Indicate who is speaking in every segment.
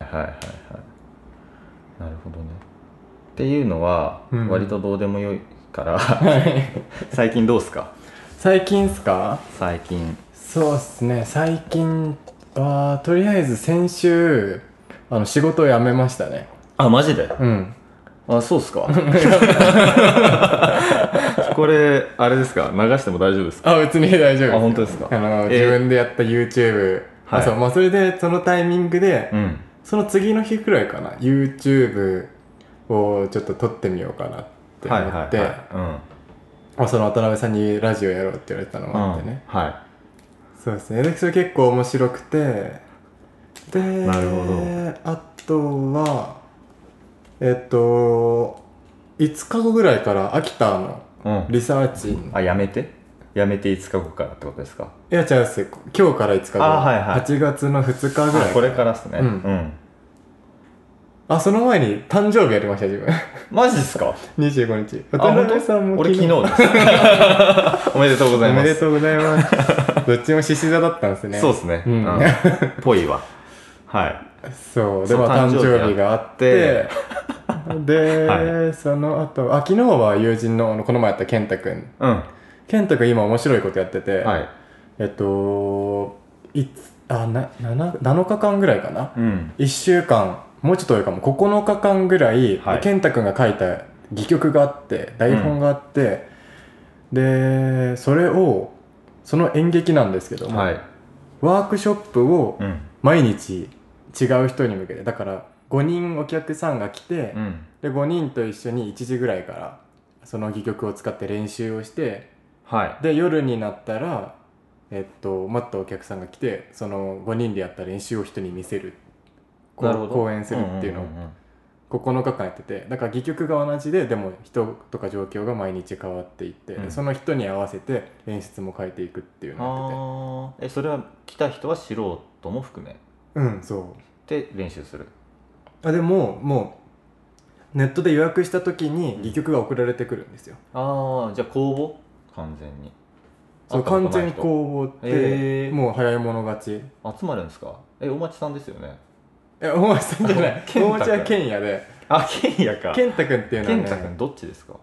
Speaker 1: はいはいなるほどねっていうのは、
Speaker 2: うん
Speaker 1: 割とどうでもよいから
Speaker 2: はい
Speaker 1: 最近どうっすか
Speaker 2: 最近っすか
Speaker 1: 最近
Speaker 2: そうっすね最近はとりあえず先週あの仕事を辞めましたね
Speaker 1: あマジで
Speaker 2: うん
Speaker 1: あそうっ すかこれあれですか流しても大丈夫ですか
Speaker 2: あ別に大丈夫
Speaker 1: あ本当ですか
Speaker 2: あの、
Speaker 1: えー
Speaker 2: 自分でやった YouTube、
Speaker 1: はい
Speaker 2: あそうまあ、それでそのタイミングで、
Speaker 1: うん
Speaker 2: その次の日くらいかな YouTube をちょっと撮ってみようかなって
Speaker 1: はい
Speaker 2: 思
Speaker 1: はい
Speaker 2: っ
Speaker 1: は
Speaker 2: て、
Speaker 1: いうん
Speaker 2: まあ、その渡辺さんにラジオやろうって言われたのもあってね、
Speaker 1: うんはい
Speaker 2: そうですねでそれ結構面白くてで
Speaker 1: なるほ
Speaker 2: あとはえっと5日後ぐらいから秋田の
Speaker 1: うん
Speaker 2: リサーチ、
Speaker 1: あやめてやめて5日後からってことですか
Speaker 2: いや違うっす今日から5日後、
Speaker 1: あはいはい
Speaker 2: 8月の2日ぐらい
Speaker 1: あこれからっすね
Speaker 2: うん
Speaker 1: うん、
Speaker 2: あ、その前に誕生日やりました、自分。
Speaker 1: マジっすか
Speaker 2: 25日。
Speaker 1: あ
Speaker 2: 渡辺さんも
Speaker 1: 俺昨日 です。おめでとうご
Speaker 2: お
Speaker 1: ざいま
Speaker 2: め
Speaker 1: す。
Speaker 2: でとうござい ます。どっちも獅子座だったんですね。
Speaker 1: そうですね。
Speaker 2: う
Speaker 1: うん ん。ぽいわ。はい。
Speaker 2: そう。で、
Speaker 1: そう
Speaker 2: まあ誕
Speaker 1: 誕
Speaker 2: 生
Speaker 1: 生
Speaker 2: 日
Speaker 1: 日
Speaker 2: が
Speaker 1: が
Speaker 2: あって、 で、
Speaker 1: は
Speaker 2: その後、あ、昨日は友人の、あのこの前やった健太くん。
Speaker 1: うん。
Speaker 2: 健太くん今面白いことやってて、
Speaker 1: はい。
Speaker 2: えっと、いつ、あ、な、なな、7日間ぐらいかな。
Speaker 1: うん。
Speaker 2: 1週間、もうちょっと多いかも、9日間ぐらい、
Speaker 1: はい
Speaker 2: 健太くんが書いた戯曲があって、台本があって、で、それを、その演劇なんですけども、
Speaker 1: はい。
Speaker 2: ワークショップを
Speaker 1: うん。
Speaker 2: 毎日違う人に向けて、だから5人お客さんが来て、
Speaker 1: うん。
Speaker 2: で、5人と一緒に1時ぐらいから、その戯曲を使って練習をして、
Speaker 1: はい。
Speaker 2: で、夜になったら、えっと、待ったお客さんが来て、その5人でやった練習を人に見せる。こう
Speaker 1: なるほど。
Speaker 2: 公演するっていうのを
Speaker 1: んんん
Speaker 2: 9日間やっててだから戯曲が同じででも人とか状況が毎日変わっていって、
Speaker 1: うん
Speaker 2: その人に合わせて演出も変えていくっていうのをやって
Speaker 1: ああ。え、それは来た人は素人も含め
Speaker 2: てうんそ
Speaker 1: て練習する。
Speaker 2: うあでももうネットで予約した時に戯曲が送られてくるんですよ、
Speaker 1: ああ、じゃあ公募完全に。
Speaker 2: そ
Speaker 1: 会
Speaker 2: う
Speaker 1: った
Speaker 2: 完
Speaker 1: ことな
Speaker 2: 全
Speaker 1: い
Speaker 2: に
Speaker 1: 人
Speaker 2: 公募って、
Speaker 1: えー
Speaker 2: もう早い者勝ち
Speaker 1: 集まるんですかえ、お待ちさんですよね。
Speaker 2: え大町さんじ ゃない
Speaker 1: 健
Speaker 2: 大
Speaker 1: 太君
Speaker 2: 町は賢也で
Speaker 1: あ、ケンヤか。ケ
Speaker 2: 健太君っていうのは
Speaker 1: ン
Speaker 2: ね
Speaker 1: タ君どっちですか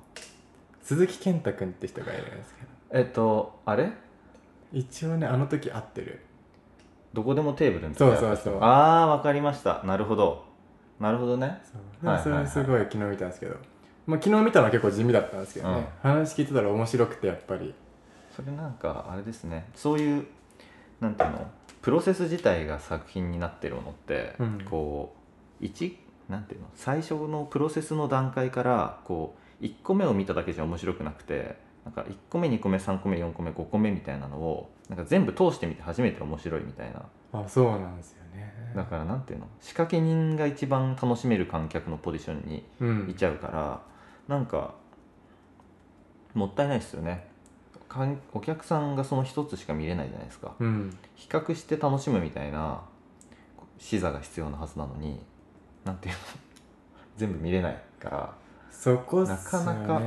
Speaker 2: 鈴木健太君って人がいるんですけど
Speaker 1: えっと、あれ
Speaker 2: 一応ねあの時会ってる
Speaker 1: どこでもテーブルに
Speaker 2: そうそうそう
Speaker 1: ああわかりましたなるほどなるほどね
Speaker 2: そう
Speaker 1: はい
Speaker 2: そ
Speaker 1: はいは
Speaker 2: れ
Speaker 1: い
Speaker 2: すごい昨日見たんですけど、まあ、昨日見たのは結構地味だったんですけどね、話聞いてたら面白くてやっぱり
Speaker 1: それなんかあれですねそういうなんていうのプロセス自体が作品になってるのって、
Speaker 2: うん
Speaker 1: こう一なんていうの最初のプロセスの段階からこう1個目を見ただけじゃ面白くなくてなんか1個目2個目3個目4個目5個目みたいなのをなんか全部通してみて初めて面白いみたいな
Speaker 2: あそうなんですよね
Speaker 1: だからなんていうの仕掛け人が一番楽しめる観客のポジションに
Speaker 2: う
Speaker 1: い
Speaker 2: ん
Speaker 1: ちゃうからなんかもったいないですよねかんお客さんがその一つしか見れないじゃないですか
Speaker 2: うん
Speaker 1: 比較して楽しむみたいな視座が必要なはずなのになんていうの 全部見れないから
Speaker 2: そこっすよね
Speaker 1: なかなか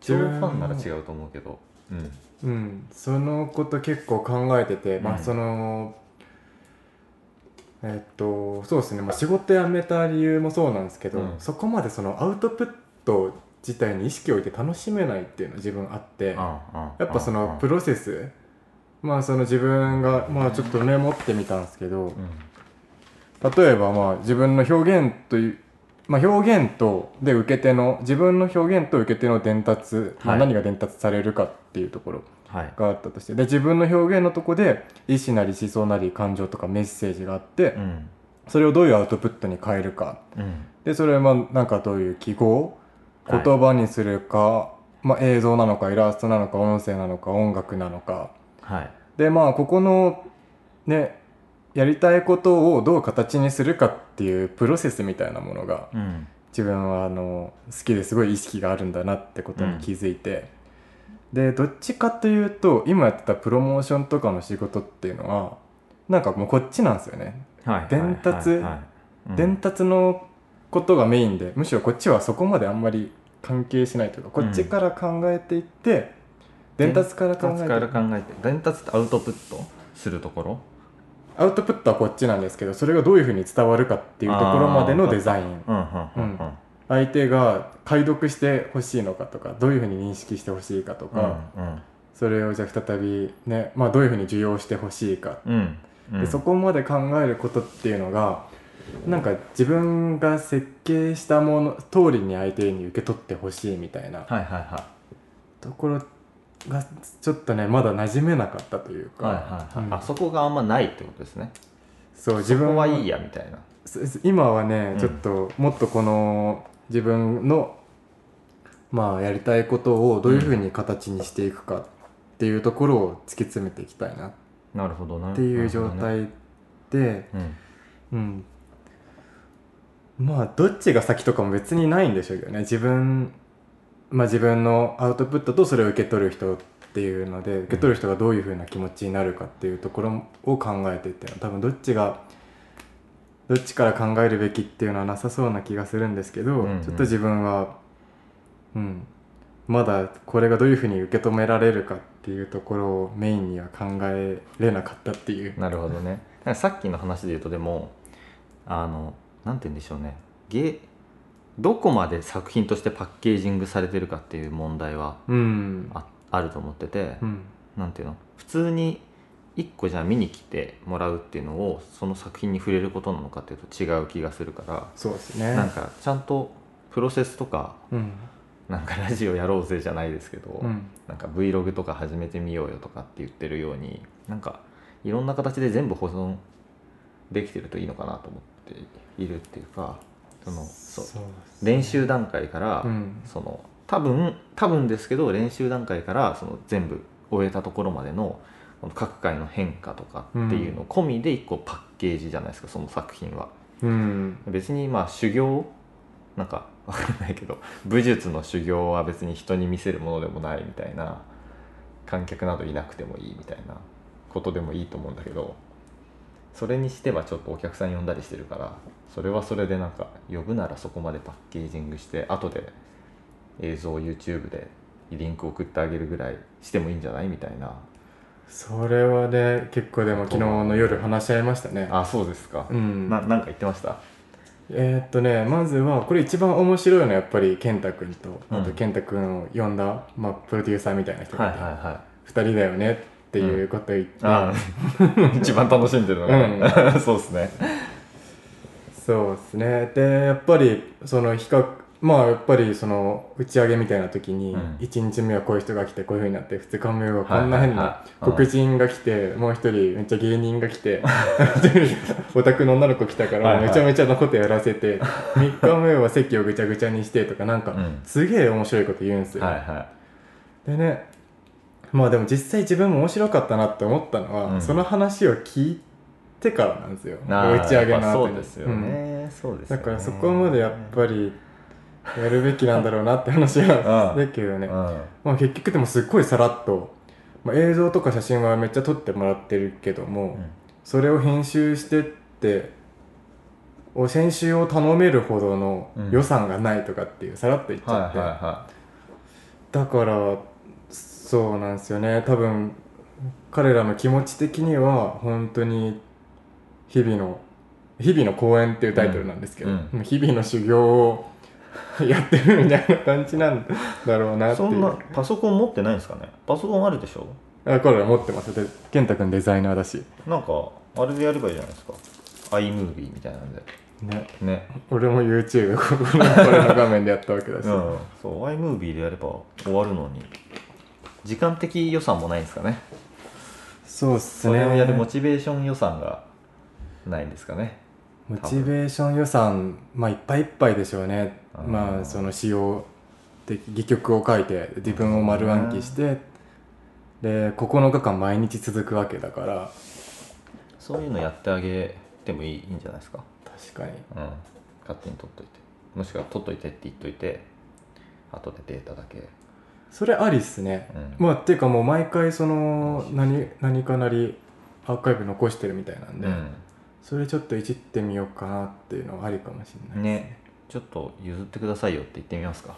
Speaker 1: 超フ
Speaker 2: 自分
Speaker 1: ァンなら
Speaker 2: う
Speaker 1: 違うと思うけど、うん、
Speaker 2: うんそのこと結構考えてて、
Speaker 1: う
Speaker 2: まあ
Speaker 1: ん
Speaker 2: そのえっとそうですね、まあ、仕事辞めた理由もそうなんですけど、
Speaker 1: うん
Speaker 2: そこまでそのアウトプット自体に意識を置いて楽しめないっていうの自分あって、やっぱそのプ
Speaker 1: ロ、
Speaker 2: ロセスまあその自分がまあちょっとメモってみたんですけど
Speaker 1: うん
Speaker 2: 例えばまあ自分の表現というまあ表現とで受け手の自分の表現と受け手の伝達、まあ
Speaker 1: はい
Speaker 2: 何が伝達されるかっていうところ
Speaker 1: はい、
Speaker 2: があったとしてで自分の表現のとこで意思なり思想なり感情とかメッセージがあって、
Speaker 1: うん
Speaker 2: それをどういうアウトプットに変えるか
Speaker 1: うん
Speaker 2: でそれはまあなんかどういう記号
Speaker 1: は
Speaker 2: 言
Speaker 1: い
Speaker 2: 葉にするか、まあ、映像なのかイラストなのか音声なのか音楽なのか
Speaker 1: はい
Speaker 2: でまあここのねやりたいことをどう形にするかっていうプロセスみたいなものが
Speaker 1: うん
Speaker 2: 自分はあの好きですごい意識があるんだなってことに気づいて、でどっちかというと今やってたプロモーションとかの仕事っていうのはなんかもうこっちなんですよね。
Speaker 1: はい
Speaker 2: 伝達
Speaker 1: はいはいうん
Speaker 2: 伝達のことがメインでむしろこっちはそこまであんまり関係しないというかこっちから考えていって、伝達から考
Speaker 1: 伝
Speaker 2: えて
Speaker 1: 達から考えて伝達ってアウトプットするところ
Speaker 2: アウトプットはこっちなんですけどそれがどういうふうに伝わるかっていうところまでのデザイン
Speaker 1: うんうんうんうん
Speaker 2: 相手が解読してほしいのかとかどういうふうに認識してほしいかと
Speaker 1: う
Speaker 2: か、
Speaker 1: ん
Speaker 2: それをじゃあ再びね、まあ、どういうふうに受容してほしいか、
Speaker 1: うんうん
Speaker 2: でそこまで考えることっていうのがなんか自分が設計したもの通りに相手に受け取ってほしいみたいな
Speaker 1: はいはいは
Speaker 2: ところがちょっとねまだ馴染めなかったという
Speaker 1: い
Speaker 2: か、
Speaker 1: はいはいはい、
Speaker 2: うん
Speaker 1: あそこがあんまないってことですね
Speaker 2: そう自
Speaker 1: 自
Speaker 2: 分
Speaker 1: 分は
Speaker 2: は
Speaker 1: いいやみたいな
Speaker 2: すす今はね、
Speaker 1: うん
Speaker 2: ちょっともっとこの自分のまあやりたいことをどういうふうに形にしていくかっていうところを突き詰めていきたいなっ
Speaker 1: なるほどね
Speaker 2: ていう状態で、
Speaker 1: うん
Speaker 2: うんまあどっちが先とかも別にないんでしょうけどね自分まあ自分のアウトプットとそれを受け取る人っていうので受け取る人がどういうふうな気持ちになるかっていうところを考えてっていうのは多分どっちがどっちから考えるべきっていうのはなさそうな気がするんですけど、
Speaker 1: うんうん
Speaker 2: ちょっと自分はうんまだこれがどういうふうに受け止められるかっていうところをメインには考えれなかったっていう。
Speaker 1: なるほどねなんかさっきの話で言うとでもあのなんて言うんでしょうねゲどこまで作品としてパッケージングされてるかっていう問題は
Speaker 2: うん、
Speaker 1: ああると思ってて、
Speaker 2: うん
Speaker 1: なんていうの普通に1個じゃあ見に来てもらうっていうのをその作品に触れることなのかっていうと違う気がするか
Speaker 2: そうです
Speaker 1: ら、
Speaker 2: ね。
Speaker 1: なんかちゃんとプロセスとか
Speaker 2: うん
Speaker 1: なんかラジオやろうぜじゃないですけど、
Speaker 2: うん
Speaker 1: なんか Vlog とか始めてみようよとかって言ってるようになんかいろんな形で全部保存できてるといいのかなと思っているっていうかそのそう
Speaker 2: そう
Speaker 1: 練習段階から、
Speaker 2: うん
Speaker 1: その多分多分ですけど練習段階からその全部終えたところまでのこの各回の変化とかっていうの込みで一個パッケージじゃないですかその作品は。
Speaker 2: うん
Speaker 1: 別にまあ修行なんかわかんないけど武術の修行は別に人に見せるものでもないみたいな観客などいなくてもいいみたいなことでもいいと思うんだけどそれにしてはちょっとお客さん呼んだりしてるからそれはそれでなんか呼ぶならそこまでパッケージングして後で映像を YouTube でリンク送ってあげるぐらいしてもいいんじゃないみたいな
Speaker 2: それはね結構でも昨日の夜話し合いましたね
Speaker 1: あそうですか、
Speaker 2: うん
Speaker 1: ななんか言ってました
Speaker 2: えーっとねまずはこれ一番面白いのはやっぱり健太君と
Speaker 1: うん
Speaker 2: あと健太君を呼んだ、まあ、プロデューサーみたいな人
Speaker 1: はい
Speaker 2: がい
Speaker 1: はい
Speaker 2: て、
Speaker 1: は
Speaker 2: 2人だよねっていうことを言って、
Speaker 1: いあ ー一番楽しんでるのが、ねそうですね
Speaker 2: そうですねでやっぱりその比較まあやっぱりその打ち上げみたいな時に
Speaker 1: うん
Speaker 2: 1日目はこういう人が来てこういうふうになって2日目はこんな変
Speaker 1: はい
Speaker 2: な
Speaker 1: はいはい
Speaker 2: 黒人が来てもう一人めっちゃ芸人が来て オタクの女の子来たか
Speaker 1: はい
Speaker 2: ら
Speaker 1: はい
Speaker 2: めちゃめちゃなことやらせて3日目は席をぐちゃぐちゃにしてとかなんか
Speaker 1: うん
Speaker 2: すげえ面白いこと言うんですよ。
Speaker 1: はいは
Speaker 2: でねまあでも実際自分も面白かったなって思ったのは、
Speaker 1: うん
Speaker 2: その話を聞いてからなんですよ
Speaker 1: いなあ。
Speaker 2: 打ち上げの
Speaker 1: やっぱ
Speaker 2: 後
Speaker 1: そう
Speaker 2: に
Speaker 1: ですよね。そうですよ
Speaker 2: だ
Speaker 1: ね
Speaker 2: からそこまでやっぱりやるべきなんだろうなって話は
Speaker 1: うん
Speaker 2: だけどね、
Speaker 1: うん
Speaker 2: まあ、結局でもすっごいさらっと、まあ、映像とか写真はめっちゃ撮ってもらってるけども、それを編集してってお編集を頼めるほどの
Speaker 1: うん
Speaker 2: 予算がないとかっていう、さらっと言っち
Speaker 1: はい
Speaker 2: ゃっ
Speaker 1: は
Speaker 2: て、
Speaker 1: いは
Speaker 2: だからそうなんですよね多分彼らの気持ち的には本当に日々の「日々の公演」っていうタイトルなんですけど、
Speaker 1: うん
Speaker 2: 日々の修行を やってるみたいな感じなんだろうなっ
Speaker 1: い。
Speaker 2: てい
Speaker 1: そんな
Speaker 2: う
Speaker 1: パソコン持ってないんですかね。パソコンあるでしょ。
Speaker 2: あこれ持ってますで健太君デザイナーだし、
Speaker 1: なんかあれでやればいいじゃないですか。iMovie みたいなんで。
Speaker 2: ね、
Speaker 1: ね。
Speaker 2: 俺も YouTube ここのこれの画面でやったわけだし、
Speaker 1: うん。そう iMovie でやれば終わるのに。時間的予算もないんですかね。
Speaker 2: そうっす
Speaker 1: そ
Speaker 2: ね
Speaker 1: れをやるモチベーション予算がないんですかね。
Speaker 2: モチベーション予算、まあ、いっぱいいっぱいでしょうね
Speaker 1: あー
Speaker 2: まあその使用的戯曲を書いて自分を丸暗記してで9日間毎日続くわけだから
Speaker 1: そういうのやってあげてもいいいいんじゃないですか。
Speaker 2: 確かに
Speaker 1: うん、勝手に取っといてもしくは取っといてって言っといて後でデータだけ、
Speaker 2: それありっすね
Speaker 1: うん
Speaker 2: まあっていうかもう毎回その何何かなりアーカイブ残してるみたいなんで、それちょっといじってみようかなっていうのはありかもしれ
Speaker 1: う
Speaker 2: なんい、
Speaker 1: ねちょっと譲ってくださいよって言ってみます か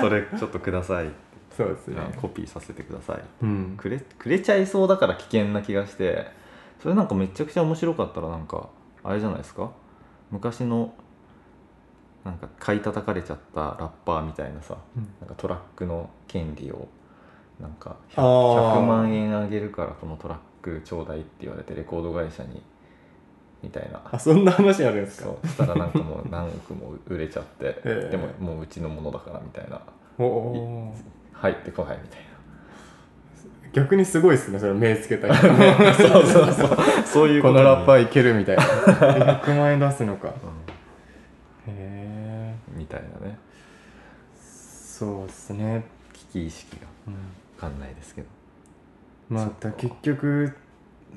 Speaker 1: それちょっとください、
Speaker 2: そうですね
Speaker 1: コピーさせてください
Speaker 2: うん
Speaker 1: くれくれちゃいそうだから危険な気がしてそれなんかめちゃくちゃ面白かったらなんかあれじゃないですか昔のなんか買い叩かれちゃったラッパーみたいなさなんかトラックの権利をなんか 100,
Speaker 2: あー
Speaker 1: 100万円あげるからこのトラックちょうだいって言われてレコード会社にみたいな
Speaker 2: あそんな話あるんですか
Speaker 1: そうしたらなんかもう何億も売れちゃって、
Speaker 2: ええ
Speaker 1: でももううちのものだからみたいな
Speaker 2: おお
Speaker 1: 入ってこないみた い
Speaker 2: ー逆にすごいですねそれ目つけた人
Speaker 1: なそうそうそうそういう
Speaker 2: このラッパ
Speaker 1: ー、
Speaker 2: ーいけるみたいな 100万円出すのかへえ
Speaker 1: うんみたいなね
Speaker 2: そうですね、
Speaker 1: 危機意識がわかんないですけど
Speaker 2: ま
Speaker 1: そっ
Speaker 2: あ
Speaker 1: か
Speaker 2: だ結局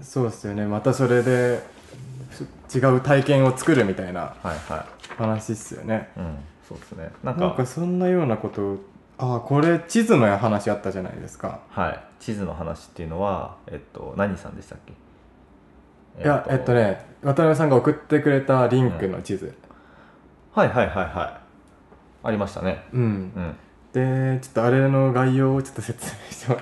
Speaker 2: そうですよねまたそれでち違う体験を作るみたいな
Speaker 1: はいは
Speaker 2: 話っすよね
Speaker 1: いうんそうですねなんか
Speaker 2: なんかそんなようなことああこれ地図の話あったじゃないですか
Speaker 1: はい地図の話っていうのはえっと何さんでしたっけ
Speaker 2: いやえっとね渡辺さんが送ってくれたリンクの地図
Speaker 1: はいはいはいはいありましたね
Speaker 2: うん、
Speaker 1: うん
Speaker 2: でちょっとあれの概要をちょっと説明しても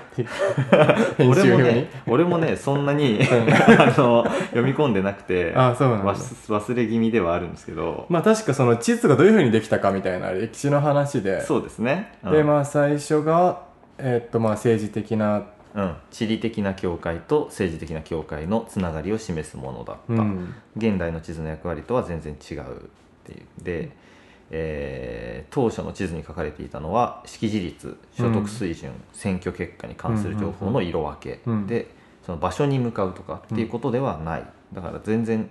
Speaker 2: らっていい 編
Speaker 1: 俺
Speaker 2: 集
Speaker 1: も
Speaker 2: 用に
Speaker 1: ね俺もねそんなに
Speaker 2: ん
Speaker 1: あの読み込んでなくて
Speaker 2: ああそうなんだ
Speaker 1: 忘忘れ気味ではあるんですけど、
Speaker 2: まあ確かその地図がどういうふうにできたかみたいな歴史の話で
Speaker 1: そうですね、うん
Speaker 2: でまあ最初が、えーっとまあ政治的な、
Speaker 1: うん、地理的な境界と政治的な境界のつながりを示すものだった、
Speaker 2: うん
Speaker 1: 現代の地図の役割とは全然違うっていうで、えー当初の地図に書かれていたのは識字率所得水準、選挙結果に関する情報の色分け、
Speaker 2: うんうんうん
Speaker 1: でその場所に向かうとかっていうことではない、だから全然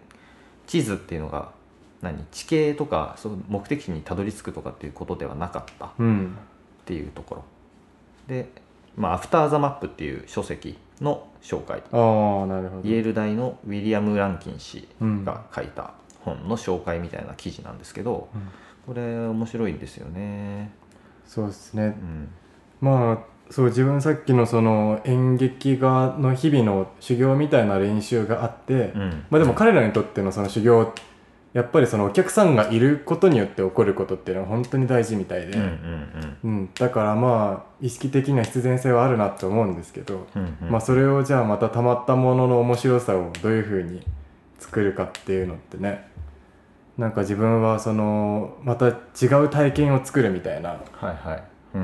Speaker 1: 地図っていうのが何地形とかその目的地にたどり着くとかっていうことではなかったっ
Speaker 2: うん
Speaker 1: ていうところで、まあ「アフター・ザ・マップ」っていう書籍の紹介
Speaker 2: ああなるほど
Speaker 1: イェール大のウィリアム・ランキン氏
Speaker 2: うん
Speaker 1: が書いた本の紹介みたいな記事なんですけど、
Speaker 2: うん
Speaker 1: これ面白いんですよね。
Speaker 2: そうですね
Speaker 1: うん、
Speaker 2: まあそう自分さっきのその演劇画の日々の修行みたいな練習があって、
Speaker 1: うん
Speaker 2: まあでも彼らにとってのその修行やっぱりそのお客さんがいることによって起こることっていうのは本当に大事みたいで、
Speaker 1: うんうん
Speaker 2: うんだからまあ意識的な必然性はあるなと思うんですけど、
Speaker 1: うんうんうん
Speaker 2: まあそれをじゃあまたたまったものの面白さをどういうふうに作るかっていうのってねなんか自分はそのまた違う体験を作るみたいなよ
Speaker 1: はいはい。う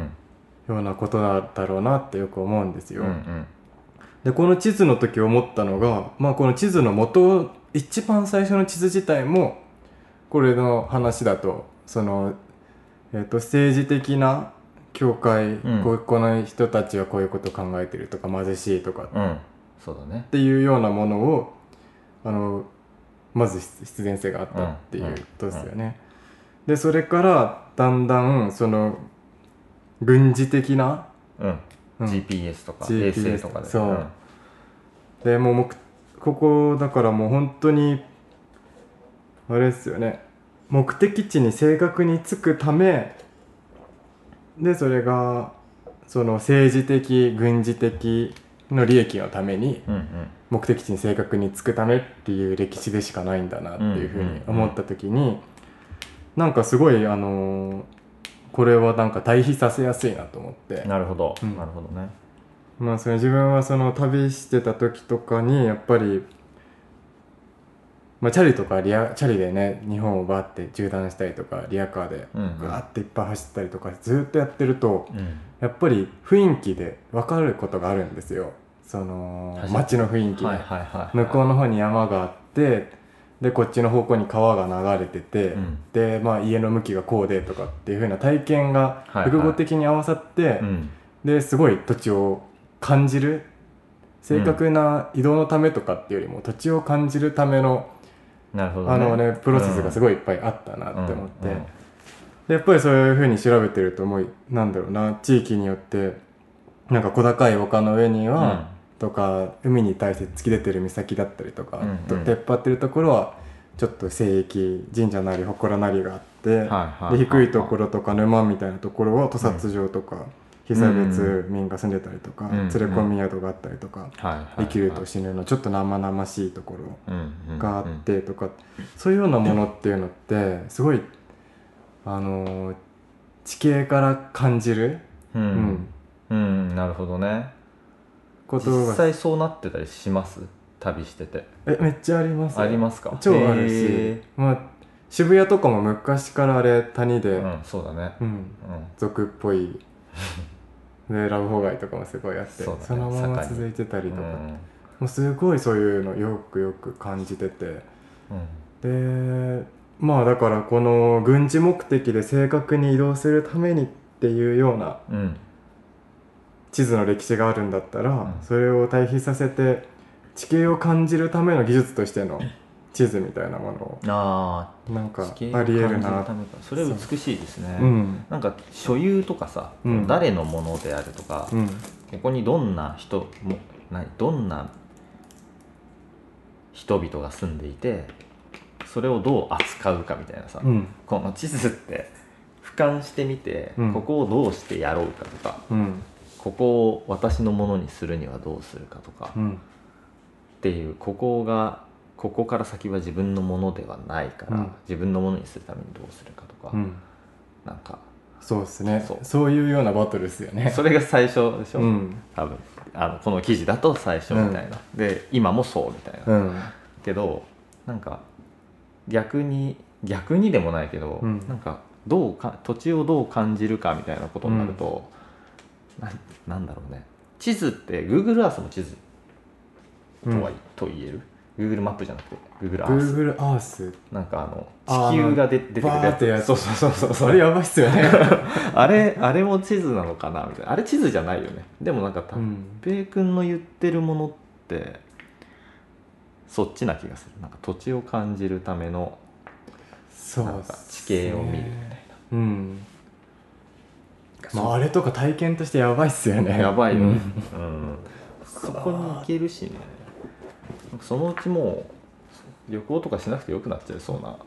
Speaker 1: ん
Speaker 2: うなことだったろうなってよく思うんです
Speaker 1: う
Speaker 2: よ。
Speaker 1: んうん
Speaker 2: でこの地図の時思ったのが、まあ、この地図の元一番最初の地図自体もこれの話だとその、えっと政治的な教会、
Speaker 1: うん
Speaker 2: こうこの人たちはこういうこと考えてるとか貧しいとかっ
Speaker 1: うんそうだね。
Speaker 2: ていうようなものをあのまず必必然性があったっていうことですよね。でそれからだんだんその軍事的な、
Speaker 1: うん。
Speaker 2: うん
Speaker 1: GPS とか
Speaker 2: GPS
Speaker 1: 衛星とかで。
Speaker 2: そうでもう目ここだからもう本当にあれですよね目的地に正確に着くためでそれがその政治的軍事的の利益のために
Speaker 1: うんうん
Speaker 2: 目的地に正確に着くためっていう歴史でしかないんだなっていうふうに思った時になんかすごいあのーこれはなんか対比させやすいなと思って
Speaker 1: なるほど、
Speaker 2: うん
Speaker 1: なるほどね。
Speaker 2: まあそれ自分はその旅してた時とかにやっぱり、まあ、チャリとかリアチャリでね日本をバーって縦断したりとかリアカーで
Speaker 1: うんうん
Speaker 2: ガーっていっぱい走ったりとかずっとやってると
Speaker 1: うん
Speaker 2: やっぱり雰囲気で分かることがあるんですよその
Speaker 1: 確かに
Speaker 2: 街の雰囲気で、
Speaker 1: はいはいはい。
Speaker 2: 向こうの方に山があってでこっちの方向に川が流れてて、
Speaker 1: うん
Speaker 2: で、まあ、家の向きがこうでとかっていう風な体験が
Speaker 1: はいはい
Speaker 2: 複合的に合わさって、
Speaker 1: うん
Speaker 2: ですごい土地を感じる正確な移動のためとかっていうよりも土地を感じるための、
Speaker 1: なるほどね。
Speaker 2: あのねプロセスがす
Speaker 1: ごい
Speaker 2: ごいいっぱいあったなって思っ
Speaker 1: う
Speaker 2: て、
Speaker 1: んうん
Speaker 2: でやっぱりそういうふうに調べてると思いなんだろうな地域によってなんか小高い丘の上には、とか海に対して突き出てる岬だったりとか、
Speaker 1: うんうん
Speaker 2: と出っ張ってるところはちょっと聖域神社なり祠なりがあって、
Speaker 1: うんはいはい。
Speaker 2: で低いとこ
Speaker 1: ろ。
Speaker 2: ろとか沼みたいなところは土佐城とか被災別民が住んでたりとか、
Speaker 1: ん
Speaker 2: 連れ込み宿があったりとか、
Speaker 1: はいはいはい。
Speaker 2: 生きると死ぬのちょっと生々しいところが
Speaker 1: が
Speaker 2: あってとか、そういうようなものっていうのってすごいあのー地形から感じる、
Speaker 1: うんう
Speaker 2: う
Speaker 1: んんうんなるほどね
Speaker 2: こと
Speaker 1: 実
Speaker 2: が
Speaker 1: 際そうなってたりします旅してて
Speaker 2: えめっちゃあります
Speaker 1: ありますか
Speaker 2: 超ある
Speaker 1: へ
Speaker 2: し、まあ、渋谷とかも昔からあれ谷で、
Speaker 1: ー
Speaker 2: うん
Speaker 1: うんそうだねうん
Speaker 2: 俗っぽいでラブホ街とかもすごいあって
Speaker 1: そ
Speaker 2: そ
Speaker 1: だ
Speaker 2: う
Speaker 1: ね
Speaker 2: のまま
Speaker 1: 栄え
Speaker 2: 続いてたりとか、
Speaker 1: うん
Speaker 2: もうすごいそういうのよくよく感じてて
Speaker 1: うん
Speaker 2: でまあだからこの軍事目的で正確に移動するためにっていうような
Speaker 1: うん
Speaker 2: 地図の歴史があるんだったら、
Speaker 1: うん
Speaker 2: それを対比させて地形を感じるための技術としての地図みたいなものを
Speaker 1: あ
Speaker 2: なん
Speaker 1: あ
Speaker 2: かありえるな
Speaker 1: それ美しいですね
Speaker 2: うん
Speaker 1: なんか所有とかさ、
Speaker 2: うん
Speaker 1: 誰のものであるとか、
Speaker 2: うん
Speaker 1: ここにどんな人もないどんな人々が住んでいてそれをどう扱うかみたいなさ、
Speaker 2: うん
Speaker 1: この地図って俯瞰してみて、
Speaker 2: うん
Speaker 1: ここをどうしてやろうかとか
Speaker 2: うん
Speaker 1: ここを私のものにするにはどうするかとか、
Speaker 2: う
Speaker 1: っ
Speaker 2: ん
Speaker 1: ていうここがここから先は自分のものではないから、
Speaker 2: うん
Speaker 1: 自分のものにするためにどうするかとか、
Speaker 2: うん
Speaker 1: なんか
Speaker 2: そうですね
Speaker 1: そ
Speaker 2: そうういうようなバトルですよね
Speaker 1: それが最初でしょ、
Speaker 2: うん
Speaker 1: 多分あのこの記事だと最初みたいな、で今もそうみたいな、
Speaker 2: うん
Speaker 1: けどなんか逆に逆にでもないけど、
Speaker 2: うん
Speaker 1: なんかどうか土地をどう感じるかみたいなことになると、なん、なんだろうね地図って Google Earth も地図とは、と言える Google マップじゃなくて Google
Speaker 2: うん
Speaker 1: Earth
Speaker 2: Google Earth
Speaker 1: なんかあの
Speaker 2: あー
Speaker 1: 地球がで出てくる
Speaker 2: バーってやつ
Speaker 1: そうそうそうそう
Speaker 2: それやばいっすよね
Speaker 1: あれあれも地図なのかなみたいなあれ地図じゃないよねでもなんかた、
Speaker 2: うん
Speaker 1: 米君の言ってるものってそっちな気がするなんか土地を感じるための
Speaker 2: そう
Speaker 1: なん
Speaker 2: っす
Speaker 1: か
Speaker 2: ね
Speaker 1: 地形を見るみたい
Speaker 2: うんま
Speaker 1: そう
Speaker 2: ああれとか体験としてやばいっすよ
Speaker 1: な
Speaker 2: ね
Speaker 1: やばいよね、
Speaker 2: うん
Speaker 1: うんそこに行けるしねなんかそのうちもう旅行とかしなくてよくなっちゃいそうな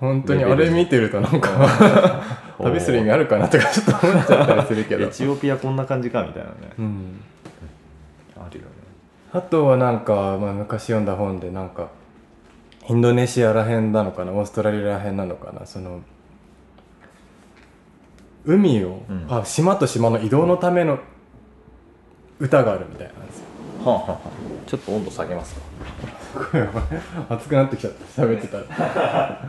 Speaker 2: 本当にあれ見てるとなんか 旅する意味あるかなとかちょっと思っちゃったりするけど
Speaker 1: エ、チオピアこんな感じかみたいなね、
Speaker 2: うん、
Speaker 1: あるよね
Speaker 2: あとはなんか、まあ、昔読んだ本でなんかインドネシアらへんなのかなオーストラリアらへんなのかなその海を、
Speaker 1: うん
Speaker 2: あ島と島の移動のための歌があるみたいなんですよ
Speaker 1: はあ、はあはあ、ちょっと温度下げますか
Speaker 2: すごいお前熱くなってきちゃった喋ってたら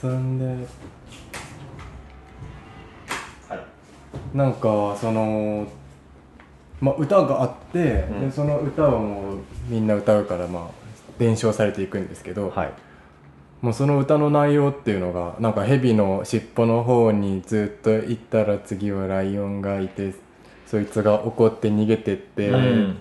Speaker 2: そんで
Speaker 1: はい
Speaker 2: なんかその、まあ、歌があって、
Speaker 1: うん
Speaker 2: でその歌をもうみんな歌うからまあ伝承されていくんですけど、
Speaker 1: はい
Speaker 2: もうその歌の内容っていうのがなんか蛇の尻尾の方にずっと行ったら次はライオンがいてそいつが怒って逃げてって、
Speaker 1: うん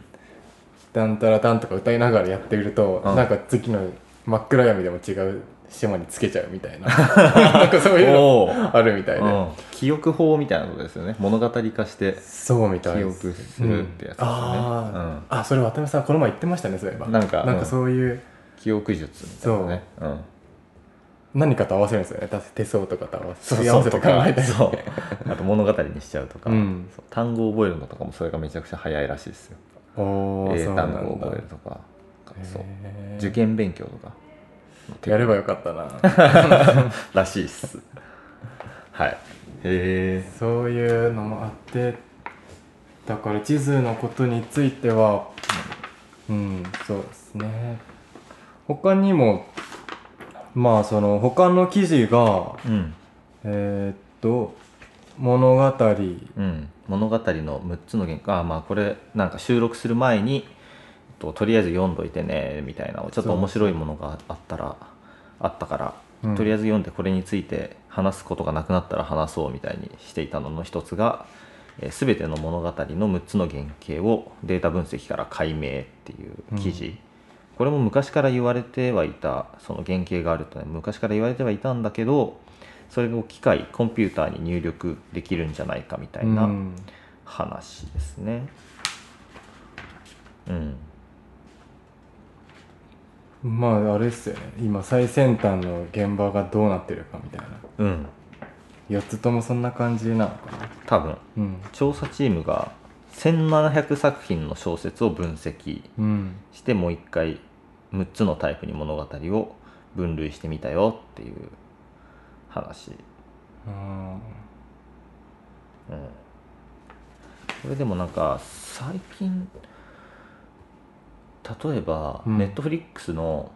Speaker 2: ダンタラダンとか歌いながらやっていると、
Speaker 1: うん
Speaker 2: なんか次の真っ暗闇でも違う島につけちゃうみた いななんかそういうの
Speaker 1: おー
Speaker 2: あるみたいで、
Speaker 1: うん記憶法みたいなことですよね物語化して
Speaker 2: そうみたい
Speaker 1: 記
Speaker 2: で
Speaker 1: 憶
Speaker 2: す
Speaker 1: するってやつですね、
Speaker 2: うんあー、あそれ渡辺さんこの前言ってましたねそういえば
Speaker 1: なんか
Speaker 2: なん
Speaker 1: うん
Speaker 2: かそういう
Speaker 1: うん記憶術みたいなねうん
Speaker 2: 何かと合わせるんですよねだ手相とかと合わ
Speaker 1: そ
Speaker 2: せ
Speaker 1: う
Speaker 2: すり合わせ
Speaker 1: と
Speaker 2: て考
Speaker 1: か
Speaker 2: えたり
Speaker 1: そう あと物語にしちゃうとか、
Speaker 2: うん
Speaker 1: そう単語を覚えるのとかもそれがめちゃくちゃ早いらしいですよ
Speaker 2: おー
Speaker 1: 英
Speaker 2: そうなん
Speaker 1: 単
Speaker 2: だ
Speaker 1: 語を覚えるとかそう
Speaker 2: へー
Speaker 1: 受験勉強とか
Speaker 2: やればよかったな
Speaker 1: らしいっすはいへえ
Speaker 2: そういうのもあってだから地図のことについてはうんそうですね他にもまあその他の記事が
Speaker 1: うん
Speaker 2: えーっと物語
Speaker 1: うん、物語の6つの原稿あまあこれなんか収録する前にととりあえず読んどいてねみたいなちょっと面白いものがあったらあったから、
Speaker 2: うん
Speaker 1: とりあえず読んでこれについて話すことがなくなったら話そうみたいにしていたのの一つが、えー、全ての物語の6つの原型をデータ分析から解明っていう記事、
Speaker 2: う
Speaker 1: これも昔から言われてはいたその原型があるとね昔から言われてはいたんだけどそれを機械コンピューターに入力できるんじゃないかみたいな。
Speaker 2: うん
Speaker 1: 話ですねうん
Speaker 2: まああれっすよね今最先端の現場がどうなってるかみたいな
Speaker 1: うん
Speaker 2: 4つともそんな感じなのかな
Speaker 1: 多分
Speaker 2: うん
Speaker 1: 調査チームが1700作品の小説を分析
Speaker 2: うん
Speaker 1: してもう一回6つのタイプに物語を分類してみたよっていう話
Speaker 2: あー
Speaker 1: うんこれでもなんか最近例えば
Speaker 2: うん
Speaker 1: ネットフリックスの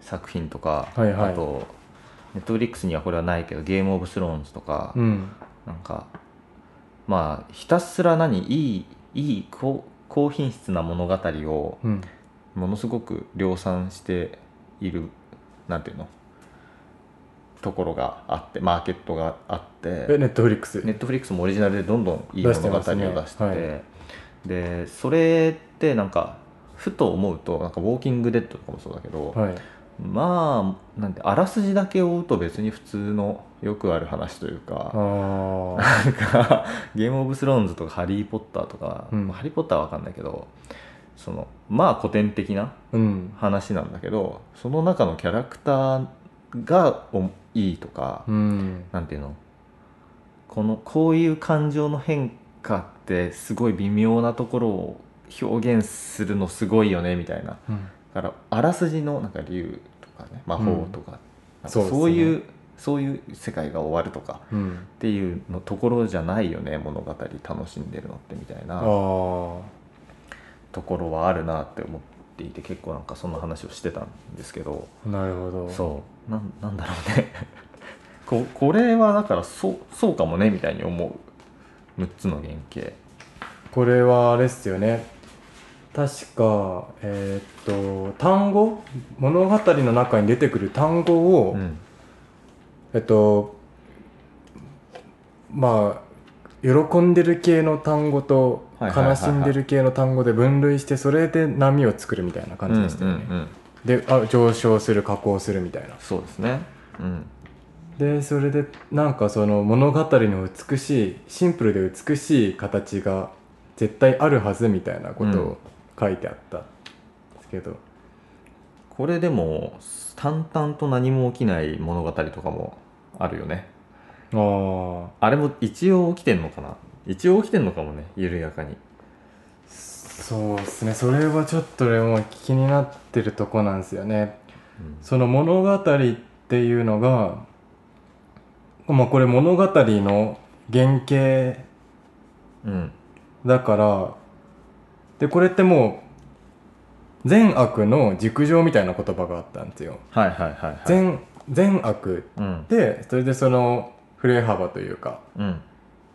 Speaker 1: 作品とか、
Speaker 2: はいはい
Speaker 1: あとネットフリックスにはこれはないけど「ゲーム・オブ・スローンズ」とか、
Speaker 2: うん
Speaker 1: なんかまあひたすら何いいいい高高品質な物語を
Speaker 2: うん
Speaker 1: ものすごく量産しているなんていうのところがあってマーケットがあって
Speaker 2: えネットフリックス
Speaker 1: ネットフリックスもオリジナルでどんどんいい
Speaker 2: 出
Speaker 1: 物
Speaker 2: して
Speaker 1: 語を
Speaker 2: ま
Speaker 1: 出して
Speaker 2: す
Speaker 1: て
Speaker 2: ね
Speaker 1: でそれってなんかふと思うとなんかウォーキングデッドとかもそうだけど、
Speaker 2: はい
Speaker 1: まあなんてあらすじだけ追うと別に普通のよくある話という
Speaker 2: あ
Speaker 1: か、
Speaker 2: ー
Speaker 1: なんかゲーム・オブ・スローンズとか「ハリー・ポッター」とか「
Speaker 2: うん
Speaker 1: まあハリー・ポッター」は分かんないけどそのまあ古典的な
Speaker 2: うん
Speaker 1: 話なんだけどその中のキャラクターがおいいとか、
Speaker 2: うん
Speaker 1: なんていうのこのこういう感情の変化ってすごい微妙なところを表現するのすごいよねみたいな
Speaker 2: うん
Speaker 1: だからあらすじのなんか竜とかね魔法とか,、なんか
Speaker 2: そうですね
Speaker 1: そういうそういう世界が終わるとか
Speaker 2: うん
Speaker 1: っていうのところじゃないよね物語楽しんでるのってみたい
Speaker 2: あ
Speaker 1: な
Speaker 2: ー
Speaker 1: ところはあるなって思っていて結構なんかそんな話をしてたんですけど
Speaker 2: なるほど
Speaker 1: そうなんなんだろうね ここれはだからそうそうかもねみたいに思う6つの原型
Speaker 2: これはあれっすよね確かえーっと単語物語の中に出てくる単語を、
Speaker 1: うん
Speaker 2: えっとまあ喜んでる系の単語と
Speaker 1: はいはいはいは
Speaker 2: 悲
Speaker 1: い
Speaker 2: しんでる系の単語で分類してそれで波を作るみたいな感じでしたよね、
Speaker 1: うんうんうん
Speaker 2: であ上昇する下降するみたいな
Speaker 1: そうですねうん
Speaker 2: でそれでなんかその物語の美しいシンプルで美しい形が絶対あるはずみたいなこ
Speaker 1: う
Speaker 2: と
Speaker 1: ん
Speaker 2: を書いてあったんですけど、
Speaker 1: これでも淡々と何も起きない物語とかもあるよね
Speaker 2: ああ
Speaker 1: あれも一応起きてんのかな一応起きてんのかもね緩やかに
Speaker 2: そうですねそれはちょっと俺も気になってるとこなんですよね
Speaker 1: うん
Speaker 2: その物語っていうのがまあこれ物語の原型
Speaker 1: うん
Speaker 2: だからでこれってもう善悪の軸上みたいな言葉があったんですよ
Speaker 1: はいはいはいはい
Speaker 2: 善善悪
Speaker 1: うん
Speaker 2: でそれでその振れ幅というか
Speaker 1: うん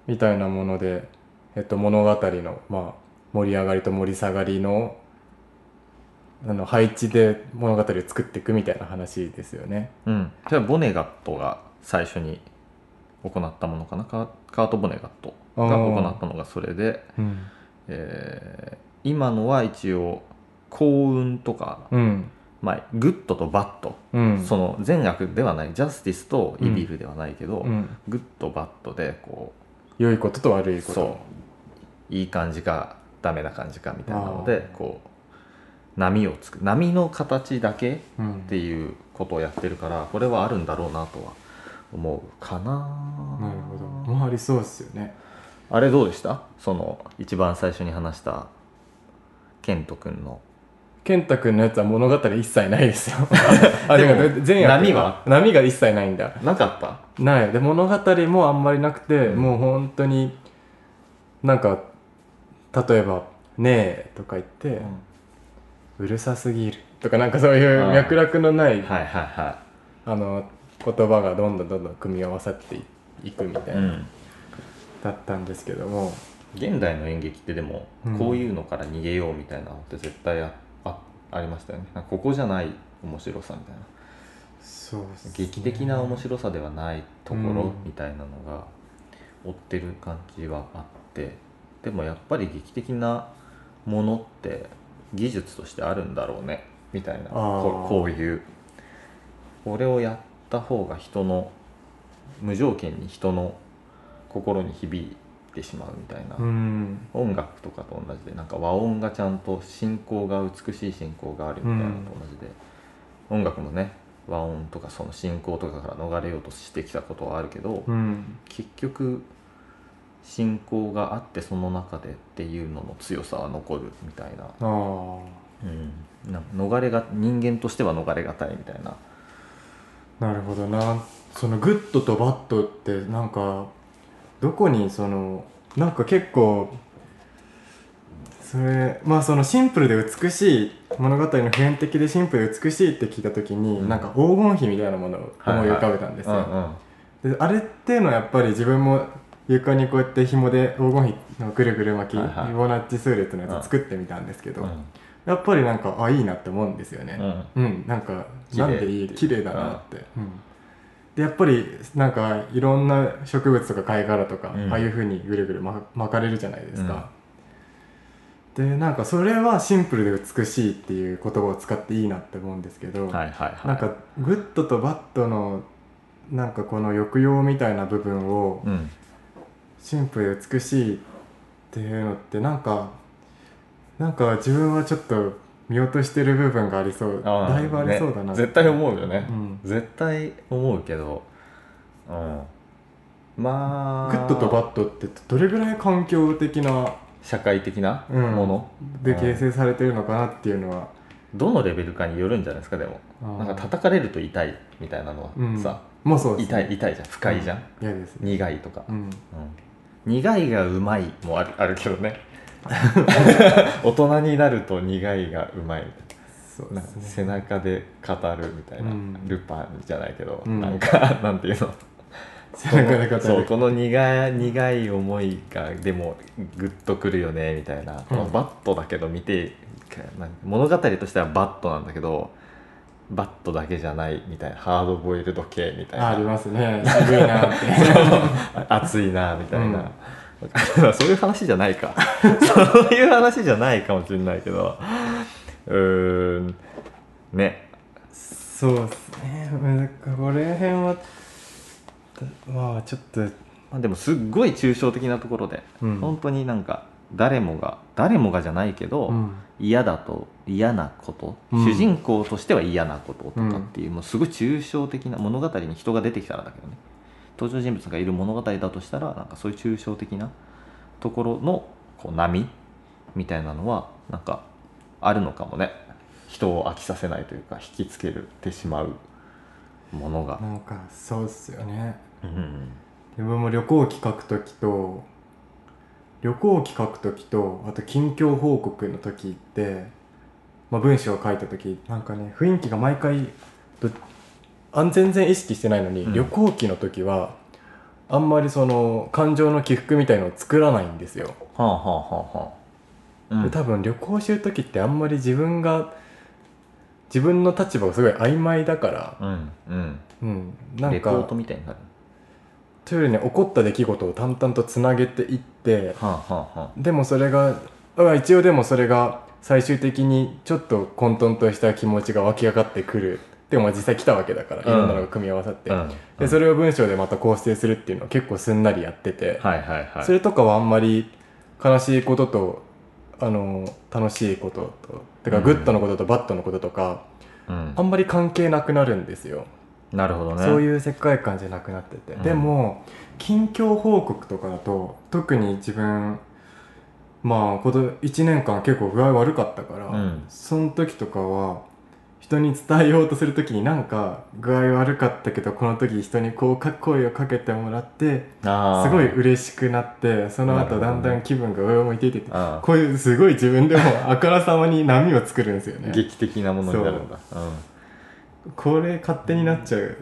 Speaker 2: みたいなもので、えっと、物語の、まあ、盛り上がりと盛り下がりのあの配置で物語を作っていくみたいな話ですよね。
Speaker 1: うんじゃあボネガットが最初に行ったものかなカーカート・ボネガットが行ったのがそれで
Speaker 2: うん、
Speaker 1: えー今のは一応幸運とか、
Speaker 2: うん
Speaker 1: まあ、グッドとバッド、
Speaker 2: うん、
Speaker 1: その善悪ではないジャスティスとイビルではないけど、
Speaker 2: うん、
Speaker 1: グッドバッドでこ
Speaker 2: 良いことと悪
Speaker 1: う
Speaker 2: いこと
Speaker 1: そういい感じかダメな感じかみたいなの
Speaker 2: あ
Speaker 1: で
Speaker 2: ー
Speaker 1: こう波をつく波の形だけっ
Speaker 2: う、ん、
Speaker 1: ていうことをやってるからこれはあるんだろうなとは思うかな
Speaker 2: なるほどまあありそうですよね。
Speaker 1: あれどうでしたその一番最初に話したケント君の
Speaker 2: 健太君のやつは物語一切ないで すよ。あで
Speaker 1: で
Speaker 2: も
Speaker 1: も
Speaker 2: 善悪
Speaker 1: 波は
Speaker 2: 波が一切ないんだ。
Speaker 1: なかった
Speaker 2: ないで物語もあんまりなくて、
Speaker 1: うん
Speaker 2: もう本当になんか例えば「ねえ」とか言って、うるさすぎる」とかなんかそうい
Speaker 1: あ
Speaker 2: う
Speaker 1: あ
Speaker 2: 脈絡のないあ
Speaker 1: はいはいは
Speaker 2: の言葉がどんどんどんどん組み合わさっていくみた
Speaker 1: い、
Speaker 2: いな、だったんですけども
Speaker 1: 現代の演劇ってでも、
Speaker 2: うん
Speaker 1: こういうのから逃げようみたいなのって絶対ああありましたよねなんかここじゃない面白さみたいな
Speaker 2: そうっすね
Speaker 1: 劇的な面白さではないところ
Speaker 2: うん
Speaker 1: みたいなのが追ってる感じはあってでもやっぱり劇的なものって技術としてあるんだろうねみたいな
Speaker 2: あー
Speaker 1: ここういうこれをやった方が人の無条件に人の心に響いてしまうみたいな、
Speaker 2: うん
Speaker 1: 音楽とかと同じでなんか和音がちゃんと進行が美しい進行があるみたいなのと同じで、音楽もね和音とかその進行とかから逃れようとしてきたことはあるけど、
Speaker 2: うん
Speaker 1: 結局進行があってその中でっていうのの強さは残るみたいな,、
Speaker 2: ああ
Speaker 1: うん、なんか逃れが人間としては逃れがたいみたいな
Speaker 2: なるほどなそのグッドとバッドってなんかどこにそのなんか結構それまあそのシンプルで美しい物語の普遍的でシンプルで美しいって聞いた時に、
Speaker 1: うん
Speaker 2: なんか黄金比みたいなものを思い浮かべたんですよ、であれっていうのはやっぱり自分も床にこうやって紐で黄金比のぐるぐる巻き、
Speaker 1: はいはい
Speaker 2: フィボナッチ数列のやつ作ってみたんですけど、やっぱりなんかあいいなって思うんですよね、うん、なんか
Speaker 1: 綺麗
Speaker 2: なんでいい綺麗だなって、うんでやっぱりなんかいろんな植物とか貝殻とか、
Speaker 1: うん
Speaker 2: ああいうふうにぐるぐるま巻かれるじゃないですか、でなんかそれはシンプルで美しいっていう言葉を使っていいなって思うんですけど、
Speaker 1: はいはいはい
Speaker 2: なんかグッドとバッドのなんかこの抑揚みたいな部分を
Speaker 1: うん
Speaker 2: シンプルで美しいっていうのってなんかなんか自分はちょっと見落としてる部分がありそう
Speaker 1: あー
Speaker 2: だいぶありそうだな、
Speaker 1: ね絶対思うよね、
Speaker 2: うん
Speaker 1: 絶対思うけど、うん、まあ
Speaker 2: グッドとバッドってどれぐらい環境的な
Speaker 1: 社会的なも
Speaker 2: うん
Speaker 1: の、
Speaker 2: で
Speaker 1: うん
Speaker 2: 形成されてるのかなっていうのは、
Speaker 1: どのレベルかによるんじゃないですかでも
Speaker 2: うん
Speaker 1: なんか叩かれると痛いみたいなの
Speaker 2: うん
Speaker 1: はさ、
Speaker 2: もうそうです
Speaker 1: 痛い痛いじゃん不快じゃん、
Speaker 2: 嫌ですね
Speaker 1: 苦いとか、
Speaker 2: うん
Speaker 1: うん苦いがうまいもあるあるけど ね大人になると苦いがうまいみたいな
Speaker 2: そう
Speaker 1: な
Speaker 2: で
Speaker 1: んか
Speaker 2: す
Speaker 1: 背
Speaker 2: ね
Speaker 1: 中で語るみたいな、
Speaker 2: うん
Speaker 1: ルパンじゃないけど、
Speaker 2: うん
Speaker 1: なんかなんていうの
Speaker 2: 背中で語る
Speaker 1: そうこの苦い苦い思いがでもグッとくるよねみたいな、このバットだけど見てなんか物語としてはバットなんだけどバットだけじゃないみたいなハードボイルド系みたい
Speaker 2: ああり
Speaker 1: な
Speaker 2: ますね渋いなって
Speaker 1: 熱いなみたいな、
Speaker 2: うん
Speaker 1: わか るそういう話じゃない かそういう話じゃないかもしれないけどうーんね
Speaker 2: そうですねむずこれ辺はまあちょっと
Speaker 1: まあでもすっごい抽象的なところで、
Speaker 2: うん
Speaker 1: 本当になんか誰もが誰もがじゃないけど、
Speaker 2: うん
Speaker 1: 嫌だと嫌なこと、
Speaker 2: うん
Speaker 1: 主人公としては嫌なこととかっていう、もうすごい抽象的な物語に人が出てきたらだけどね登場人物がいる物語だとしたらなんかそういう抽象的なところのこう波みたいなのはなんかあるのかもね人を飽きさせないというか引きつけるてしまうものが、
Speaker 2: なんかそうっすよね
Speaker 1: うん
Speaker 2: 自分も旅行企画時と旅行企画時とあと近況報告の時って、まあ、文章を書いた時なんかね雰囲気が毎回どあん全然意識してないのに、
Speaker 1: うん
Speaker 2: 旅行記の時はあんまりその感情の起伏みたいのを作らないんですよ、
Speaker 1: はあはあはあはあ、うん
Speaker 2: で多分旅行してる時ってあんまり自分が自分の立場がすごい曖昧だから、
Speaker 1: うんうん
Speaker 2: うん、なん
Speaker 1: レポ
Speaker 2: か
Speaker 1: ートみたいになる
Speaker 2: というよりね起こった出来事を淡々とつなげていって
Speaker 1: はあはあは
Speaker 2: でもそれがあ一応でもそれが最終的にちょっと混沌とした気持ちが湧き上がってくるでも実際来たわけだからい
Speaker 1: うん
Speaker 2: ろんなのが組み合わさって、
Speaker 1: あ、うん
Speaker 2: でそれを文章でまた構成するっていうのを結構すんなりやってて、
Speaker 1: はいはいはい
Speaker 2: それとかはあんまり悲しいこととあの楽しいこととて
Speaker 1: う
Speaker 2: か
Speaker 1: ん
Speaker 2: グッドのこととバッドのこととか、
Speaker 1: うん
Speaker 2: あんまり関係なくなるんですよ。
Speaker 1: なるほどね
Speaker 2: そう
Speaker 1: う
Speaker 2: いう世界観じゃなくなってて、
Speaker 1: うん
Speaker 2: でも近況報告とかだと特に自分まあこの1年間結構具合悪かったから、
Speaker 1: うん
Speaker 2: その時とかは人に伝えようとする時になんか具合悪かったけどこの時人にこうか声をかけてもらって
Speaker 1: あー
Speaker 2: すごい嬉しくなってその
Speaker 1: なるほ
Speaker 2: 後
Speaker 1: ど
Speaker 2: だ
Speaker 1: ね
Speaker 2: んだん気分が上を向いていってて
Speaker 1: あ
Speaker 2: こういうすごい自分でもあからさま に波を作るんですよ
Speaker 1: ー
Speaker 2: ね
Speaker 1: 劇的なものになるんだ、うん、
Speaker 2: これ勝手になっちゃう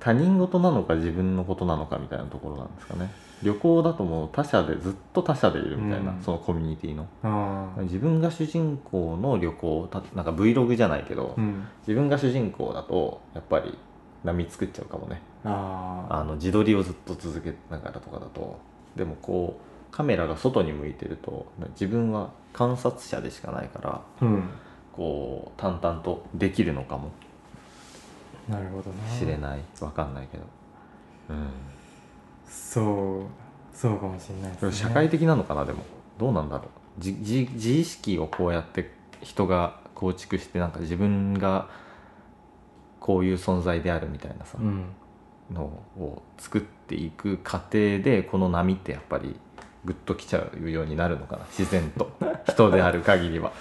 Speaker 1: 他人事なのか自分のことなのかみたいなところなんですかね旅行だともう他者でずっと他者でいるみたいな、
Speaker 2: うん
Speaker 1: そのコミュニティの
Speaker 2: あー
Speaker 1: 自分が主人公の旅行たなんか Vlog じゃないけど、
Speaker 2: うん
Speaker 1: 自分が主人公だとやっぱり波作っちゃうかもね
Speaker 2: あー
Speaker 1: あの自撮りをずっと続けながらとかだとでもこうカメラが外に向いてると自分は観察者でしかないから
Speaker 2: うん、
Speaker 1: こう淡々とできるのかも
Speaker 2: なるほどな
Speaker 1: しれないわかんないけど、うん、
Speaker 2: そうそうかもしれないです
Speaker 1: こ
Speaker 2: ね
Speaker 1: れ社会的なのかなでもどうなんだろうじ自自意識をこうやって人が構築してなんか自分がこういう存在であるみたいなさ、
Speaker 2: うん
Speaker 1: のを作っていく過程でこの波ってやっぱりグッときちゃうようになるのかな自然と人である限りは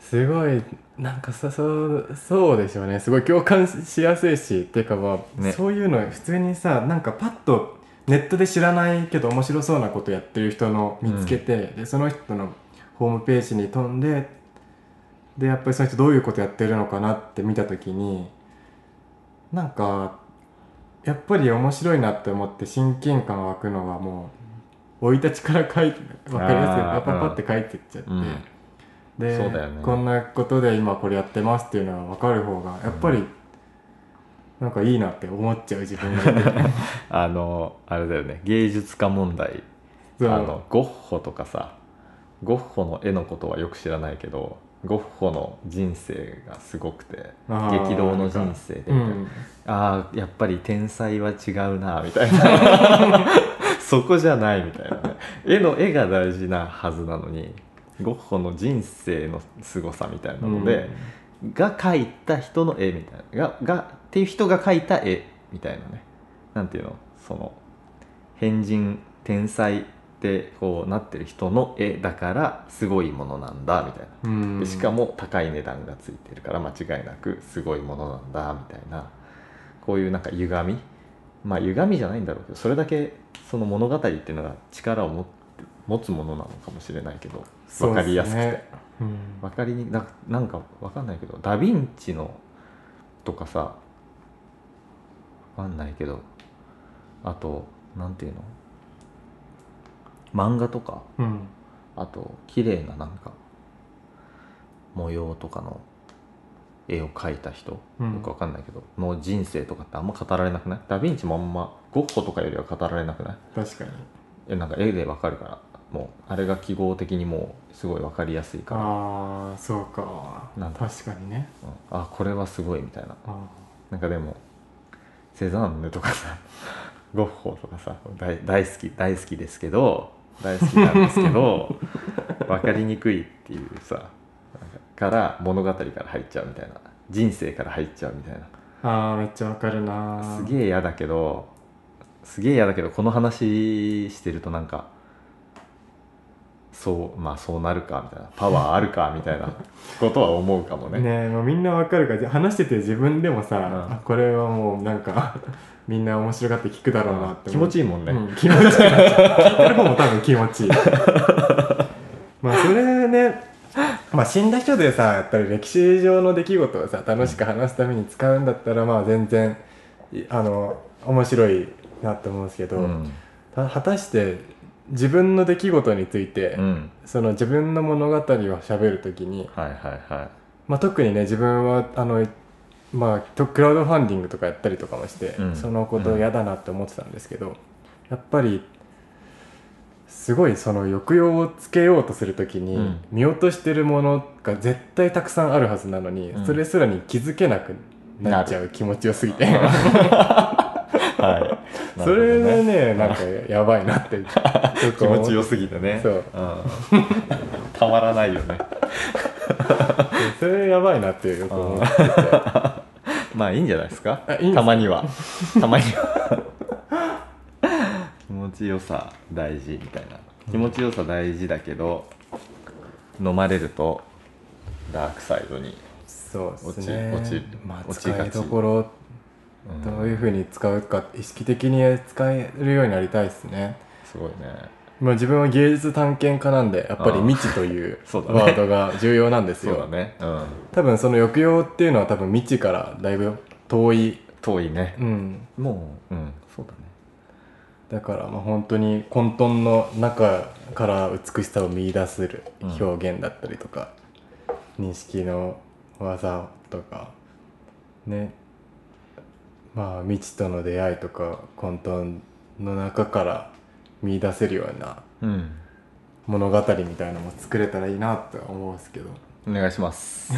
Speaker 2: すごいなんかさそうそうでしょうねすごい共感しやすいしっていうかまあ、
Speaker 1: ね
Speaker 2: そういうの普通にさなんかパッとネットで知らないけど面白そうなことやってる人の見つけて、でその人のホームページに飛んででやっぱりその人どういうことやってるのかなって見た時になんかやっぱり面白いなって思って親近感湧くのはもう生い立ちから書いて分かりますけど
Speaker 1: あー
Speaker 2: パパパって書いてっちゃって、
Speaker 1: うん
Speaker 2: で、
Speaker 1: そうだよね
Speaker 2: こんなことで今これやってますっていうのが分かる方がやっぱりなんかいいなって思っちゃう自分がいて
Speaker 1: あのあれだよね芸術家問題あ
Speaker 2: そう
Speaker 1: のゴッホとかさゴッホの絵のことはよく知らないけどゴッホの人生がすごくて
Speaker 2: あー
Speaker 1: 激動の人生でみた
Speaker 2: う
Speaker 1: いな、
Speaker 2: ん
Speaker 1: あーやっぱり天才は違うなみたいな そこじゃないみたいなね絵の絵が大事なはずなのにゴッホの人生の凄さみたいなので、が描いた人の絵みたいなががっていう人が描いた絵みたいなねなんていうのその変人天才ってこうなってる人の絵だからすごいものなんだみたいな
Speaker 2: うん
Speaker 1: でしかも高い値段がついてるから間違いなくすごいものなんだみたいなこういうなんか歪みまあ歪みじゃないんだろうけどそれだけその物語っていうのが力を持って持つものなのかもしれないけど分かりやすく
Speaker 2: そう
Speaker 1: て、
Speaker 2: ですねうん
Speaker 1: 分かりにななんか分かんないけどダ・ヴィンチのとかさ分かんないけどあとなんていうの漫画とか
Speaker 2: うん
Speaker 1: あと綺麗ななんか模様とかの絵を描いた人、
Speaker 2: うん
Speaker 1: よくわかんないけどの人生とかってあんま語られなくないダ・ヴィンチもあんまゴッホとかよりは語られなくない
Speaker 2: 確かに
Speaker 1: えなんか絵でわかるからもうあれが記号的にもうすごいわかりやすいから、
Speaker 2: ああそうか
Speaker 1: なんか
Speaker 2: 確かにね
Speaker 1: うんあこれはすごいみたいな
Speaker 2: あー
Speaker 1: なんかでもセザンヌとかさゴッホとかさ大大好き大好きですけど大好きなんですけ ど分かりにくいっていうさなんかから物語から入っちゃうみたいな人生から入っちゃうみたい
Speaker 2: あーめっちゃわかるな
Speaker 1: な
Speaker 2: ー
Speaker 1: すげえ嫌だけどすげえ嫌だけどこの話してるとなんかそうまあそうなるかみたいなパワーあるかみたいなことは思うかもね。
Speaker 2: ねえもうみんなわかるからじゃ話してて自分でもさ、
Speaker 1: ん
Speaker 2: あこれはもうなんか みんな面白がって聞くだろうなって
Speaker 1: 気持
Speaker 2: い
Speaker 1: ちいいもん
Speaker 2: い
Speaker 1: ね。
Speaker 2: うん、気持ちいい聞いてる方も多分気持ちいい まあそれねまあ死んだ人でさやっぱり歴史上の出来事をさ楽しく話すために使うんだったらまあ全然いあの面白いなって思うんですけど、
Speaker 1: うん
Speaker 2: た果たして自分の出来事について、
Speaker 1: うん、
Speaker 2: その自分の物語を喋るときに
Speaker 1: はいはいはい。
Speaker 2: まあ、特にね自分はあの、まあ、とクラウドファンディングとかやったりとかもして、
Speaker 1: うん
Speaker 2: そのこと嫌だなって思ってたんですけど、やっぱりすごいその抑揚をつけようとするときに、
Speaker 1: うん
Speaker 2: 見落としてるものが絶対たくさんあるはずなのに、
Speaker 1: うん
Speaker 2: それすらに気づけなくなっちゃう気持ちよすぎて
Speaker 1: はい。 なるほ
Speaker 2: それ
Speaker 1: ど
Speaker 2: で
Speaker 1: ね
Speaker 2: ねなんかやばい なって気
Speaker 1: 気持ちよすぎてね。
Speaker 2: そう。
Speaker 1: ん、たまらないよね。
Speaker 2: それやばいなってよく思って
Speaker 1: まあいいんじゃないですか。
Speaker 2: あいいんです
Speaker 1: たまには。たまには。 気持ちよさ大事みたいな。気持ちよさ大事だけど、飲まれるとダークサイドに。
Speaker 2: そうですね
Speaker 1: 落ち落ち
Speaker 2: まあ
Speaker 1: 落ち
Speaker 2: 使
Speaker 1: が
Speaker 2: い
Speaker 1: ち
Speaker 2: どころ
Speaker 1: ん
Speaker 2: どういうふうに使うか意識的に使えるようになりたいですね、
Speaker 1: すごいね。
Speaker 2: まあ、自分は芸術探検家なんでやっぱり未知という
Speaker 1: そうだね
Speaker 2: ワードが重要なんです
Speaker 1: そ
Speaker 2: よ、
Speaker 1: うだね。うん。
Speaker 2: 多分その抑揚っていうのは多分未知からだいぶ遠い、
Speaker 1: 遠いね
Speaker 2: う。ん、
Speaker 1: もう、うん、そうだね。
Speaker 2: だからまあ本当に混沌の中から美しさを見出せる表現だったりとか、認識の技とかねまあ未知との出会いとか混沌の中から見出せるような
Speaker 1: うん。
Speaker 2: 物語みたいなのも作れたらいいなとは思うんですけど
Speaker 1: お願いします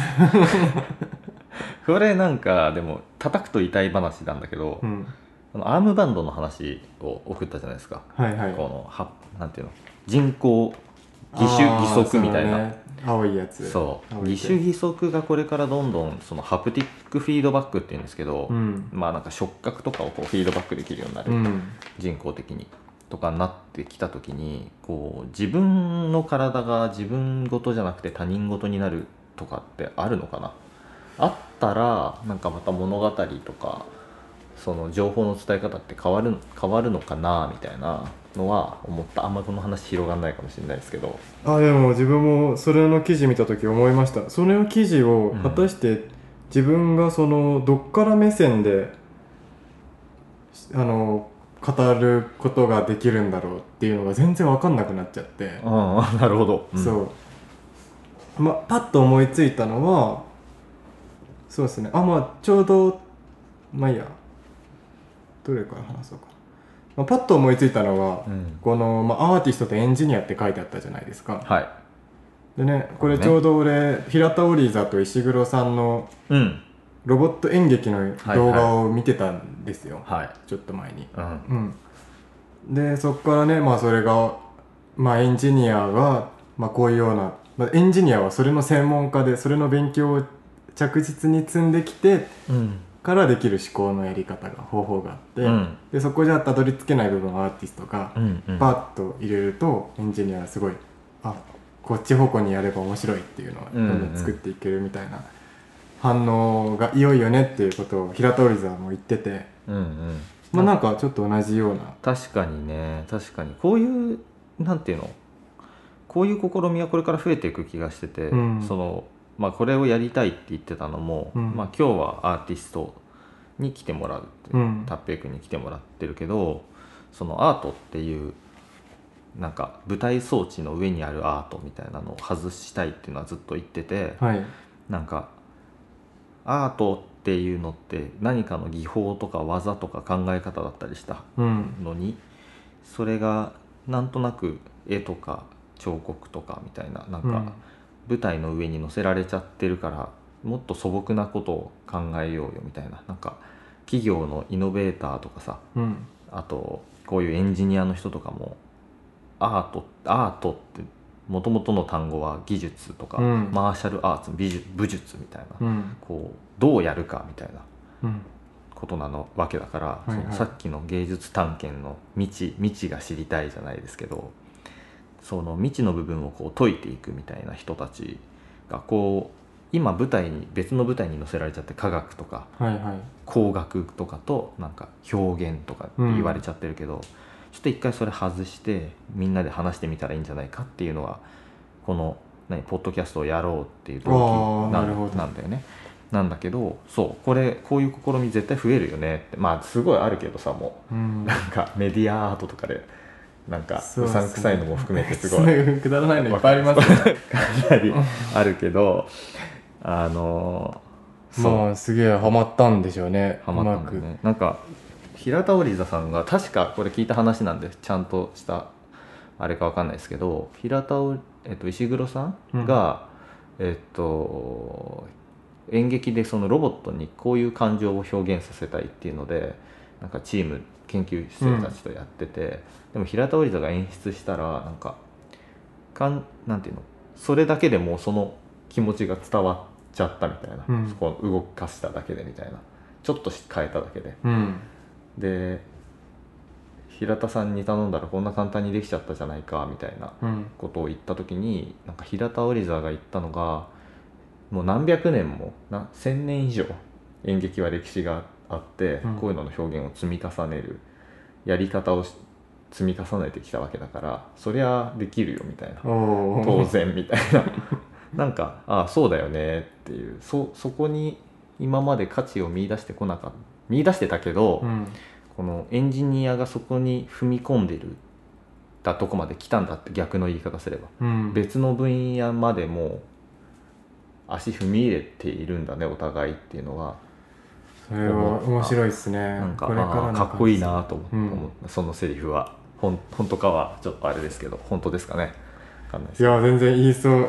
Speaker 1: これなんかでも叩くと痛い話なんだけど、
Speaker 2: ん
Speaker 1: あのアームバンドの話を送ったじゃないですか、
Speaker 2: はいはい
Speaker 1: このはなんていうの人工義手
Speaker 2: あー
Speaker 1: 義足みたい
Speaker 2: そ
Speaker 1: な
Speaker 2: のね青いやつ
Speaker 1: そう
Speaker 2: 青い
Speaker 1: 義手義足がこれからどんどんそのハプティックフィードバックっていうんですけど、
Speaker 2: うん
Speaker 1: まあなんか触覚とかをこうフィードバックできるようになる、
Speaker 2: うん
Speaker 1: 人工的にとかになってきた時にこう自分の体が自分事じゃなくて他人事になるとかってあるのかなあったらなんかまた物語とかその情報の伝え方って変わる変わるのかなみたいなのは思ったあんまこの話広がんないかもしれないですけど
Speaker 2: あでも自分もそれの記事見た時思いましたそれの記事を
Speaker 1: うん
Speaker 2: 果たして自分がそのどっから目線で、あの語ることができるんだろうっていうのが全然分かんなくなっちゃって、
Speaker 1: ああなるほど、うん
Speaker 2: そう、まあ、パッと思いついたのはそうですねあまあちょうどまあいいやどれから話そうか、まあ、パッと思いついたのは、
Speaker 1: うん
Speaker 2: この、まあ、アーティストとエンジニアって書いてあったじゃないですか、
Speaker 1: はい
Speaker 2: でねこ
Speaker 1: これ
Speaker 2: れ
Speaker 1: ね
Speaker 2: ちょうど俺、平田オリザと石黒さんの
Speaker 1: うん
Speaker 2: ロボット演劇の
Speaker 1: はい
Speaker 2: 動画を見てたんですよ、
Speaker 1: はい
Speaker 2: ちょっと前に
Speaker 1: うん
Speaker 2: うんでそっからねまあそれがまあエンジニアが、まあ、こういうような、まあ、エンジニアはそれの専門家でそれの勉強を着実に積んできて
Speaker 1: うん
Speaker 2: からできる思考のやり方が方法があって、
Speaker 1: うん
Speaker 2: でそこじゃたどり着けない部分をアーティストが
Speaker 1: うんうん
Speaker 2: パッと入れるとエンジニアはすごいあこっち方向にやれば面白いっていうのをどんどん作っていけるみたいな反応が良いよねっていうことを平田織沢も言ってて、
Speaker 1: うんうん
Speaker 2: まあ、なんかちょっと同じような
Speaker 1: 確かにね確かにこういうなんていうのこういう試みはこれから増えていく気がしてて、
Speaker 2: うん
Speaker 1: そのまあ、これをやりたいって言ってたのも、
Speaker 2: うん
Speaker 1: まあ、今日はアーティストに来てもらうって、
Speaker 2: うん
Speaker 1: タッペイ君に来てもらってるけどそのアートっていうなんか舞台装置の上にあるアートみたいなのを外したいっていうのはずっと言ってて、
Speaker 2: はい
Speaker 1: なんかアートっていうのって何かの技法とか技とか考え方だったりした
Speaker 2: うん
Speaker 1: のにそれがなんとなく絵とか彫刻とかみたいななん
Speaker 2: うん
Speaker 1: か舞台の上に載せられちゃってるから、もっと素朴なことを考えようよみたいななんか企業のイノベーターとかさ
Speaker 2: うん
Speaker 1: あとこういうエンジニアの人とかもアートアートってもともとの単語は技術とか、
Speaker 2: うん
Speaker 1: マーシャルアーツ美術武術みたいな、
Speaker 2: うん
Speaker 1: こうどうやるかみたいな
Speaker 2: うん
Speaker 1: ことなのわけだから、
Speaker 2: いはい
Speaker 1: そのさっきの芸術探検の未知未知が知りたいじゃないですけどその未知の部分をこう解いていくみたいな人たちがこう今舞台に別の舞台に載せられちゃって科学とか
Speaker 2: はいはい
Speaker 1: 工学とかとなんか表現とかって言われちゃってるけど、ちょっと一回それ外してみんなで話してみたらいいんじゃないかっていうのはこの何ポッドキャストをやろうっていう動機な
Speaker 2: あーなるほ
Speaker 1: ん
Speaker 2: ど
Speaker 1: なんだよね。なんだけどそうこれこういう試み絶対増えるよねってまあすごいあるけどさも
Speaker 2: うん
Speaker 1: うなんかメディアアートとかでなんか
Speaker 2: そう
Speaker 1: う
Speaker 2: ですね
Speaker 1: さんくさいのも含めてすごい
Speaker 2: そううくだらないのいっぱいありますね
Speaker 1: かなりあるけどあのーそう
Speaker 2: まあすげえハマったんでしょうね
Speaker 1: ハマったんだよねなんか平田織座さんが確かこれ聞いた話なんでちゃんとしたあれかわかんないですけど平田織、えっと、石黒さんが、えっと演劇でそのロボットにこういう感情を表現させたいっていうのでなんかチーム研究生たちとやってて、でも平田織座が演出したらなんかかんなんていうのそれだけでもうその気持ちが伝わっちゃったみたいな、
Speaker 2: うん
Speaker 1: そこを動かしただけでみたいなちょっとし変えただけで
Speaker 2: くうん
Speaker 1: で平田さんに頼んだらこんな簡単にできちゃったじゃないかみたいな
Speaker 2: うん
Speaker 1: ことを言った時になんか平田織沢が言ったのがもう何百年もな1,000年以上演劇は歴史があって、
Speaker 2: うん
Speaker 1: こういうのの表現を積み重ねるやり方をし積み重ねてきたわけだからそりゃできるよみたいな
Speaker 2: お
Speaker 1: 当
Speaker 2: ー
Speaker 1: 然みたいな なんかああそうだよねっていうそそこに今まで価値を見出してこなかった見出してたけど、
Speaker 2: うん
Speaker 1: このエンジニアがそこに踏み込んでるだとこまで来たんだって逆の言い方すれば
Speaker 2: うん
Speaker 1: 別の分野までもう足踏み入れているんだねお互いっていうのは
Speaker 2: それは面白いですね
Speaker 1: なんか
Speaker 2: これから
Speaker 1: あー
Speaker 2: の
Speaker 1: かっこいいなと思って
Speaker 2: うん
Speaker 1: 思ったそのセリフはほん本当かはちょっとあれですけど本当ですかねわかんないで
Speaker 2: い
Speaker 1: す
Speaker 2: や全然言いそう
Speaker 1: う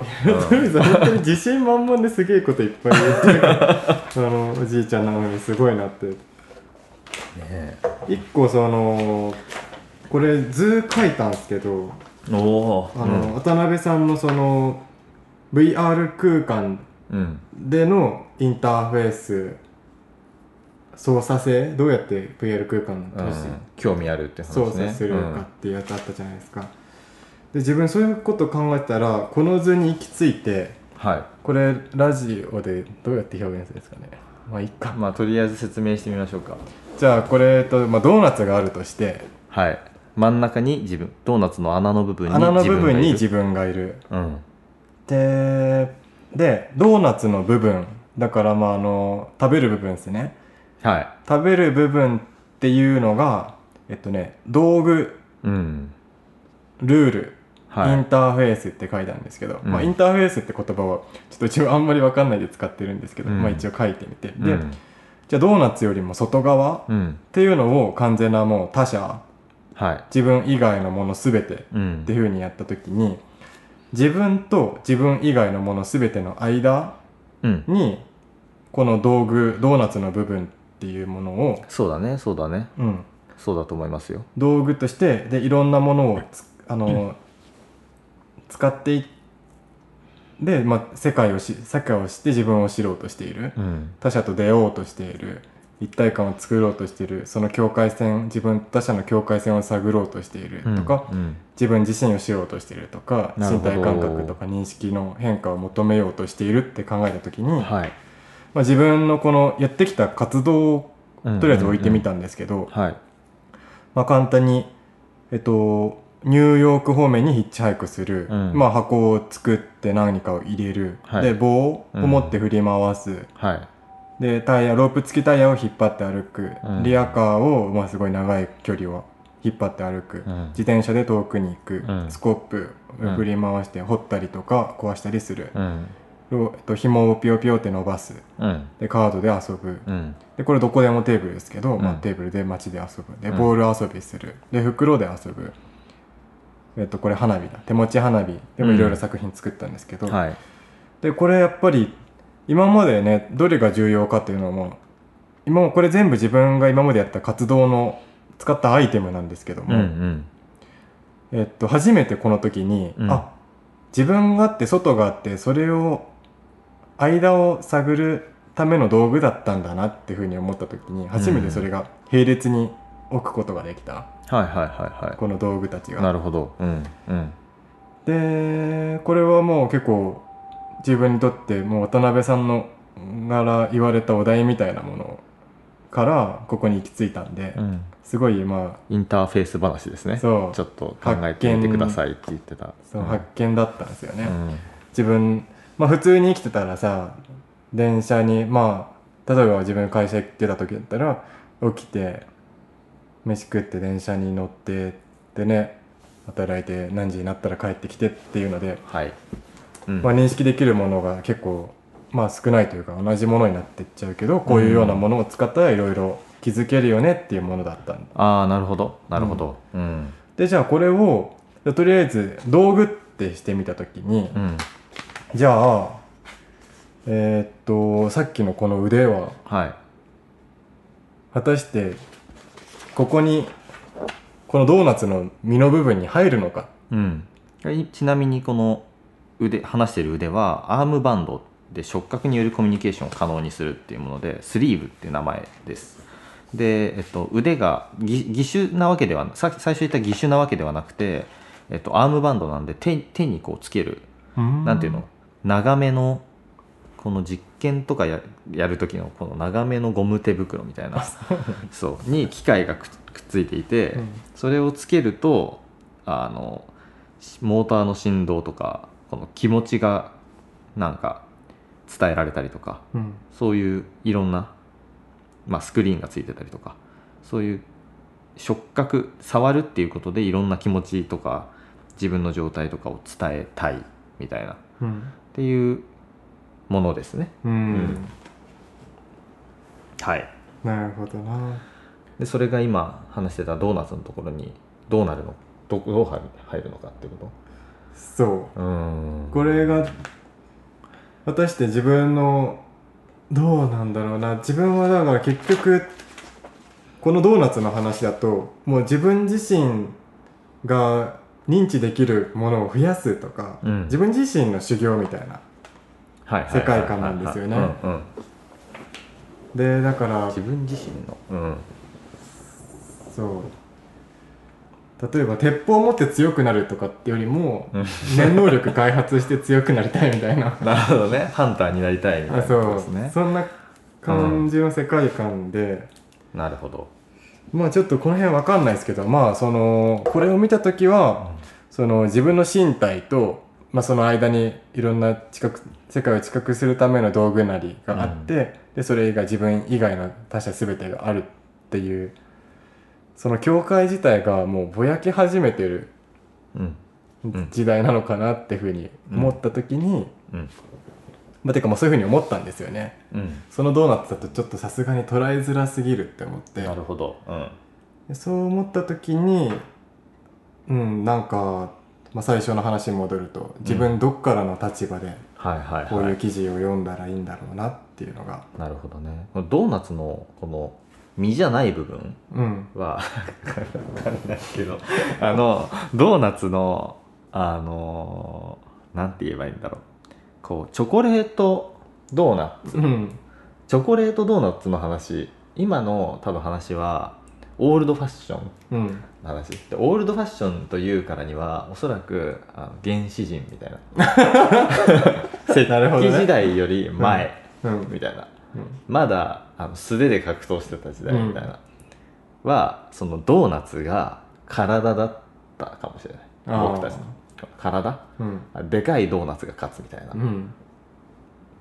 Speaker 2: 本当に自信満々ですげえこといっぱい言ってるか らあのおじいちゃんなのにすごいなって
Speaker 1: ね
Speaker 2: 一個そのこれ図書いたんですけど
Speaker 1: おお
Speaker 2: あの、渡辺さんのその VR 空間
Speaker 1: うん、うん
Speaker 2: でのインターフェース操作性どうやって VR 空間
Speaker 1: う
Speaker 2: の通して
Speaker 1: ん、興味あるって話ね
Speaker 2: 操作するかっていうやつあったじゃないですか、で自分そういうこと考えたらこの図に行き着いて
Speaker 1: うんはい
Speaker 2: これラジオでどうやって表現するんですかねまあいっか
Speaker 1: まあとりあえず説明してみましょうか
Speaker 2: じゃあこれえっと、まあ、ドーナツがあるとして
Speaker 1: はい真ん中に自分ドーナツの穴の部分に
Speaker 2: 穴の部分に
Speaker 1: 自
Speaker 2: 自分がいる
Speaker 1: 分がいる
Speaker 2: ででドーナツの部分だからまああの食べる部分ですね
Speaker 1: うんはい
Speaker 2: 食べる部分っていうのがえっとね道具
Speaker 1: うん
Speaker 2: ルール、
Speaker 1: は
Speaker 2: イン
Speaker 1: い
Speaker 2: ターフェースって書いてあるんですけど、
Speaker 1: うん
Speaker 2: まあ、インターフェースって言葉はちょっと自分あんまり分かんないで使ってるんですけど、
Speaker 1: うん
Speaker 2: まあ一応書いてみて、
Speaker 1: う
Speaker 2: で
Speaker 1: ん
Speaker 2: じゃあドーナツよりも外側っ
Speaker 1: うん
Speaker 2: ていうのを完全なもう他者
Speaker 1: はい
Speaker 2: 自分以外のもの全て
Speaker 1: うん
Speaker 2: っていうふうにやった時に自分と自分以外のもの全ての間
Speaker 1: うん
Speaker 2: にこの道具ドーナツの部分っていうものを、
Speaker 1: そうだねそうだね
Speaker 2: うん、
Speaker 1: そうだと思いますよ
Speaker 2: 道具としてでいろんなものをつあの、使っていで、まあ、世界をし世界を知って自分を知ろうとしている
Speaker 1: うん
Speaker 2: 他者と出ようとしている一体感を作ろうとしているその境界線自分と他者の境界線を探ろうとしているとか、
Speaker 1: うん
Speaker 2: 自分自身を知ろうとしているとか
Speaker 1: なる
Speaker 2: 身
Speaker 1: ほど
Speaker 2: 体感覚とか認識の変化を求めようとしているって考えた時に、
Speaker 1: うんはい
Speaker 2: まあ、自分のこのやってきた活動をとりあえず置いてみたんですけど、
Speaker 1: はい
Speaker 2: まあ、簡単に、えっと、ニューヨーク方面にヒッチハイクする、
Speaker 1: うん
Speaker 2: まあ、箱を作って何かを入れる、
Speaker 1: はい
Speaker 2: で棒を持って振り回す、
Speaker 1: はい
Speaker 2: でタイヤロープ付きタイヤを引っ張って歩く、
Speaker 1: うん
Speaker 2: リアカーを、まあ、すごい長い距離を引っ張って歩く、
Speaker 1: うん
Speaker 2: 自転車で遠くに行く、
Speaker 1: うん
Speaker 2: スコップを振り回して掘ったりとか壊したりする、
Speaker 1: うん
Speaker 2: ろえっと紐をピヨピヨって伸ばす
Speaker 1: うん
Speaker 2: でカードで遊ぶ、
Speaker 1: うん
Speaker 2: でこれどこでもテーブルですけど、まあ、
Speaker 1: うん
Speaker 2: テーブルで街で遊ぶで
Speaker 1: うん
Speaker 2: ボール遊びする、で袋で遊ぶ、えっと、これ花火だ手持ち花火でもいろいろ作品作ったんですけど、
Speaker 1: はい
Speaker 2: でこれやっぱり今までねどれが重要かっていうのも今もこれ全部自分が今までやった活動の使ったアイテムなんですけど
Speaker 1: う
Speaker 2: も、
Speaker 1: んうん
Speaker 2: えっと、初めてこの時に、
Speaker 1: うん
Speaker 2: あ自分があって外があってそれを間を探るための道具だったんだなっていうふうに思った時に初めてそれが並列に置くことができた、
Speaker 1: はいはいはいは
Speaker 2: この道具たち
Speaker 1: いな
Speaker 2: が。
Speaker 1: るほどうんうん
Speaker 2: でこれはもう結構自分にとってもう渡辺さんのから言われたお題みたいなものからここに行き着いたんで、
Speaker 1: うん
Speaker 2: すごいま
Speaker 1: インターフェース話です
Speaker 2: あ
Speaker 1: ね
Speaker 2: そう
Speaker 1: ちょっと考えてみてくださいって言ってた
Speaker 2: そう発見だったんですよね。
Speaker 1: うん
Speaker 2: 自分まあ普通に生きてたらさ電車にまあ例えば自分会社行ってた時だったら起きて飯食って電車に乗ってでね働いて何時になったら帰ってきてっていうので、
Speaker 1: はいうん
Speaker 2: まあ、認識できるものが結構まあ少ないというか同じものになってっちゃうけどこういうようなものを使ったらいろいろ気づけるよねっていうものだったんだ
Speaker 1: ああなるほどなるほどうん
Speaker 2: でじゃあこれをとりあえず道具ってしてみた時に、
Speaker 1: うん
Speaker 2: じゃあえーっとさっきのこの腕は
Speaker 1: はい
Speaker 2: 果たしてここにこのドーナツの身の部分に入るのか
Speaker 1: うん、ちなみにこの腕話してる腕はアームバンドで触覚によるコミュニケーションを可能にするっていうものでスリーブっていう名前ですで、えっと、腕がぎ義手なわけではなさ最初言った義手なわけではなくて、えっと、アームバンドなんで手手にこうつける
Speaker 2: な
Speaker 1: なんていうの長めのこの実験とかややる時のこの長めのゴム手袋みたいなそうに機械がくっくっついていて、
Speaker 2: うん
Speaker 1: それをつけるとあのしモーターの振動とかこの気持ちがなんか伝えられたりとか
Speaker 2: うん
Speaker 1: そういういろんな、まあ、スクリーンがついてたりとかそういう触覚触るっていうことでいろんな気持ちとか自分の状態とかを伝えたいみたいなっ
Speaker 2: うん
Speaker 1: ていうものですね
Speaker 2: うん
Speaker 1: はい
Speaker 2: なるほどな
Speaker 1: でそれが今話してたドーナツのところにどうなるのどどう入る入るのかってこ
Speaker 2: そ
Speaker 1: とうーん
Speaker 2: うこれが果たして自分のどうなんだろうな自分はだから結局このドーナツの話だともう自分自身が認知できるものを増やすとか、
Speaker 1: うん
Speaker 2: 自分自身の修行みたいな
Speaker 1: はいはい
Speaker 2: 世界観なんですよね
Speaker 1: はいはいはいうんうん
Speaker 2: でだから
Speaker 1: 自分自身のうん
Speaker 2: そう例えば鉄砲を持って強くなるとかってよりも
Speaker 1: うん
Speaker 2: 念能力開発して強くなりたいみたいな
Speaker 1: なるほどねハンターになりたいみたい
Speaker 2: あ
Speaker 1: な
Speaker 2: そ
Speaker 1: こと
Speaker 2: う
Speaker 1: ですね
Speaker 2: そんな感じの世界観で、
Speaker 1: なるほど
Speaker 2: まあちょっとこの辺わかんないですけどまあそのこれを見た時はその自分の身体と、まあ、その間にいろんな知覚世界を知覚するための道具なりがあって、でそれ以外自分以外の他者全てがあるっていうその境界自体がもうぼやき始めてる
Speaker 1: うんん
Speaker 2: 時代なのかなっていうふうに思った時に、
Speaker 1: うん
Speaker 2: まあ、てかまあそういうふうに思ったんですよね。
Speaker 1: うん
Speaker 2: そのドーナツだとちょっとさすがに捉えづらすぎるって思って
Speaker 1: なるほどうん
Speaker 2: でそう思った時にうんなんか、まあ、最初の話に戻ると自分どっからの立場で
Speaker 1: はいはい
Speaker 2: こう
Speaker 1: はいいう
Speaker 2: 記事を読んだらいいんだろうなっていうのが、
Speaker 1: なるほどねこのドーナツのこの身じゃない部分
Speaker 2: うん、
Speaker 1: はわかんないけどあのドーナツのあのなんて言えばいいんだろうこうチョコレートドーナツ
Speaker 2: うん、
Speaker 1: チョコレートドーナツの話今の多分話はオールドファッション
Speaker 2: うん、
Speaker 1: の話でオールドファッションというからにはおそらくあの原始人みたいな石
Speaker 2: なるほどね
Speaker 1: 器時代より前
Speaker 2: うん、
Speaker 1: みたいな
Speaker 2: うん、
Speaker 1: まだあの素手で格闘してた時代みたいな、はそのドーナツが体だったかもしれない
Speaker 2: あー
Speaker 1: 僕たちの体
Speaker 2: うん、
Speaker 1: あでかいドーナツが勝つみたいな,、
Speaker 2: うん、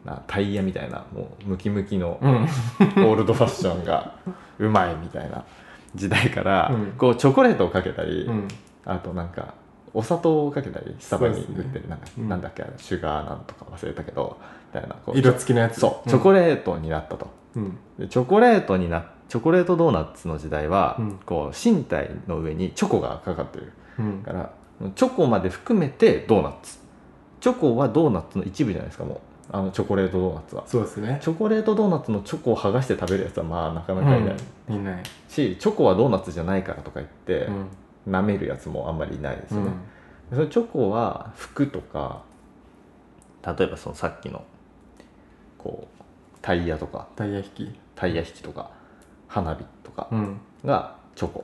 Speaker 1: なタイヤみたいなもうムキムキの
Speaker 2: うん、
Speaker 1: オールドファッションがうまいみたいな時代から、
Speaker 2: うん
Speaker 1: こうチョコレートをかけたり、
Speaker 2: うん、
Speaker 1: あとなんかお砂糖をかけたりスタバに売ってる、なんか
Speaker 2: うん
Speaker 1: なんだっけあれシュガーなんとか忘れたけどみたいなこう
Speaker 2: 色付きのやつ、
Speaker 1: そうチョコレートになったと。
Speaker 2: うん、
Speaker 1: でチョコレートになチョコレートドーナツの時代は、
Speaker 2: うん
Speaker 1: こう身体の上にチョコがかかってる
Speaker 2: うん
Speaker 1: だ、からチョコまで含めてドーナツチョコはドーナツの一部じゃないですかもうあのチョコレートドーナツは
Speaker 2: そうですね、
Speaker 1: チョコレートドーナツのチョコを剥がして食べるやつはまあなかなかいない、
Speaker 2: うん、いない、
Speaker 1: しチョコはドーナツじゃないからとか言って、
Speaker 2: うん、
Speaker 1: 舐めるやつもあんまりいないです
Speaker 2: う
Speaker 1: よね、
Speaker 2: ん、
Speaker 1: そのチョコは服とか例えばそのさっきのこうタイヤとか
Speaker 2: タイヤ引き、
Speaker 1: タイヤ引きとか花火とか
Speaker 2: うん、
Speaker 1: がチョコ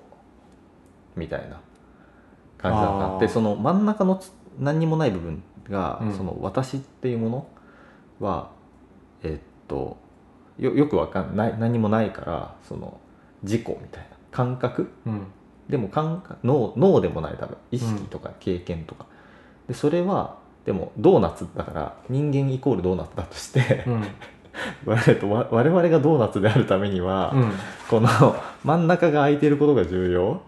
Speaker 1: みたいな感じだった
Speaker 2: あー
Speaker 1: でその真ん中のつ何にもない部分が、
Speaker 2: うん
Speaker 1: その私っていうものはえっとよよくわかんない何もないからその自己みたいな感覚
Speaker 2: うん、
Speaker 1: でも感覚脳脳でもない多分意識とか経験とか、でそれはでもドーナツだから人間イコールドーナツだとして、
Speaker 2: うん、
Speaker 1: 我々とわ我々がドーナツであるためには、
Speaker 2: うん、
Speaker 1: この 真ん中が空いてることが重要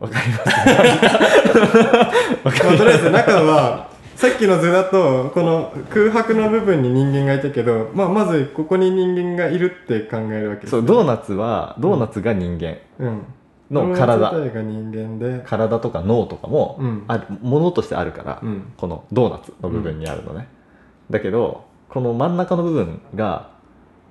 Speaker 1: わかりますわかりま
Speaker 2: まあ、とりあえず中はさっきの図だとこの空白の部分に人間がいたけど、まあ、まずここに人間がいるって考えるわけですす
Speaker 1: そうドーナツはドーナツが人間
Speaker 2: うん、
Speaker 1: の体、
Speaker 2: この自体が人間で
Speaker 1: 体とか脳とかも
Speaker 2: うん
Speaker 1: あるものとしてあるから、
Speaker 2: うん
Speaker 1: このドーナツの部分にあるのね、だけどこの真ん中の部分が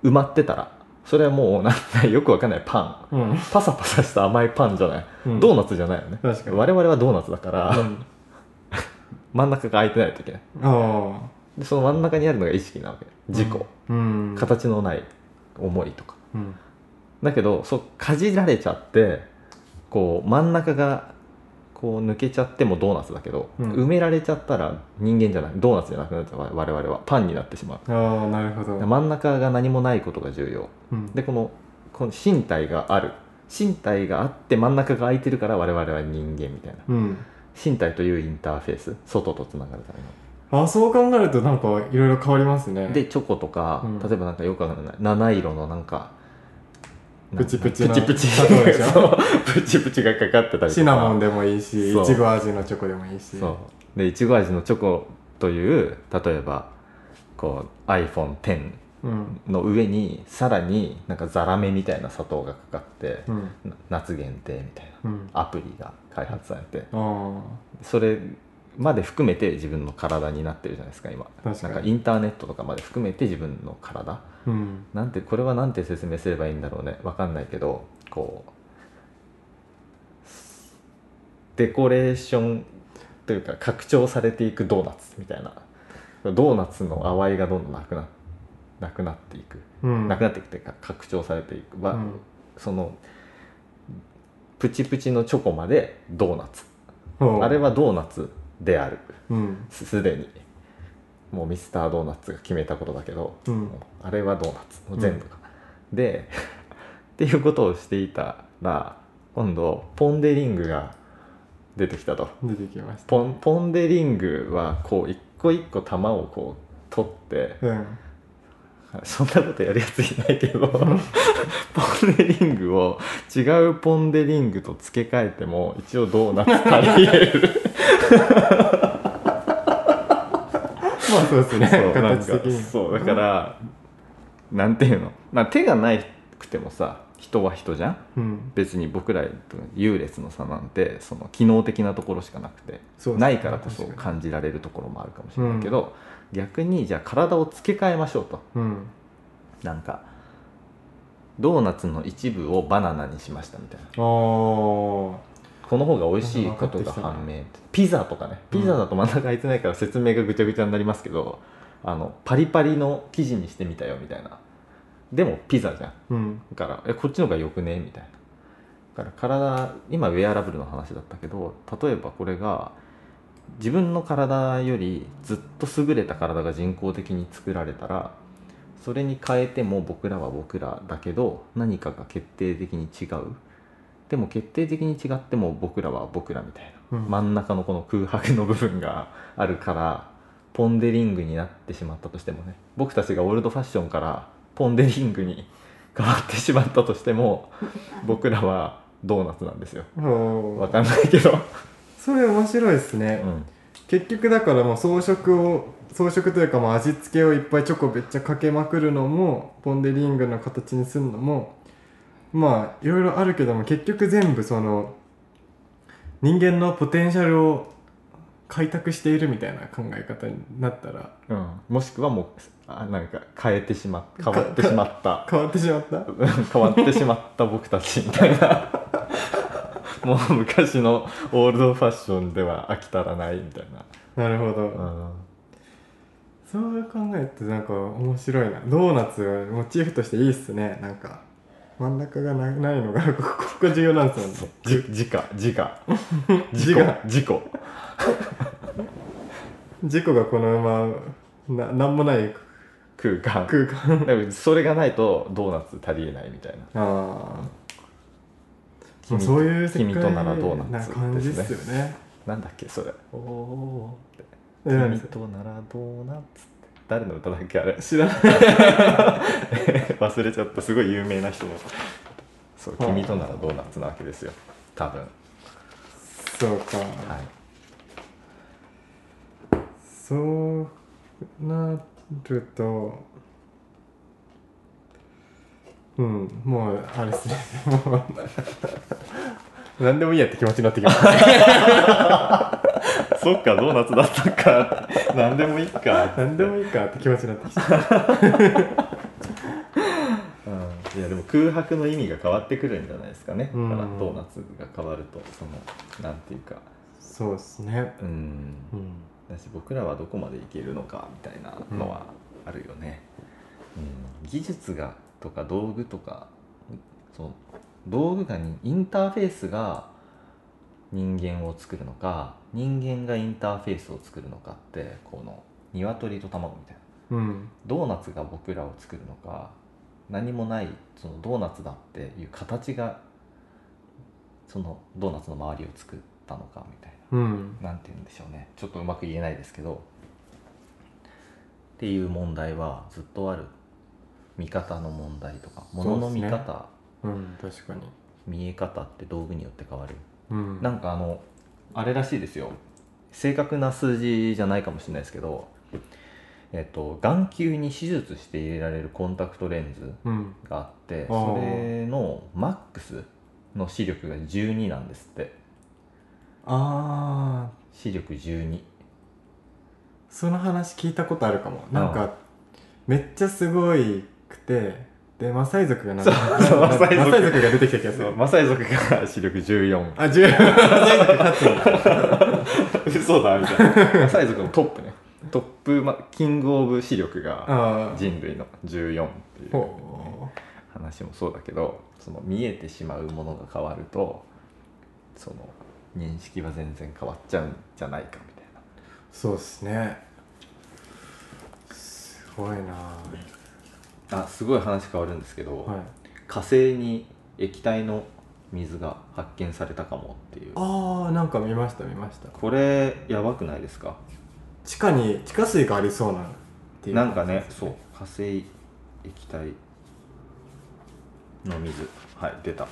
Speaker 1: 埋まってたらそれはもうなんかよくわかんないパン
Speaker 2: うん、
Speaker 1: パサパサした甘いパンじゃない、
Speaker 2: うん
Speaker 1: ドーナツじゃないよね
Speaker 2: 確かに
Speaker 1: 我々はドーナツだから、
Speaker 2: うん、
Speaker 1: 真ん中が空いてないといけない
Speaker 2: ああ
Speaker 1: でその真ん中にあるのが意識なわけ自己、
Speaker 2: うん、
Speaker 1: 形のない思いとか
Speaker 2: うん、
Speaker 1: だけどそうかじられちゃってこう真ん中がこう抜けちゃってもドーナツだけど、
Speaker 2: うん
Speaker 1: 埋められちゃったら人間じゃないドーナツじゃなくなっちゃう我々はパンになってしま
Speaker 2: ああなるほど
Speaker 1: う真ん中が何もないことが重要
Speaker 2: うん
Speaker 1: でこのこの身体がある身体があって真ん中が空いてるから我々は人間みたいな
Speaker 2: うん
Speaker 1: 身体というインターフェース外とつながるための
Speaker 2: ああそう考えるとなんかいろいろ変わりますね
Speaker 1: でチョコとか、
Speaker 2: うん
Speaker 1: 例えばなんかよくわかんない七色のなんか
Speaker 2: プチプチ
Speaker 1: なプ
Speaker 2: な
Speaker 1: チプチ
Speaker 2: 砂糖でしょ
Speaker 1: そう プチプチがかかってたりとか
Speaker 2: シナモンでもいいし
Speaker 1: そう
Speaker 2: いちご味のチョコでもいいし
Speaker 1: そうでいちご味のチョコという例えばこう iPhone10
Speaker 2: う、うん
Speaker 1: の上にさらになんかザラメみたいな砂糖がかかって、
Speaker 2: うん
Speaker 1: な夏限定みたいな
Speaker 2: うん、あ
Speaker 1: アプリが開発されて
Speaker 2: あ
Speaker 1: それまで含めて自分の体になってるじゃないですか今
Speaker 2: 確かに
Speaker 1: なんかインターネットとかまで含めて自分の体、
Speaker 2: うん
Speaker 1: なんてこれはなんて説明すればいいんだろうねわかんないけどこうデコレーションというか拡張されていくドーナツみたいなドーナツの淡いがどんどんなくななくなっていく、
Speaker 2: うん
Speaker 1: なくなっていくというか拡張されていく、わ
Speaker 2: うん
Speaker 1: そのプチプチのチョコまでドーナツ
Speaker 2: ほう
Speaker 1: あれはドーナツである
Speaker 2: うん
Speaker 1: すすでにもうミスタードーナツが決めたことだけど、
Speaker 2: うん
Speaker 1: あれはドーナツもう全部が、で っていうことをしていたら今度ポン・デ・リングが出てきたと
Speaker 2: 出てきました
Speaker 1: ポンポン・デ・リングはこう一個一個球をこう取って
Speaker 2: うん
Speaker 1: そんなことやるやついないけ どポン・デ・リングを違うポン・デ・リングと付け替えても一応ドーナツとありえる
Speaker 2: まあそうです ね
Speaker 1: そうなん
Speaker 2: 形
Speaker 1: か
Speaker 2: 的に
Speaker 1: そうだからなんていうの、まあ、手がないくてもさ人は人じゃん
Speaker 2: うん
Speaker 1: 別に僕ら優劣の差なんてその機能的なところしかなくて
Speaker 2: そうですね
Speaker 1: ないからこそ
Speaker 2: 確か
Speaker 1: 感じられるところもあるかもしれないけど、逆にじゃあ体を付け替えましょうと
Speaker 2: うん
Speaker 1: なんかドーナツの一部をバナナにしましたみたいな
Speaker 2: ああ
Speaker 1: この方が美味しいことが判明ピザとかね
Speaker 2: うん
Speaker 1: ピザだと真ん中空いてないから説明がぐちゃぐちゃになりますけど、あのパリパリの生地にしてみたよみたいなでもピザじゃん
Speaker 2: うん
Speaker 1: だからえこっちの方がよくねみたいなだから体今ウェアラブルの話だったけど例えばこれが自分の体よりずっと優れた体が人工的に作られたらそれに変えても僕らは僕らだけど何かが決定的に違うでも決定的に違っても僕らは僕らみたいな
Speaker 2: うん
Speaker 1: 真ん中のこの空白の部分があるからポン・デ・リングになってしまったとしてもね僕たちがオールドファッションからポン・デ・リングに変わってしまったとしても僕らはドーナツなんですよ
Speaker 2: お
Speaker 1: わ
Speaker 2: ー
Speaker 1: かんないけど、
Speaker 2: それ面白いです
Speaker 1: う
Speaker 2: ね、
Speaker 1: ん、
Speaker 2: 結局だからもう装飾を装飾というかもう味付けをいっぱいチョコべっちゃかけまくるのもポン・デ・リングの形にするのもまあいろいろあるけども結局全部その人間のポテンシャルを開拓しているみたいな考え方になったら
Speaker 1: うん、もしくはもうあなんか変えてしまっ変わってしまった
Speaker 2: 変わってしまった
Speaker 1: うん変わってしまった僕たちみたいなもう昔のオールドファッションでは飽き足らないみたい
Speaker 2: なるほど、
Speaker 1: な、うん、
Speaker 2: そういう考えってなんか面白いなドーナツモチーフとしていいっすねなんか真ん中がなないのがこ こここ重要なんですよね
Speaker 1: じ、じか、じ か。
Speaker 2: 自我
Speaker 1: 事故。
Speaker 2: 事故がこのままななんもない
Speaker 1: 空間。
Speaker 2: 空間
Speaker 1: でもそれがないと、ドーナツ足りえないみたいな。
Speaker 2: ああ
Speaker 1: 君と
Speaker 2: そういう世界
Speaker 1: 君とならドーナツ
Speaker 2: な感じっす
Speaker 1: で
Speaker 2: よね
Speaker 1: なんだっけ、それ。おお。
Speaker 2: えなんで
Speaker 1: 君
Speaker 2: す
Speaker 1: とならドーナツって。誰の歌だっけ、あれ。
Speaker 2: 知らない
Speaker 1: 忘れちゃった、すごい有名な人の。そう、
Speaker 2: はい
Speaker 1: 君とならドーナツなわけですよ。多分。
Speaker 2: そうか、
Speaker 1: はい。
Speaker 2: そうなるとうんもうあれですねもう 何でもいいやって気持ちになってきました
Speaker 1: そっか、ドーナツだったか。 なんでもいいか。
Speaker 2: 何でもいいかって気持ちになってきた
Speaker 1: いやでも空白の意味が変わってくるんじゃないですかね、
Speaker 2: うん
Speaker 1: だからドーナツが変わるとそのなんていうか
Speaker 2: そうですね
Speaker 1: うん
Speaker 2: うん
Speaker 1: だし僕らはどこまでいけるのかみたいなのはあるよね、うん、技術がとか道具とかその道具がにインターフェースが人間を作るのか人間がインターフェースを作るのかってこの鶏と卵みたいな
Speaker 2: うん
Speaker 1: ドーナツが僕らを作るのか何もないそのドーナツだっていう形がそのドーナツの周りを作ったのかみたい
Speaker 2: うん
Speaker 1: ななんて言うんでしょうねちょっとうまく言えないですけどっていう問題はずっとある見方の問題とか物の見
Speaker 2: そうです
Speaker 1: 方、
Speaker 2: うん確かに
Speaker 1: 見え方って道具によって変わる
Speaker 2: うん
Speaker 1: なんかあのあれらしいですよ正確な数字じゃないかもしれないですけど、えっと、眼球に手術して入れられるコンタクトレンズ
Speaker 2: うん
Speaker 1: があって
Speaker 2: あー
Speaker 1: それのマックスの視力が12なんですって
Speaker 2: ああ
Speaker 1: 視力12
Speaker 2: その話聞いたことあるかもなんかめっちゃすごいくてでマサイ族がなんか
Speaker 1: そう
Speaker 2: マ
Speaker 1: マサイ族
Speaker 2: サイ族が出てきた気がする
Speaker 1: マサイ族が視力14
Speaker 2: あ違うマサイ族勝つんだ
Speaker 1: 嘘だみたいなマサイ族のトップねトップ、ま、キングオブ視力が
Speaker 2: ああ
Speaker 1: 人類の14っていう
Speaker 2: ほ
Speaker 1: 話もそうだけどその見えてしまうものが変わるとその認識は全然変わっちゃうんじゃないかみたいな
Speaker 2: うそうですねごいな
Speaker 1: あすごい話変わるんですけど、
Speaker 2: はい
Speaker 1: 火星に液体の水が発見されたかもっていう
Speaker 2: あーなんか見ました見ました
Speaker 1: これやばくないですか
Speaker 2: 地下に地下水がありそうなっていう
Speaker 1: なんかね
Speaker 2: 感じです
Speaker 1: そう火星液体の水はい出た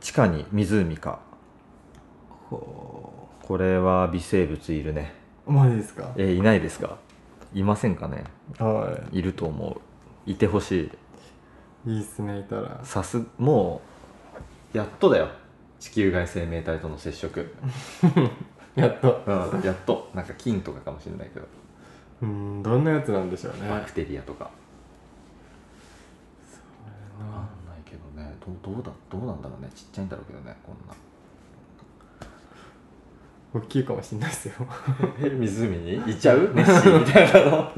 Speaker 1: 地下に湖か
Speaker 2: ほ
Speaker 1: これは微生物いるね
Speaker 2: うマジですか
Speaker 1: えーいないですかいませんかね
Speaker 2: はい
Speaker 1: ると思ういてほしい
Speaker 2: いいいっすねいたら
Speaker 1: さすもうやっとだよ地球外生命体との接触、
Speaker 2: やっと
Speaker 1: うん、やっとなんか菌とかかもしれないけど、
Speaker 2: うんどんなやつなんでしょうね
Speaker 1: バクテリアとか
Speaker 2: う
Speaker 1: わ
Speaker 2: ん
Speaker 1: かんないけどねどうどうだどうなんだろうねちっちゃいんだろうけどねこん な
Speaker 2: 大きいかもしれないですよ
Speaker 1: 湖にいちゃ うネッシーみたいなの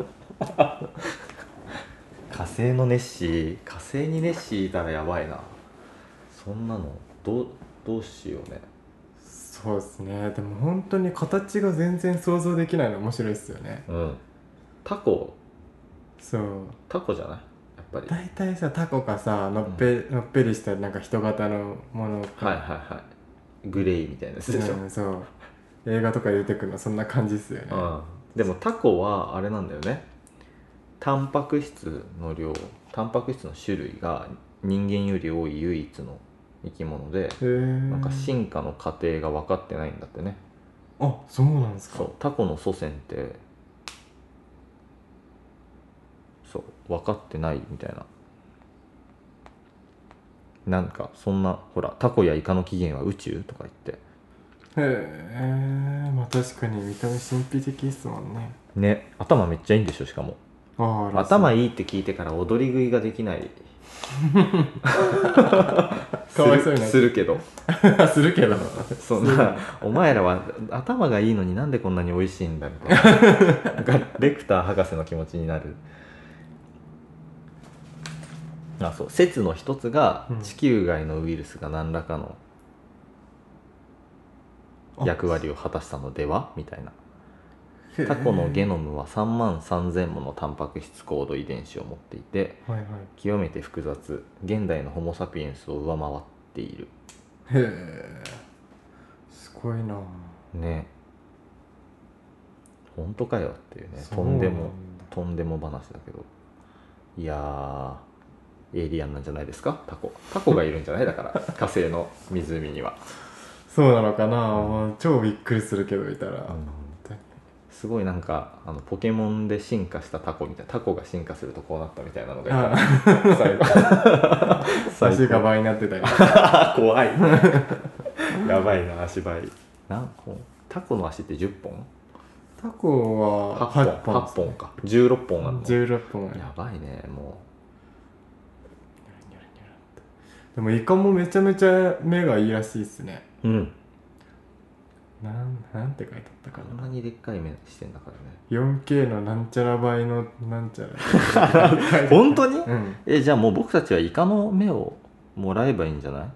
Speaker 1: 火星のネッシー火星にネッシーいたらやばいなそんなのどうどうしようね
Speaker 2: そうですねでも本当に形が全然想像できないの面白いですよね
Speaker 1: うんタコ
Speaker 2: そう
Speaker 1: タコじゃないやっぱりはい
Speaker 2: 大体さタコかさのっぺ,、のっぺりしたなんか人型のものか
Speaker 1: はいはいグレイみたいなやつでしょ、
Speaker 2: うんそう映画とかで出てくるのそんな感じっすよね、
Speaker 1: うん、でもタコはあれなんだよねタンパク質の量タンパク質の種類が人間より多い唯一の生き物で
Speaker 2: へえ
Speaker 1: なんか進化の過程が分かってないんだってね
Speaker 2: あそうなんですか
Speaker 1: そうタコの祖先ってそう分かってないみたいななんかそんなほらタコやイカの起源は宇宙とか言って
Speaker 2: へえまあ確かに見た目神秘的ですもんね
Speaker 1: ね頭めっちゃいいんでしょしかも
Speaker 2: ああ
Speaker 1: 頭
Speaker 2: い
Speaker 1: いいって聞いてから踊り食いができない
Speaker 2: かわいそうに
Speaker 1: する
Speaker 2: なっちゃう
Speaker 1: するけど
Speaker 2: す るけど
Speaker 1: そんなお前らは頭がいいのになんでこんなに美味しいんだみた いななんかレクター博士の気持ちになるあそう説の一つが
Speaker 2: うん
Speaker 1: 地球外のウイルスが何らかの役割を果たしたのではみたいな
Speaker 2: へえ
Speaker 1: タコのゲノムは3万3000ものタンパク質コード遺伝子を持っていて
Speaker 2: はいはい
Speaker 1: 極めて複雑現代のホモ・サピエンスを上回っている
Speaker 2: へえすごいな
Speaker 1: ね本当かよっていうね
Speaker 2: そう
Speaker 1: とんでも
Speaker 2: なんだ
Speaker 1: とんでも話だけどいやーエイリアンなんじゃないですかタコタコがいるんじゃないだから火星の湖には、
Speaker 2: そうなのかな、もう超びっくりするけどいたら、本当に
Speaker 1: すごいなんかあのポケモンで進化したタコみたいなタコが進化するとこうなったみたいなのが
Speaker 2: あ
Speaker 1: いた最後
Speaker 2: あ
Speaker 1: 最
Speaker 2: 足が
Speaker 1: 高
Speaker 2: 倍になって たり
Speaker 1: 怖いやばいな足ばい何本タコの足って10本
Speaker 2: タコは
Speaker 1: 8本
Speaker 2: っ
Speaker 1: 8本か16本あるの
Speaker 2: 16本ある
Speaker 1: やばいねも
Speaker 2: でもイカもめちゃめちゃ目がいいらしいっすね
Speaker 1: ううん
Speaker 2: なんなんて書いてあったか
Speaker 1: こん
Speaker 2: な
Speaker 1: なにでっかい目してんだから
Speaker 2: 4K のなんちゃら倍のなんちゃ
Speaker 1: ね
Speaker 2: ら
Speaker 1: 本当に
Speaker 2: うん
Speaker 1: えじゃあもう僕たちはイカの目をもらえばいいんじゃない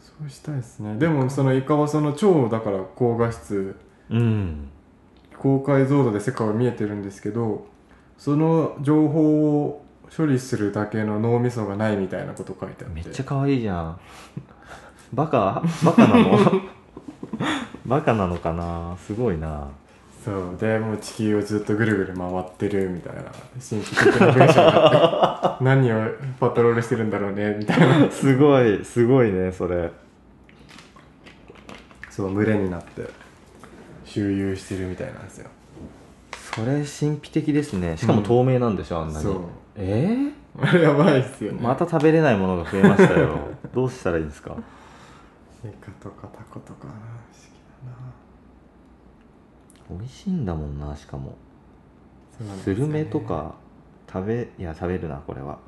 Speaker 2: そうしたいですねでもそのイカはその超だから高画質
Speaker 1: うん
Speaker 2: 高解像度で世界は見えてるんですけどその情報を処理するだけの脳みそがないみたいなこと書いてあって
Speaker 1: めっちゃ可愛いじゃんバカバカな のバカなのかなすごいな
Speaker 2: そうでもう地球をずっとぐるぐる回ってるみたいな神秘的な文章が あって何をパトロールしてるんだろうねみたいな
Speaker 1: すごいすごいねそれ
Speaker 2: そう群れになって周遊してるみたいなんですよ
Speaker 1: それ神秘的ですねしかも透明なんでしょ、あんな
Speaker 2: そ
Speaker 1: に
Speaker 2: う
Speaker 1: えー
Speaker 2: あれやばいっすよね
Speaker 1: また食べれないものが増えました よどうしたらいいんですか
Speaker 2: イカとかタコとかな不思議だな
Speaker 1: 美味しいんだもんなしかも
Speaker 2: そうなんです
Speaker 1: ス
Speaker 2: よね
Speaker 1: ルメとか食べいや食べるなこれは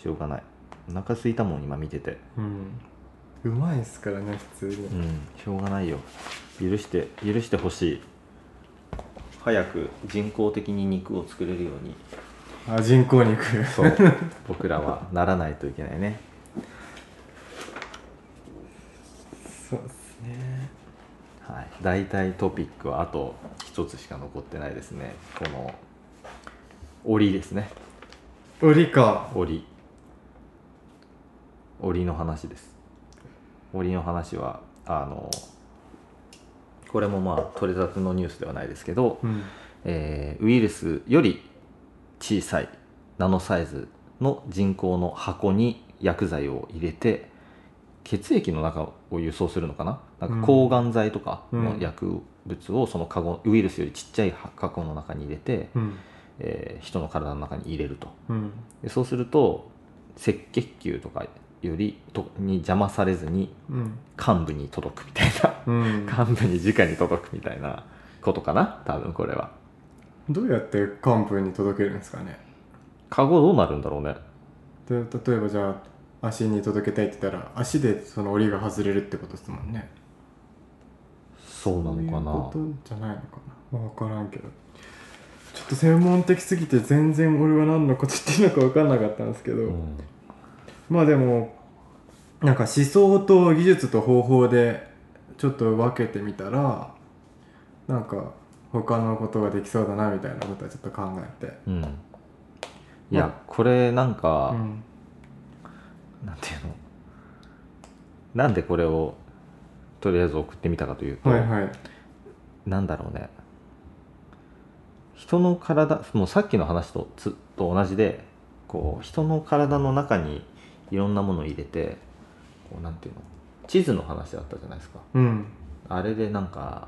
Speaker 1: しょうがないお腹空いたもん今見てて
Speaker 2: うんうまいっすからね普通に、
Speaker 1: うんしょうがないよ許して許してほしい早く人工的に肉を作れるように
Speaker 2: あ人工肉
Speaker 1: そう 僕らはならないといけないね
Speaker 2: そうっすね
Speaker 1: はい、大体トピックはあと一つしか残ってないですねこの折ですね
Speaker 2: 売りか
Speaker 1: 折折の話です折の話はあのこれもまあ取れたてのニュースではないですけど、
Speaker 2: うん
Speaker 1: えーウイルスより小さいナノサイズの人工の箱に薬剤を入れて血液の中を輸送するのかななんか抗がん剤とかの薬物をそのカゴウイルスよりちっちゃい箱の中に入れて、
Speaker 2: うん
Speaker 1: えー人の体の中に入れると
Speaker 2: うん
Speaker 1: でそうすると赤血球とかよりとに邪魔されずに
Speaker 2: うん
Speaker 1: 幹部に届くみたいな
Speaker 2: うん
Speaker 1: 幹部に直に届くみたいなことかな多分これは
Speaker 2: どうやって幹部に届けるんですかね
Speaker 1: カゴどうなるんだろうね
Speaker 2: で例えばじゃあ足に届けたいって言ったら足でその檻が外れるってことですもんね
Speaker 1: そうなのか
Speaker 2: そう
Speaker 1: な
Speaker 2: いうことじゃないのかな、まあ、分からんけどちょっと専門的すぎて全然俺は何のこと言ってるのか分かんなかったんですけど、
Speaker 1: うん
Speaker 2: まあでもなんか思想と技術と方法でちょっと分けてみたらなんか他のことができそうだなみたいなことはちょっと考えて、
Speaker 1: うんいや、これなん
Speaker 2: う
Speaker 1: か、
Speaker 2: ん、
Speaker 1: なんていうのなんでこれをとりあえず送ってみたかというと、
Speaker 2: はいはい
Speaker 1: なんだろうね人の体もうさっきの話とつと同じでこう人の体の中にいろんなものを入れてこうなんていうの地図の話だったじゃないですか
Speaker 2: うん
Speaker 1: あれでなんか、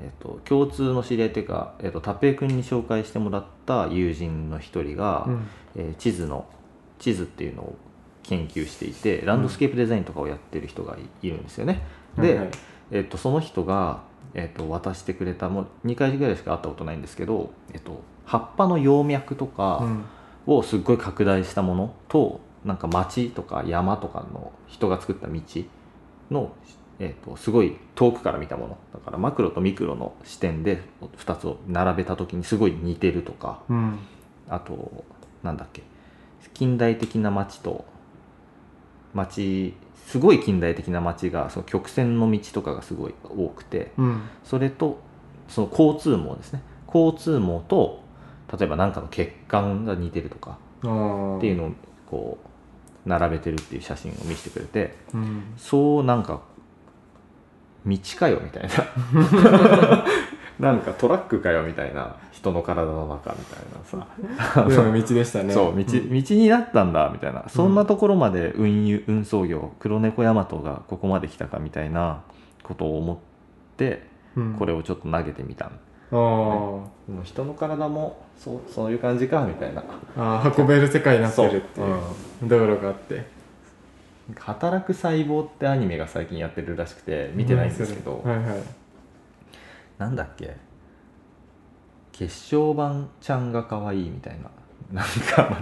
Speaker 1: えっと共通の知り合いっていうか、えっとタペイ君に紹介してもらった友人の一人が、
Speaker 2: うん
Speaker 1: えー地図の地図っていうのを研究していてランドスケープデザインとかをやってる人がい,、るんですよね。で、
Speaker 2: はいはい
Speaker 1: えっとその人が、えっと渡してくれたもう2回ぐらいしか会ったことないんですけど、えっと葉っぱの葉脈と
Speaker 2: う
Speaker 1: か
Speaker 2: ん
Speaker 1: をすっごい拡大したものと、なんか町とか山とかの人が作った道の、えっとすごい遠くから見たものだからマクロとミクロの視点で2つを並べた時にすごい似てるとか。
Speaker 2: うん
Speaker 1: あとなんだっけ近代的な街と街すごい近代的な街がその曲線の道とかがすごい多くて
Speaker 2: うん
Speaker 1: それとその交通網ですね交通網と例えば何かの血管が似てるとか
Speaker 2: あー
Speaker 1: っていうのをこう並べてるっていう写真を見せてくれて
Speaker 2: うん
Speaker 1: そうなんか道かよみたいななんかトラックかよみたいな人の体の中みたいな さあの
Speaker 2: でも道でしたね
Speaker 1: そう道
Speaker 2: ん
Speaker 1: 道になったんだみたいな、そんなところまで運輸運送業黒猫ヤマトがここまで来たかみたいなことを思って
Speaker 2: うん
Speaker 1: これをちょっと投げてみたの、
Speaker 2: あー
Speaker 1: もう人の体もそうそういう感じかみたいな
Speaker 2: あー運べる世界になってるっていう道路があって
Speaker 1: 「働く細胞」ってアニメが最近やってるらしくて見てないんですけど、
Speaker 2: うんそれはいはい
Speaker 1: なんだっけ血小板ちゃんが可愛いみたいな なんか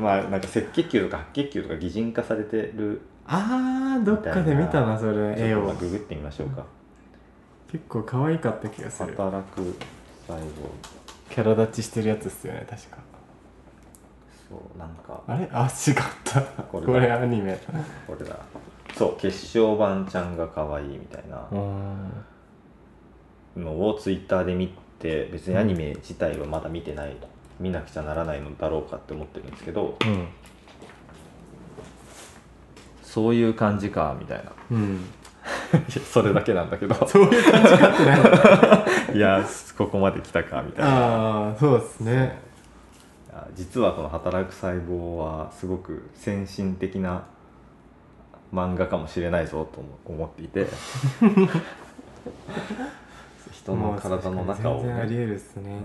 Speaker 1: まあなんか赤血球とか白血球とか擬人化されてる
Speaker 2: あーどっかで見たなそれ絵
Speaker 1: ちょっ
Speaker 2: を
Speaker 1: とググってみましょうか
Speaker 2: 結構可愛かった気がする
Speaker 1: 働く細胞
Speaker 2: キャラ立ちしてるやつっすよね確か
Speaker 1: そうなんか
Speaker 2: あれあ違った
Speaker 1: こ
Speaker 2: こ
Speaker 1: れ
Speaker 2: れ
Speaker 1: だ
Speaker 2: アニメ
Speaker 1: これだそう血小板ちゃんが可愛いみたいな
Speaker 2: うん
Speaker 1: のをツイッターで見て別にアニメ自体はまだ見てない見なくちゃならないのだろうかって思ってるんですけどそういう感じかみたいな
Speaker 2: うん
Speaker 1: それだけなんだけど
Speaker 2: そういう感じかってない
Speaker 1: いやここまで来たかみたいな
Speaker 2: ああそうですね
Speaker 1: あ実はこの「働く細胞」はすごく先進的な漫画かもしれないぞとも思ってい て人の体の中
Speaker 2: もう
Speaker 1: をね、
Speaker 2: 確かに全然ありえるっすね
Speaker 1: うん、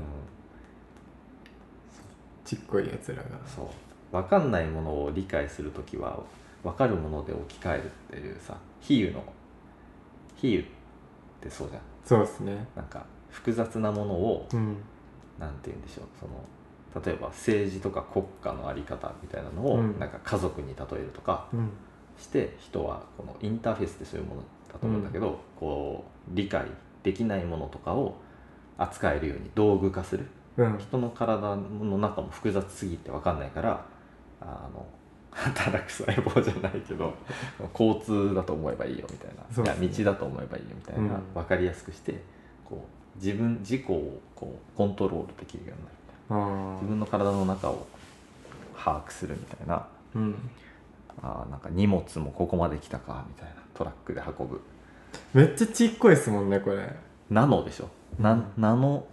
Speaker 2: ちっこいやつらが
Speaker 1: そう分かんないものを理解する時は分かるもので置き換えるっていうさ比喩の比喩ってそうじゃん
Speaker 2: そうですね
Speaker 1: なんか複雑なものを
Speaker 2: うん
Speaker 1: なんて言うんでしょうその例えば政治とか国家の在り方みたいなのを、
Speaker 2: うん
Speaker 1: なんか家族に例えるとか
Speaker 2: うん
Speaker 1: して人はこのインターフェースってそういうものだと思うんだけど、こう理解できないものとかを扱えるように道具化する
Speaker 2: うん
Speaker 1: 人の体の中も複雑すぎて分かんないからあの働く細胞じゃないけ ど交通だと思えばいいよみたいな、
Speaker 2: そうですね
Speaker 1: いや道だと思えばいいよみたいな、
Speaker 2: うん
Speaker 1: 分かりやすくしてこう自分自己をこうコントロールできるようになる
Speaker 2: あ
Speaker 1: 自分の体の中を把握するみたいな
Speaker 2: あうん
Speaker 1: あーなんか荷物もここまで来たかみたいなトラックで運ぶ
Speaker 2: めっちゃちっこいですもんねこれ
Speaker 1: ナノでしょなナノ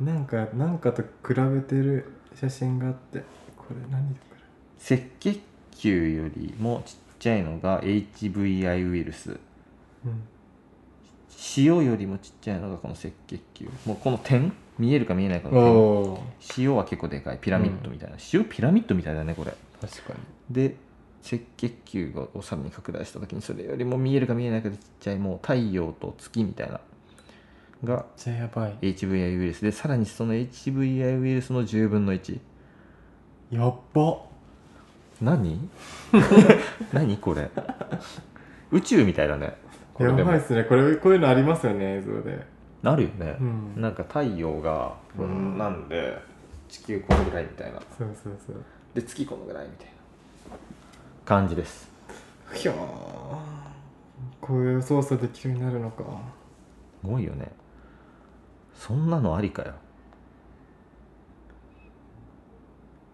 Speaker 2: なんかなんかと比べてる写真があってこれ何だこれ
Speaker 1: 赤血球よりもちっちゃいのが HVI ウイルス
Speaker 2: うん
Speaker 1: 塩よりもちっちゃいのがこの赤血球もうこの点見えるか見えないかの
Speaker 2: おお
Speaker 1: 点塩は結構でかいピラミッドみたいな、塩ピラミッドみたいだねこれ
Speaker 2: 確かに
Speaker 1: で赤血球がこうさらに拡大した時にそれよりも見えるか見えないかでちっちゃいもう太陽と月みたいなが
Speaker 2: めっちゃやばい
Speaker 1: HVI ウイルスでさらにその HVI ウイルスの10分の1
Speaker 2: やっば
Speaker 1: 何 何これ宇宙みたいだねこれ
Speaker 2: や
Speaker 1: でも
Speaker 2: ばいっすねこれこういうのありますよね映像で
Speaker 1: なるよね、
Speaker 2: うん
Speaker 1: なんか太陽がこんなんで地球このぐらいみたいな
Speaker 2: そうそうそう
Speaker 1: で月このぐらいみたいな感じです
Speaker 2: ひゃーこういう操作できるようになるのか
Speaker 1: すごいよねそんなのありかよ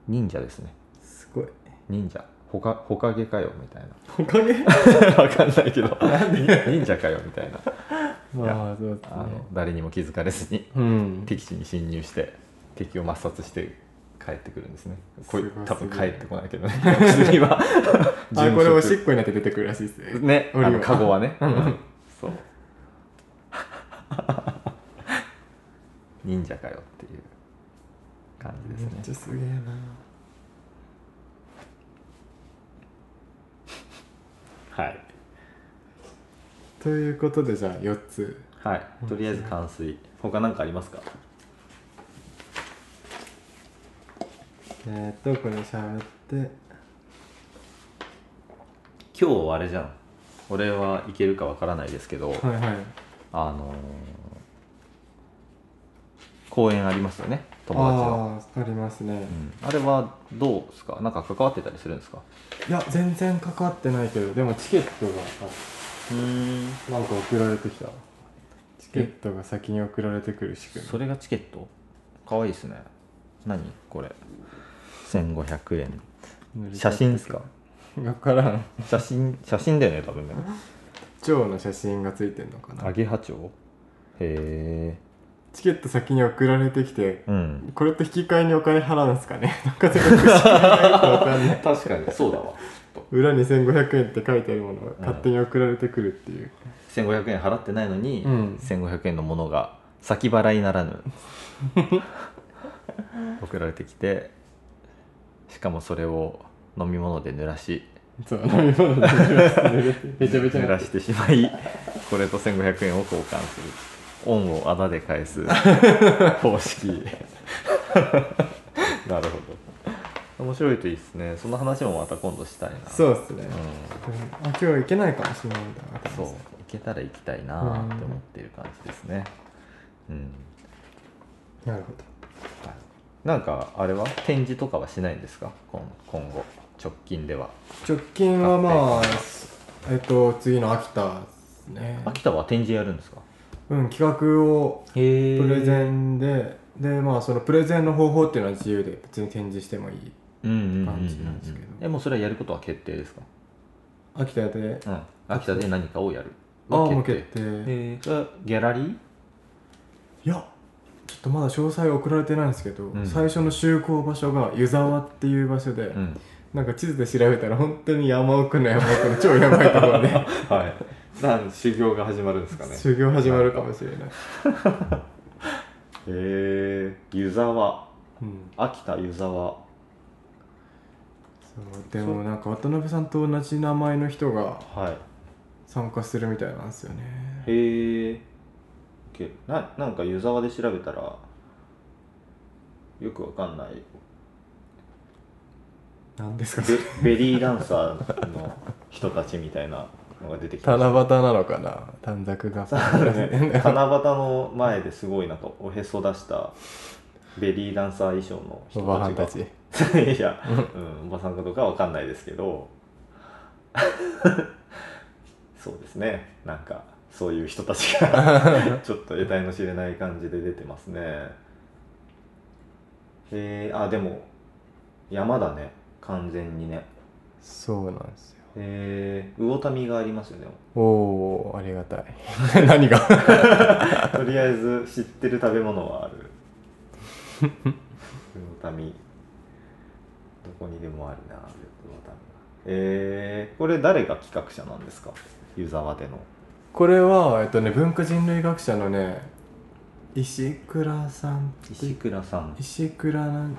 Speaker 1: 忍者ですね
Speaker 2: すごい
Speaker 1: 忍者ほかほかげかよみたい
Speaker 2: おかげ
Speaker 1: な わかんないけど 忍者かよみたいな
Speaker 2: まあそうですね
Speaker 1: あの誰にも気づかれずに
Speaker 2: うん
Speaker 1: 敵地に侵入して敵を抹殺して帰ってくるんですねこれ
Speaker 2: すごい
Speaker 1: 多分
Speaker 2: す
Speaker 1: 帰
Speaker 2: ごい
Speaker 1: ってこないけどね薬は
Speaker 2: あこれおしっ
Speaker 1: こ
Speaker 2: こになって出てくるらしいですね
Speaker 1: ねあ
Speaker 2: 檻
Speaker 1: の
Speaker 2: は
Speaker 1: カゴはね、
Speaker 2: うん
Speaker 1: うんそう忍者かよっていう感じです
Speaker 2: め
Speaker 1: ね
Speaker 2: っちゃすげえな
Speaker 1: はい、
Speaker 2: ということでじゃあ4つ
Speaker 1: はい、とりあえず冠水他何かありますか
Speaker 2: えー、っとこれ喋って
Speaker 1: 今日あれじゃん俺はいけるかわからないですけど、
Speaker 2: はいはい
Speaker 1: あのー公演ありますよね友達の
Speaker 2: ああーありますね、
Speaker 1: あれはどうですかなんか関わってたりするんですか
Speaker 2: いや全然関わってないけどでもチケットがあ
Speaker 1: うん
Speaker 2: なんか送られてきたチケットが先に送られてくる仕組み
Speaker 1: それがチケットかわいいですね何これ1500円写真ですか
Speaker 2: 分からん
Speaker 1: 写真写真だよね多分ね
Speaker 2: 蝶の写真がついてんのか
Speaker 1: ア
Speaker 2: な
Speaker 1: ゲハチョウへえ
Speaker 2: チケット先に送られてきて
Speaker 1: うん
Speaker 2: これと引き換えにお金払うんすかね なんか全然不思議なよくわかんない
Speaker 1: 確かにそうだわ
Speaker 2: 裏に1500円って書いてあるものが勝手に送られてくるっていう、
Speaker 1: 1500円払ってないのに、
Speaker 2: うん
Speaker 1: 1500円のものが先払いならぬ送られてきてしかもそれを飲み物で濡らし
Speaker 2: そう飲み物で べちゃべちゃ
Speaker 1: 濡
Speaker 2: に
Speaker 1: ら
Speaker 2: なって
Speaker 1: してしまいこれと1500円を交換する恩をあだで返 す方式 なるほど面白いといいですねその話もまた今度したいな、
Speaker 2: そううっすね、
Speaker 1: ん、
Speaker 2: あ今日行けないかもしれないんだ
Speaker 1: そう行けたら行きたいなって思っている感じですねうん、
Speaker 2: なるほ
Speaker 1: はいなんかあれは展示とかはしないんですか今今後直近では
Speaker 2: ど直近はまあえっと次の秋田ですね
Speaker 1: 秋田は展示やるんですか
Speaker 2: うん企画を
Speaker 1: へ
Speaker 2: プレゼンで、でまあそのプレゼンの方法っていうのは自由で別に展示してもいい
Speaker 1: 感
Speaker 2: 感じなんですけど
Speaker 1: えもうそれはやることは決定ですか
Speaker 2: 秋田で
Speaker 1: うん、秋田で何かをやる
Speaker 2: ああもう
Speaker 1: 受け
Speaker 2: 決
Speaker 1: て
Speaker 2: 定、
Speaker 1: えーそれはギャラリー
Speaker 2: いやちょっとまだ詳細送られてないんですけど、
Speaker 1: うん
Speaker 2: 最初の集合場所が湯沢っていう場所で、
Speaker 1: ん
Speaker 2: なんか地図で調べたら本当に山奥の山奥の超やばいところで
Speaker 1: はいなん修行が始まるんですか
Speaker 2: 修行始まるかもしれない、
Speaker 1: えー、湯沢
Speaker 2: うん、
Speaker 1: 秋田湯沢
Speaker 2: そうでもなんか渡辺さんと同じ名前の人が
Speaker 1: は
Speaker 2: 参加するみたいなんですよね
Speaker 1: いへえななんか湯沢で調べたらよくわかんない
Speaker 2: 何ですかそれ
Speaker 1: ベベリーダンサーの人たちみたいなのが出てきた
Speaker 2: 七夕なのかな短冊が
Speaker 1: 七夕の前ですごいなんかおへそ出したベリーダンサー衣装の
Speaker 2: お
Speaker 1: 人
Speaker 2: ばはんた
Speaker 1: たち
Speaker 2: ち
Speaker 1: が いや、うん、おばさんかどうかは分かんないですけど そうですねなんかそういう人たち がちょっと得体の知れない感じで出てますねえー、あでも山だね完全にね
Speaker 2: そうなんですよ
Speaker 1: えー、魚民がありますよね
Speaker 2: おおーありがたい 何が
Speaker 1: とりあえず知ってる食べ物はあ る魚民どこにでもあるな魚民はえー、これ誰が企画者なんですか湯沢での
Speaker 2: これはえっとね文化人類学者のね石倉さんって
Speaker 1: 石倉さん
Speaker 2: 石倉なん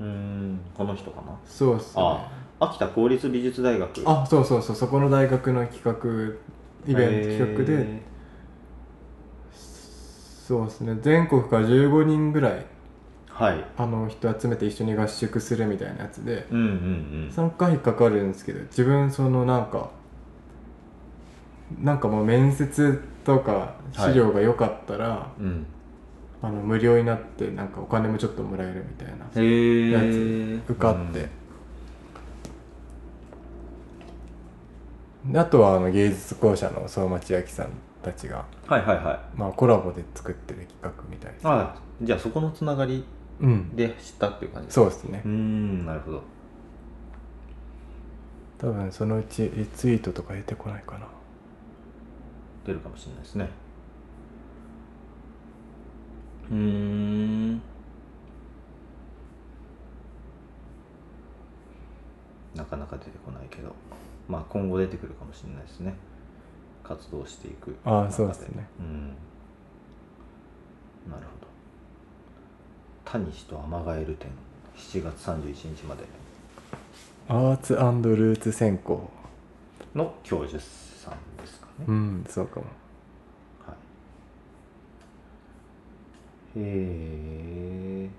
Speaker 1: うーんこの人かな
Speaker 2: そうっすね
Speaker 1: あ秋田公立美術大学
Speaker 2: あそうそうそうそこの大学の企画イベント企画で、
Speaker 1: え
Speaker 2: そうですね全国から15人ぐらい
Speaker 1: ーはい
Speaker 2: あの人集めて一緒に合宿するみたいなやつで
Speaker 1: うんうん
Speaker 2: 参加費かかるんですけど自分そのなんかなんかもう面接とか資料が良かったら、
Speaker 1: うんうん
Speaker 2: あの無料になってなんかお金もちょっともらえるみたいな
Speaker 1: へえ
Speaker 2: やつ受かって、であとはあの芸術講者の相馬千秋さんたちが、
Speaker 1: はいはいはい
Speaker 2: まあ、コラボで作ってる企画みたいな
Speaker 1: あじゃあそこのつながり
Speaker 2: うん
Speaker 1: で知ったっていう感じう
Speaker 2: そうですね
Speaker 1: うーんなるほど
Speaker 2: 多分そのうちリツイートとか出てこないかな
Speaker 1: 出るかもしれないですねうーんなかなか出てこないけどまあ今後出てくるかもしれないですね活動していく
Speaker 2: ああそうですね
Speaker 1: うんなるほど「タニシとアマガエル展」7月31日まで
Speaker 2: アーツルーツ専攻
Speaker 1: の教授さんですかね
Speaker 2: うんそうかも
Speaker 1: はい、へえ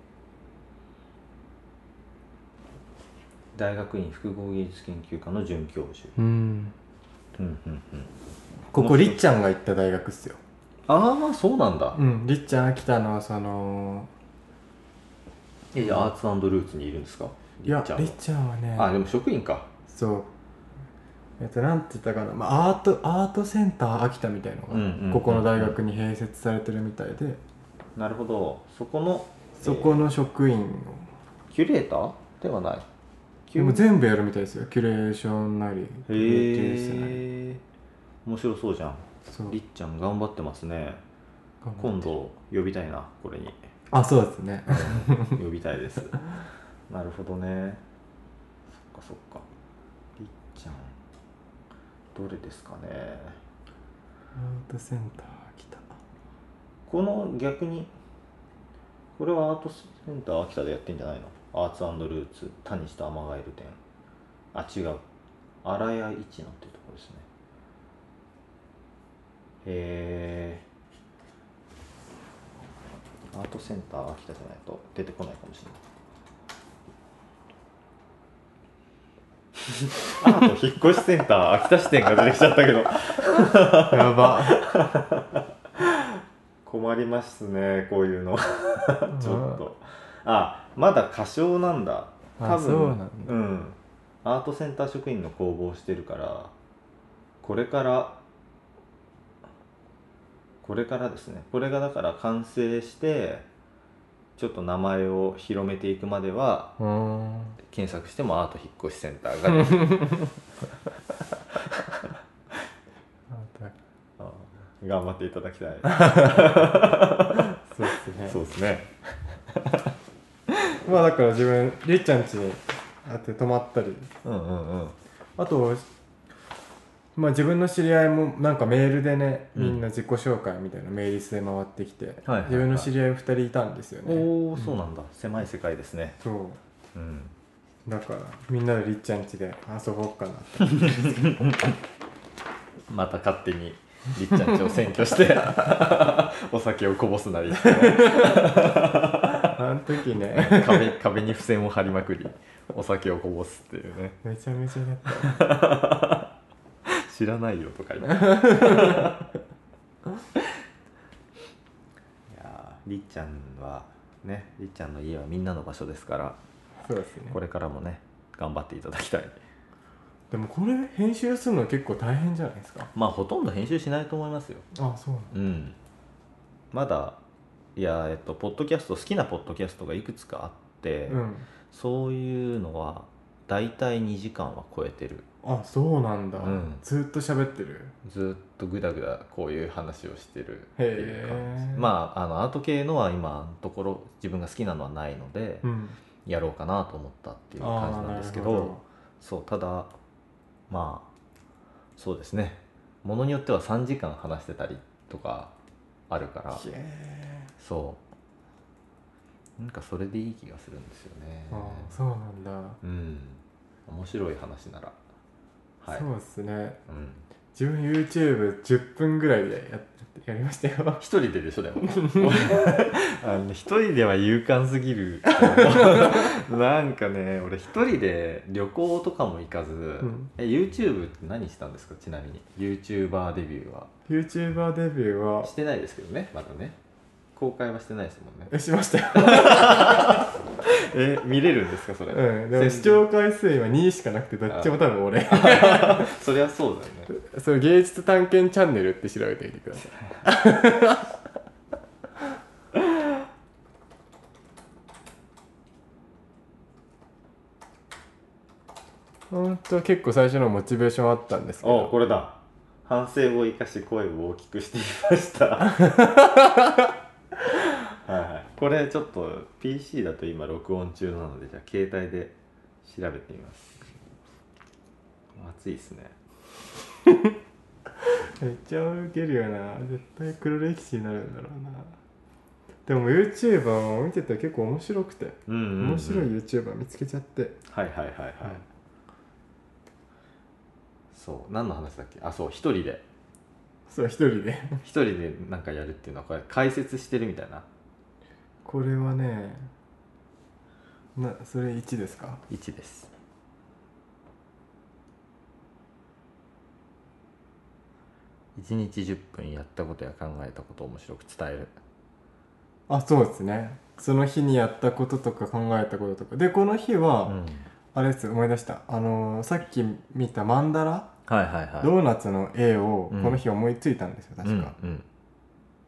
Speaker 1: 大学院複合技術研究科の准教授
Speaker 2: うん
Speaker 1: うんうんうん
Speaker 2: ここりっちゃんが行った大学っすよ
Speaker 1: ああそうなんだ
Speaker 2: うんりっちゃん秋田のその
Speaker 1: えじゃあアーツルーツにいるんですか
Speaker 2: い
Speaker 1: り
Speaker 2: や
Speaker 1: っちゃん
Speaker 2: りっちゃんはね
Speaker 1: はあでも職員か
Speaker 2: そうえっとなんて言ったかな、まあ、アートアートセンター秋田みたいのが、
Speaker 1: うんうんうん
Speaker 2: ここの大学に併設されてるみたいで
Speaker 1: なるほどそこの
Speaker 2: そこ
Speaker 1: え
Speaker 2: の職員を、
Speaker 1: ーキュレーターではない
Speaker 2: でも全部やるみたいですよキュレーションなりクリエイティブ室なり
Speaker 1: へえ面白そうじゃん
Speaker 2: そう
Speaker 1: りっちゃん頑張ってますね今度呼びたいなこれに
Speaker 2: あそうです ね
Speaker 1: 呼びたいですなるほどねそっかそっかりっちゃんどれですかね
Speaker 2: アートセンター秋田
Speaker 1: この逆にこれはアートセンター秋田でやってんじゃないのアーツルーツタニシとアマガエル店あ違う荒谷一野っていうところですねへえアートセンター秋田じゃないと出てこないかもしれない アート引っ越しセンター秋田支店が出てきちゃったけど
Speaker 2: やば
Speaker 1: 困りますねこういうの ちょっ
Speaker 2: と
Speaker 1: とあまだ過小なんだ多
Speaker 2: あ
Speaker 1: 分
Speaker 2: そうなんだ
Speaker 1: うんアートセンター職員の工房をしてるからこれからこれからですねこれがだから完成してちょっと名前を広めていくまでは
Speaker 2: うーん
Speaker 1: 検索してもアート引っ越しセンタ ーが出てくる
Speaker 2: あと
Speaker 1: あ頑張っていただきたい
Speaker 2: そうですね
Speaker 1: そうですね
Speaker 2: まあだから自分りっちゃん家にあって泊まったり
Speaker 1: うんうんうん
Speaker 2: あと、まあ、自分の知り合いもなんかメールでね、
Speaker 1: うん
Speaker 2: みんな自己紹介みたいなメールスで回ってきて、
Speaker 1: はいはい
Speaker 2: 自分の知り合い2人いたんですよね
Speaker 1: おおそうなんだ、狭い世界ですね
Speaker 2: そ
Speaker 1: うん
Speaker 2: うだからみんなでりっちゃん家で遊ぼう かなって
Speaker 1: また勝手にりっちゃ んちを占拠してお酒をこぼすなりして
Speaker 2: ああの時ね
Speaker 1: 壁壁に付箋を貼りまくりお酒をこぼすっていうね
Speaker 2: めちゃめちゃだった
Speaker 1: 知らないよとか言って いやーりっちゃんはねりっちゃんの家はみんなの場所ですから
Speaker 2: そうですね
Speaker 1: これからもね頑張っていただきたい
Speaker 2: でもこれ編集するの結構大変じゃないですか
Speaker 1: まあほとんど編集しないと思いますよ
Speaker 2: あそう
Speaker 1: う
Speaker 2: な
Speaker 1: んまだいやーえっとポッドキャスト好きなポッドキャストがいくつかあって、
Speaker 2: うん
Speaker 1: そういうのは大体2時間は超えてる
Speaker 2: あそうなんだ、
Speaker 1: うん
Speaker 2: ずっと喋ってる
Speaker 1: ずっとグダグダこういう話をしてるっていう感
Speaker 2: へ
Speaker 1: じ
Speaker 2: ー
Speaker 1: まああのアート系のは今のところ自分が好きなのはないので、
Speaker 2: うん
Speaker 1: やろうかなと思ったっていう感じなんですけど
Speaker 2: あーなるほ
Speaker 1: そうただまあそうですねものによっては3時間話してたりとかあるから
Speaker 2: どへ
Speaker 1: そうなんかそれでいい気がするんですよね
Speaker 2: ーあそうなんだ、
Speaker 1: うん面白い話ならはい
Speaker 2: そうですね
Speaker 1: うん
Speaker 2: 自分 YouTube10 分ぐらいでややりましたよ
Speaker 1: 一人ででしょでも あの一人では勇敢すぎ るなんかね俺一人で旅行とかも行かず、
Speaker 2: ん
Speaker 1: え YouTube って何したんですかちなみに YouTuber デビューは
Speaker 2: YouTuber デビューは
Speaker 1: してないですけどねまだね公開はしてないですもんね
Speaker 2: えしました よ、
Speaker 1: え見れるんですかそれ、
Speaker 2: うん、でも視聴回数今2しかなくてどっちも多分俺
Speaker 1: そりゃそうだよね
Speaker 2: それ芸術探検チャンネルって調べてみてください 本当は結構最初のモチベーションあったんですけ
Speaker 1: お
Speaker 2: ど
Speaker 1: これだ反省を生かし声を大きくしてみました はい、はい、これちょっと PC だと今録音中なのでじゃあ携帯で調べてみます暑いですね
Speaker 2: めっちゃウケるよな絶対黒歴史になるんだろうなでも YouTuber を見てたら結構面白くて
Speaker 1: うんうんうん、
Speaker 2: 面白い
Speaker 1: はい
Speaker 2: YouTuber 見つけちゃって、
Speaker 1: はいはいはい、そう何の話だっけあそう一人で
Speaker 2: そう一人で
Speaker 1: 一人でなんかやるっていうのはこれ解説してるみたいな
Speaker 2: これはねなそれ1ですか
Speaker 1: 位置です1日10分やったことや考えたことを面白く伝える
Speaker 2: あそうですねその日にやったこととか考えたこととかでこの日は、
Speaker 1: うん
Speaker 2: あれです思い出したあのーさっき見たマンダラ、
Speaker 1: はいはいはい
Speaker 2: ドーナツの絵を
Speaker 1: うん
Speaker 2: この日思いついたんですよ、確か、
Speaker 1: うん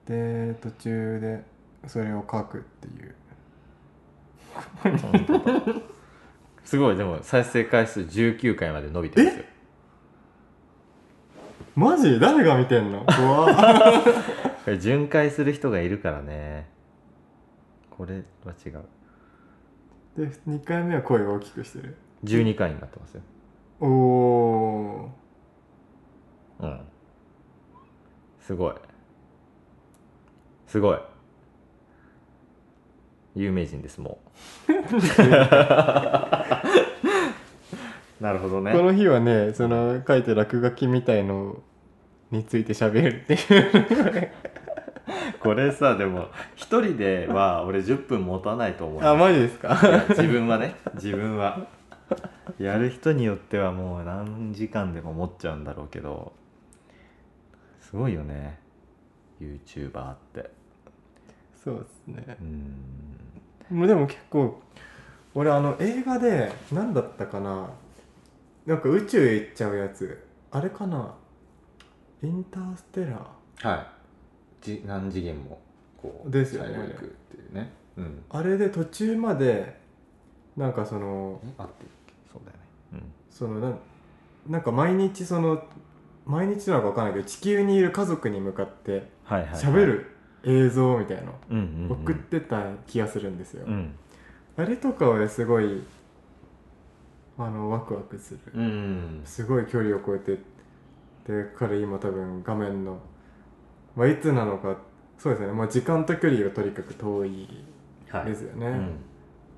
Speaker 2: で途中でそれを描くっていう
Speaker 1: うん 本当だすごいでも再生回数19回まで伸びてますよ
Speaker 2: マジ誰が見て んの怖っ
Speaker 1: これ巡回する人がいるからねこれは違う
Speaker 2: で2回目は声を大きくしてる
Speaker 1: 12回になってますよ
Speaker 2: おお
Speaker 1: うんすごいすごい有名人ですもう なるほど
Speaker 2: この日はねその書いて落書きみたいのについて喋るっていう
Speaker 1: これさでも一人では俺10分持たないと思う
Speaker 2: あマジですか
Speaker 1: いや自分はね自分はやる人によってはもう何時間でも持っちゃうんだろうけどすごいよね YouTuber って
Speaker 2: そうですね
Speaker 1: うん
Speaker 2: もうでも結構俺あの映画で何だったかななんか宇宙へ行っちゃうやつあれかなインターステラー
Speaker 1: はい。じ何次元もこう
Speaker 2: ですよね
Speaker 1: 最後行くっていうね。うん。
Speaker 2: あれで途中までなんかその
Speaker 1: あってるっけそうだよね。
Speaker 2: そのなんなんか毎日その毎日なのか分かんないけど地球にいる家族に向かって
Speaker 1: うん。はいはい、
Speaker 2: 喋。る映像みたいなの
Speaker 1: うんうん、うん。
Speaker 2: 送ってた気がするんですよ、
Speaker 1: うん。
Speaker 2: あれとかはすごいあのワクワクする
Speaker 1: うん。
Speaker 2: すごい距離を超えてで彼今多分画面の、まあ、いつなのかそうですよね、まあ、時間と距離がとにかく遠い
Speaker 1: はい。
Speaker 2: ですよね、
Speaker 1: うん。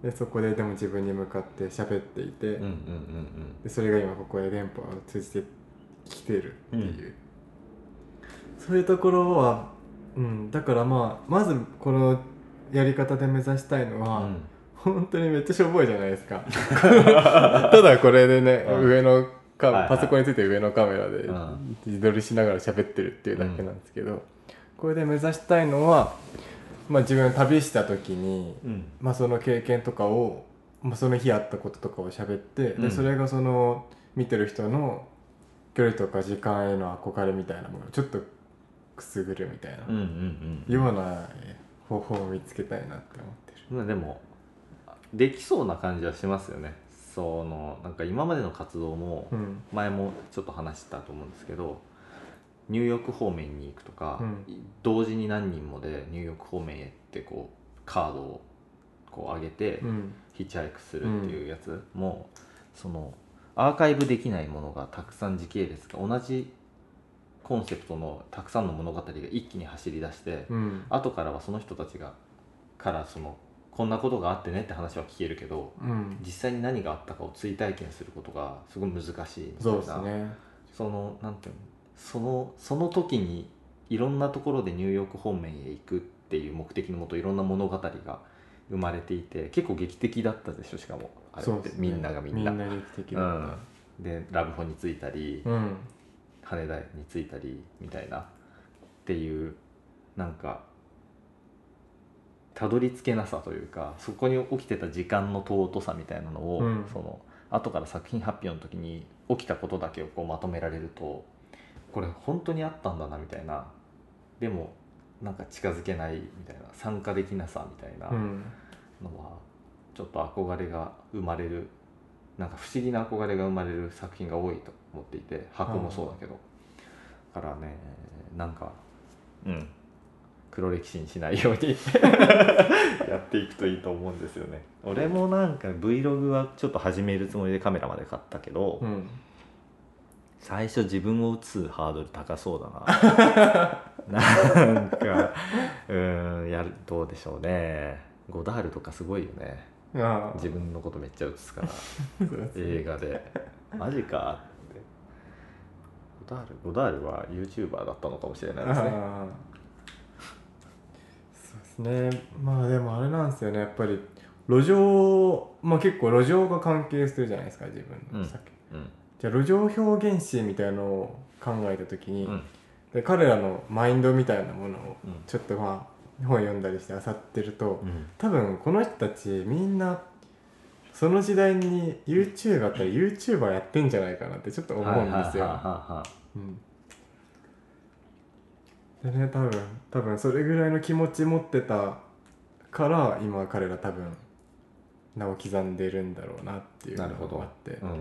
Speaker 2: でそこででも自分に向かって喋っていて、
Speaker 1: うんうんうん
Speaker 2: でそれが今ここへ電波を通じて来てるっていう、そういうところは、うん、だからまあまずこのやり方で目指したいの
Speaker 1: う
Speaker 2: は、
Speaker 1: ん
Speaker 2: 本当にめっちゃしょぼいじゃないですか ただこれでね、
Speaker 1: うん
Speaker 2: 上のカメ
Speaker 1: はいはい
Speaker 2: パソコンについて上のカメラで
Speaker 1: うん
Speaker 2: 自撮りしながら喋ってるっていうだけなんですけど、これで目指したいのは、まあ、自分が旅した時に、
Speaker 1: うん
Speaker 2: まあ、その経験とかを、まあ、その日あったこととかを喋って、
Speaker 1: う
Speaker 2: で
Speaker 1: ん
Speaker 2: それがその見てる人の距離とか時間への憧れみたいなものをちょっとくすぐるみたいな、
Speaker 1: うんうんうん
Speaker 2: ような方法を見つけたいなって思ってる。
Speaker 1: まあでもできそうな感じはしますよねそのなんか今までの活動も
Speaker 2: うん
Speaker 1: 前もちょっと話したと思うんですけどニューヨーク方面に行くとか、
Speaker 2: うん
Speaker 1: 同時に何人もでニューヨーク方面へってこうカードをこう上げて
Speaker 2: うん
Speaker 1: ヒッチハイクするっていうやつも、そのアーカイブできないものがたくさん時系列が同じコンセプトのたくさんの物語が一気に走り出して、
Speaker 2: うん
Speaker 1: 後からはその人たちがからそのこんなことがあってねって話は聞けるけど
Speaker 2: うん、
Speaker 1: 実際に何があったかを追体験することがすごい難しいみたい
Speaker 2: そう
Speaker 1: な
Speaker 2: ですね。
Speaker 1: そのなんていうのそのその時にいろんなところでニューヨーク方面へ行くっていう目的のもといろんな物語が生まれていて結構劇的だったでしょしかもあれ
Speaker 2: そ
Speaker 1: っ
Speaker 2: う
Speaker 1: て、
Speaker 2: ですね
Speaker 1: みんながみんな。
Speaker 2: みんな劇的
Speaker 1: う
Speaker 2: だ
Speaker 1: ん
Speaker 2: っ、
Speaker 1: でラブホに着いたり、
Speaker 2: た。うん、
Speaker 1: 羽田に着いたりみたいなっていうなんかたどり着けなさというかそこに起きてた時間の尊さみたいなのを、
Speaker 2: うん
Speaker 1: その後から作品発表の時に起きたことだけをこうまとめられるとこれ本当にあったんだなみたいなでもなんか近づけないみたいな参加できなさみたいな
Speaker 2: うん、
Speaker 1: のはちょっと憧れが生まれるなんか不思議な憧れが生まれる作品が多いと思っていて箱もそうだけど、だからねなんかうん黒歴史にしないように やっていくといいと思うんですよね俺もなんか Vlog はちょっと始めるつもりでカメラまで買ったけど、
Speaker 2: うん、
Speaker 1: 最初自分を打つハードル高そう だななんかうんやるどうでしょうねゴダールとかすごいよね
Speaker 2: ああ、
Speaker 1: 自分のことめっちゃ映すから
Speaker 2: そうですね
Speaker 1: 映画でマジかってゴダールゴダールは YouTuber だったのかもしれないですね
Speaker 2: ああそうですね。まあでもあれなんですよね。やっぱり路上、まあ結構路上が関係するじゃないですか自分の酒。
Speaker 1: うん
Speaker 2: じゃあ路上表現史みたいのを考えた時に、
Speaker 1: うん
Speaker 2: で彼らのマインドみたいなものを
Speaker 1: うん
Speaker 2: ちょっとまあ本読んだりして漁ってると。
Speaker 1: うん
Speaker 2: 多分この人たちみんなその時代に YouTube だったら YouTuber やってんじゃないかなってちょっと思う
Speaker 1: は
Speaker 2: んです
Speaker 1: いはい
Speaker 2: よ。
Speaker 1: はいはい
Speaker 2: うんでね多分多分それぐらいの気持ち持ってたから今彼ら多分名を刻んでるんだろうなっていうの
Speaker 1: なるほど
Speaker 2: があって、
Speaker 1: うん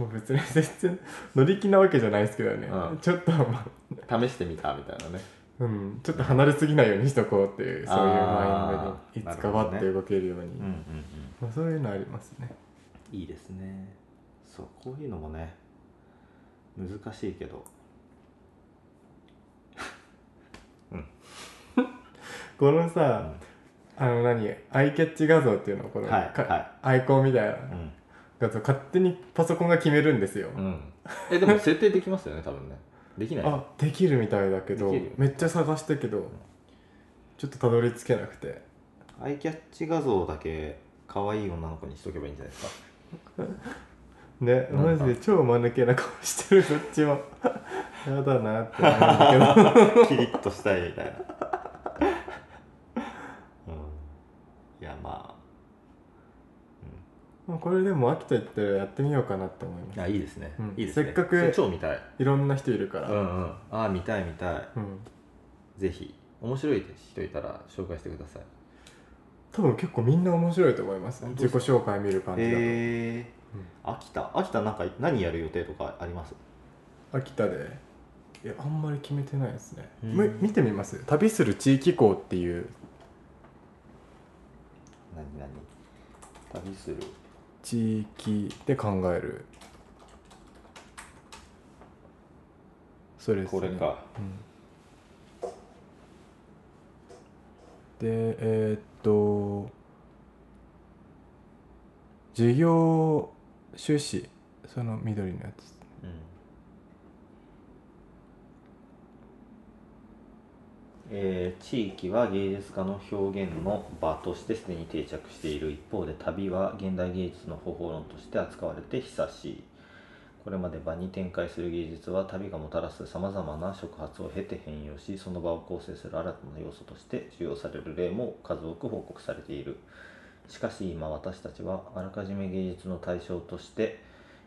Speaker 2: もう別に全然乗り気なわけじゃないですけどね、
Speaker 1: うん
Speaker 2: ちょっと、まあ
Speaker 1: 試してみたみたいなね
Speaker 2: うん、ちょっと離れすぎないようにしとこうっていうそういうマ
Speaker 1: あー
Speaker 2: インドにいつかは
Speaker 1: なるほどね
Speaker 2: って動けるように、
Speaker 1: うんうんうん
Speaker 2: まあ、そういうのありますね。
Speaker 1: いいですねそうこういうのもね難しいけど
Speaker 2: この
Speaker 1: う
Speaker 2: さ、
Speaker 1: ん
Speaker 2: あの何アイキャッチ画像っていうのこの、
Speaker 1: はい
Speaker 2: か
Speaker 1: はい
Speaker 2: アイコンみたいな
Speaker 1: うん
Speaker 2: 画像勝手にパソコンが決めるんですよ、
Speaker 1: うんえでも設定できますよね多分ねできない
Speaker 2: あできるみたいだけど
Speaker 1: できる
Speaker 2: めっちゃ探したけど、ちょっとたどり着けなくて
Speaker 1: アイキャッチ画像だけ可愛い女の子にしとけばいいんじゃないですか
Speaker 2: ね
Speaker 1: なんだ
Speaker 2: マジで超間抜けな顔してるどっちも やだなって思うんだ けど
Speaker 1: キリッとしたいみ たいなうんいやま
Speaker 2: もうこれでも秋田行ったらやってみようかなって思います
Speaker 1: ああいいですね、
Speaker 2: うん
Speaker 1: いいですね
Speaker 2: せっかく
Speaker 1: それ超見たい
Speaker 2: いろんな人いるか
Speaker 1: う
Speaker 2: ら、
Speaker 1: んうんああ見たい見たい
Speaker 2: うん
Speaker 1: ぜひ面白い人いたら紹介してください
Speaker 2: 多分結構みんな面白いと思いますね
Speaker 1: 本当
Speaker 2: 自
Speaker 1: で
Speaker 2: 己
Speaker 1: すか
Speaker 2: 紹介見る感じだと、
Speaker 1: えー秋田秋田なんか何やる予定とかあります
Speaker 2: 秋田でいやあんまり決めてないですね、
Speaker 1: うん
Speaker 2: む見てみます旅する地域校っていう
Speaker 1: 何何旅する
Speaker 2: 地域で考えるそれですね
Speaker 1: これか、
Speaker 2: うんでえーっと事業収支その緑のやつ
Speaker 1: うんえー地域は芸術家の表現の場としてすでに定着している一方で旅は現代芸術の方法論として扱われて久しいこれまで場に展開する芸術は旅がもたらすさまざまな触発を経て変容しその場を構成する新たな要素として重要される例も数多く報告されているしかし今私たちはあらかじめ芸術の対象として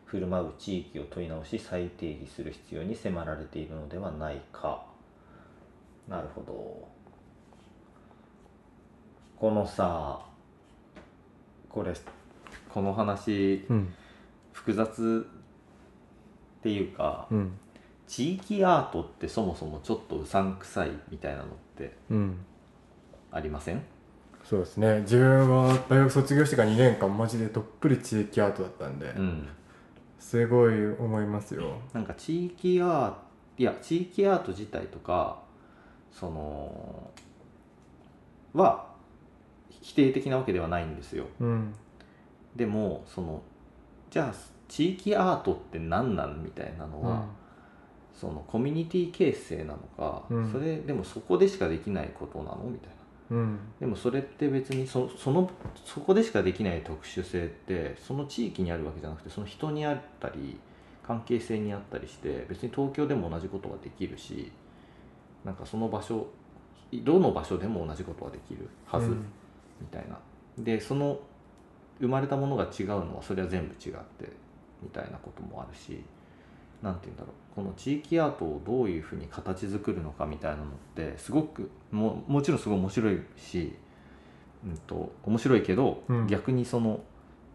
Speaker 1: 振る舞う地域を問い直し再定義する必要に迫られているのではないかなるほどこのさこれこの話
Speaker 2: うん
Speaker 1: 複雑っていうか、
Speaker 2: うん
Speaker 1: 地域アートってそもそもちょっとうさんくさいみたいなのって
Speaker 2: うん
Speaker 1: ありません
Speaker 2: そうですね自分は大学卒業してから2年間マジでどっぷり地域アートだったんで、
Speaker 1: うん
Speaker 2: すごい思いますよ
Speaker 1: なんか地域アートいや地域アート自体とかそのは否定的なわけではないんですよ
Speaker 2: うん
Speaker 1: でもそのじゃあ地域アートって何なんみたいなのは、そのコミュニティ形成なのか、
Speaker 2: うん
Speaker 1: それでもそこでしかできないことなのみたいな
Speaker 2: うん
Speaker 1: でもそれって別にそそのそこでしかできない特殊性ってその地域にあるわけじゃなくてその人にあったり関係性にあったりして別に東京でも同じことができるしなんかその場所どの場所でも同じことができるはず、
Speaker 2: うん
Speaker 1: みたいなでその生まれたものが違うのはそれは全部違ってみたいなこともあるし何て言うんだろうこの地域アートをどういうふうに形作るのかみたいなのってすごくももちろんすごい面白いし、うん、と面白いけど、
Speaker 2: うん
Speaker 1: 逆にその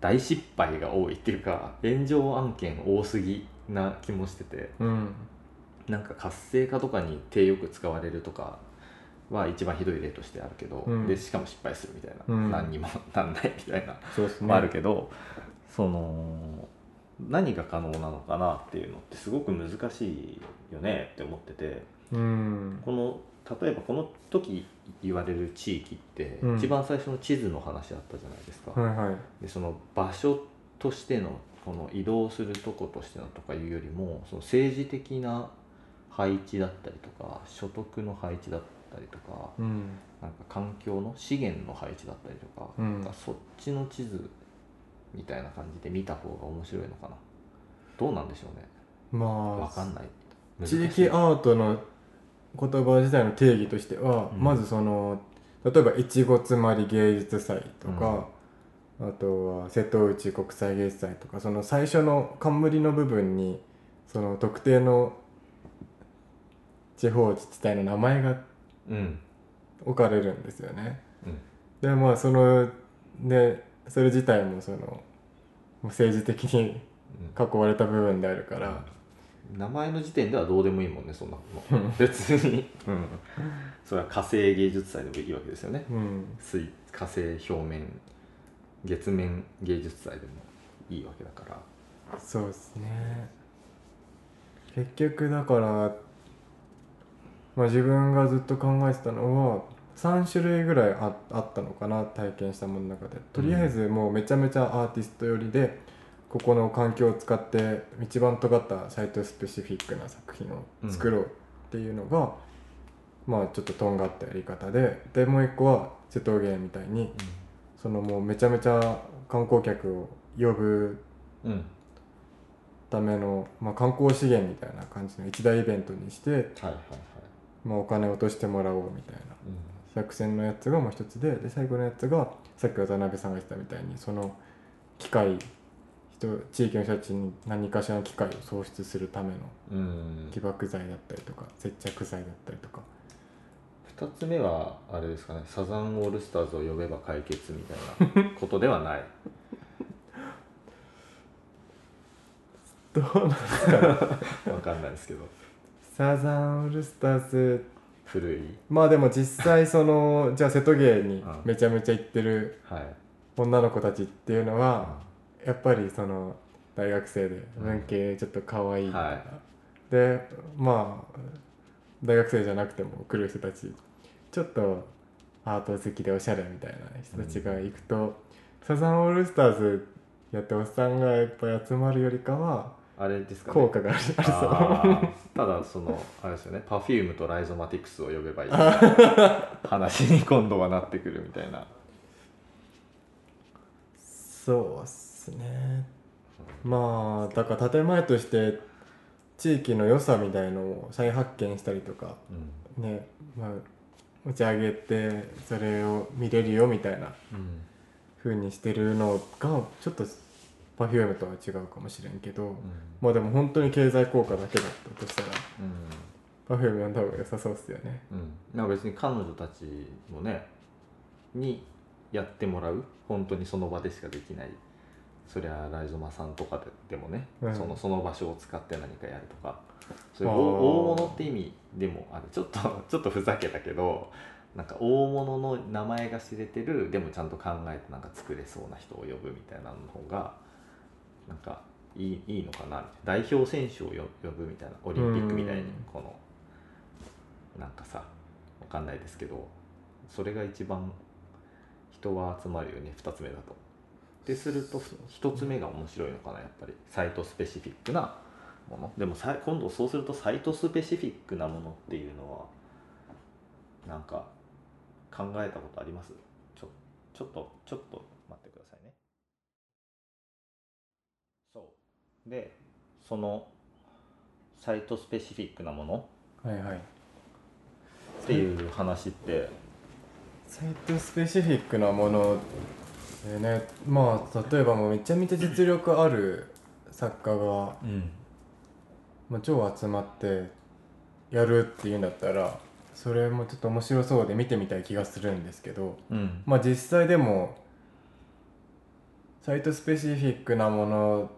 Speaker 1: 大失敗が多いっていうか炎上案件多すぎな気もしてて
Speaker 2: うん
Speaker 1: なんか活性化とかに手よく使われるとかは一番ひどい例としてあるけど、
Speaker 2: うん
Speaker 1: でしかも失敗するみたいな、
Speaker 2: うん
Speaker 1: 何にもなんないみたいな、
Speaker 2: そうですね、
Speaker 1: まああるけどその何が可能なのかなっていうのってすごく難しいよねって思ってて
Speaker 2: うん
Speaker 1: この例えばこの時言われる地域って、
Speaker 2: うん
Speaker 1: 一番最初の地図の話あったじゃないですか。
Speaker 2: はいはい
Speaker 1: でその場所としてのこの移動するとことしてのとかいうよりもその政治的な配置だったりとか所得の配置だったりとか
Speaker 2: うん
Speaker 1: なんか環境の資源の配置だったりとか,、
Speaker 2: うん
Speaker 1: なんかそっちの地図みたいな感じで見た方が面白いのかなどうなんでしょうね
Speaker 2: ま
Speaker 1: わ
Speaker 2: あ
Speaker 1: かんない
Speaker 2: 地域
Speaker 1: ー
Speaker 2: アートの言葉自体の定義としては、
Speaker 1: うん
Speaker 2: まずその例えばいちごつまり芸術祭とか、あとは瀬戸内国際芸術祭とかその最初の冠の部分にその特定の地方自治体の名前が
Speaker 1: うん
Speaker 2: 置かれるんですよね。
Speaker 1: うん
Speaker 2: でまあそのでそれ自体もそのもう政治的に
Speaker 1: うん
Speaker 2: 囲われた部分であるから。
Speaker 1: 名前の時点ではどうでもいいもんねそんな の別に、うん、それは火星芸術祭でもいいわけですよね
Speaker 2: うん
Speaker 1: 水火星表面月面芸術祭でもいいわけだから
Speaker 2: そうですね結局だから、まあ、自分がずっと考えてたのは3種類ぐらいああったのかな体験したものの中でとりあえずもうめちゃめちゃアーティスト寄りで、ここの環境を使って一番尖ったサイトスペシフィックな作品を作ろうっていうのが、まあちょっととんがったやり方ででもう一個は瀬戸芸みたいにそのもうめちゃめちゃ観光客を呼ぶ
Speaker 1: うん、はい
Speaker 2: ための、まあ、観光資源みたいな感じの一大イベントにして、
Speaker 1: はいはい、
Speaker 2: まあ、お金を落としてもらおうみたいな作戦のやつがもう一つでで最後のやつがさっき渡辺さんが言ってたみたいにその機会人地域の人たちに何かしらの機会を創出するための
Speaker 1: うんうん、
Speaker 2: 起爆剤だったりとか接着剤だったりとか
Speaker 1: 2つ目はあれですかねサザンオールスターズを呼べば解決みたいなことではない
Speaker 2: どうなん
Speaker 1: わかんないですけど
Speaker 2: サザンオールスターズ
Speaker 1: 古い
Speaker 2: まあでも実際そのじゃあ瀬戸芸に
Speaker 1: うん
Speaker 2: めちゃめちゃ行ってる
Speaker 1: はい
Speaker 2: 女の子たちっていうのは、やっぱりその大学生で文系ちょっと可愛い、
Speaker 1: は
Speaker 2: でまあ大学生じゃなくても来る人たちちょっとアート好きでおしゃれみたいな人たちが行くと、サザンオールスターズやっておっさんがいっぱい集まるよりかは
Speaker 1: ああれですかね
Speaker 2: 効果があるある
Speaker 1: あ
Speaker 2: そう
Speaker 1: ーただそのあれですよね Perfume とライゾマティクスを呼べ ばいいみたいな話に今度はなってくるみたいな
Speaker 2: そうっすねまあだから建前として地域の良さみたいのを再発見したりとか
Speaker 1: うん
Speaker 2: ねまあ持ち上げてそれを見れるよみたいな
Speaker 1: うん
Speaker 2: 風にしてるのがちょっと Perfume とは違うかもしれんけど、まあでも本当に経済効果だけだったとしたら
Speaker 1: う
Speaker 2: Perfume の方が良さそうっすよね
Speaker 1: んうんまあ別に彼女たちもねにやってもらう本当にその場でしかできないそりゃライゾマさんとかででもね、
Speaker 2: うん
Speaker 1: そのその場所を使って何かやるとかそういう
Speaker 2: あー
Speaker 1: 大大物って意味でもあるちょっと ちょっとふざけたけどなんか大物の名前が知れてるでもちゃんと考えてなんか作れそうな人を呼ぶみたいなの方がなんかいいいいのかな代表選手をよ呼ぶみたいなオリンピックみたいに
Speaker 2: うん
Speaker 1: このなんかさわかんないですけどそれが一番人は集まるよね2つ目だと。ですると1つ目が面白いのかなやっぱりサイトスペシフィックなものでもさ今度そうするとサイトスペシフィックなものっていうのはなんか考えたことありますちょちょっとちょっと待ってくださいねそうでそのサイトスペシフィックなもの
Speaker 2: はいはい
Speaker 1: っていう話って
Speaker 2: サイトスペシフィックなものでねまあ例えばもうめちゃめちゃ実力ある作家が、
Speaker 1: うん
Speaker 2: まあ、超集まってやるっていうんだったらそれもちょっと面白そうで見てみたい気がするんですけど
Speaker 1: うん
Speaker 2: まあ実際でもサイトスペシフィックなもの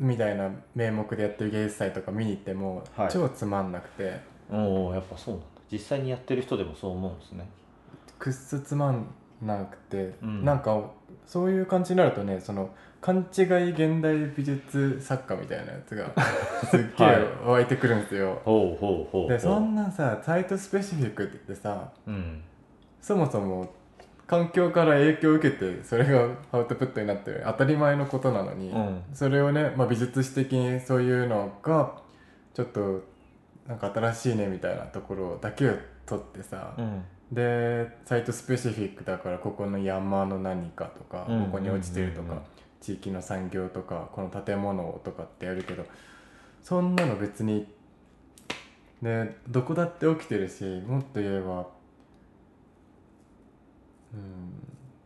Speaker 2: みたいな名目でやってる芸術祭とか見に行っても、
Speaker 1: はい
Speaker 2: 超つまんなくて
Speaker 1: おおやっぱそうなんだ実際にやってる人でもそう思うんですね
Speaker 2: くっそつまんなくて、
Speaker 1: うん
Speaker 2: なんかそういう感じになるとねその勘違い現代美術作家みたいなやつ がすっげえ湧いてくるんですよ。
Speaker 1: ほうほうほうほう
Speaker 2: でそんなさサイトスペシフィックって言ってさ
Speaker 1: うん
Speaker 2: そもそも環境から影響を受けてそれがアウトプットになってる当たり前のことなのに、
Speaker 1: うん
Speaker 2: それをね、まあ、美術史的にそういうのがちょっとなんか新しいねみたいなところだけを取ってさ、
Speaker 1: うん
Speaker 2: でサイトスペシフィックだからここの山の何かとか、
Speaker 1: うん
Speaker 2: ここに落ちてるとか、
Speaker 1: うんうんうん
Speaker 2: 地域の産業とかこの建物とかってやるけどそんなの別にねどこだって起きてるしもっと言えばうん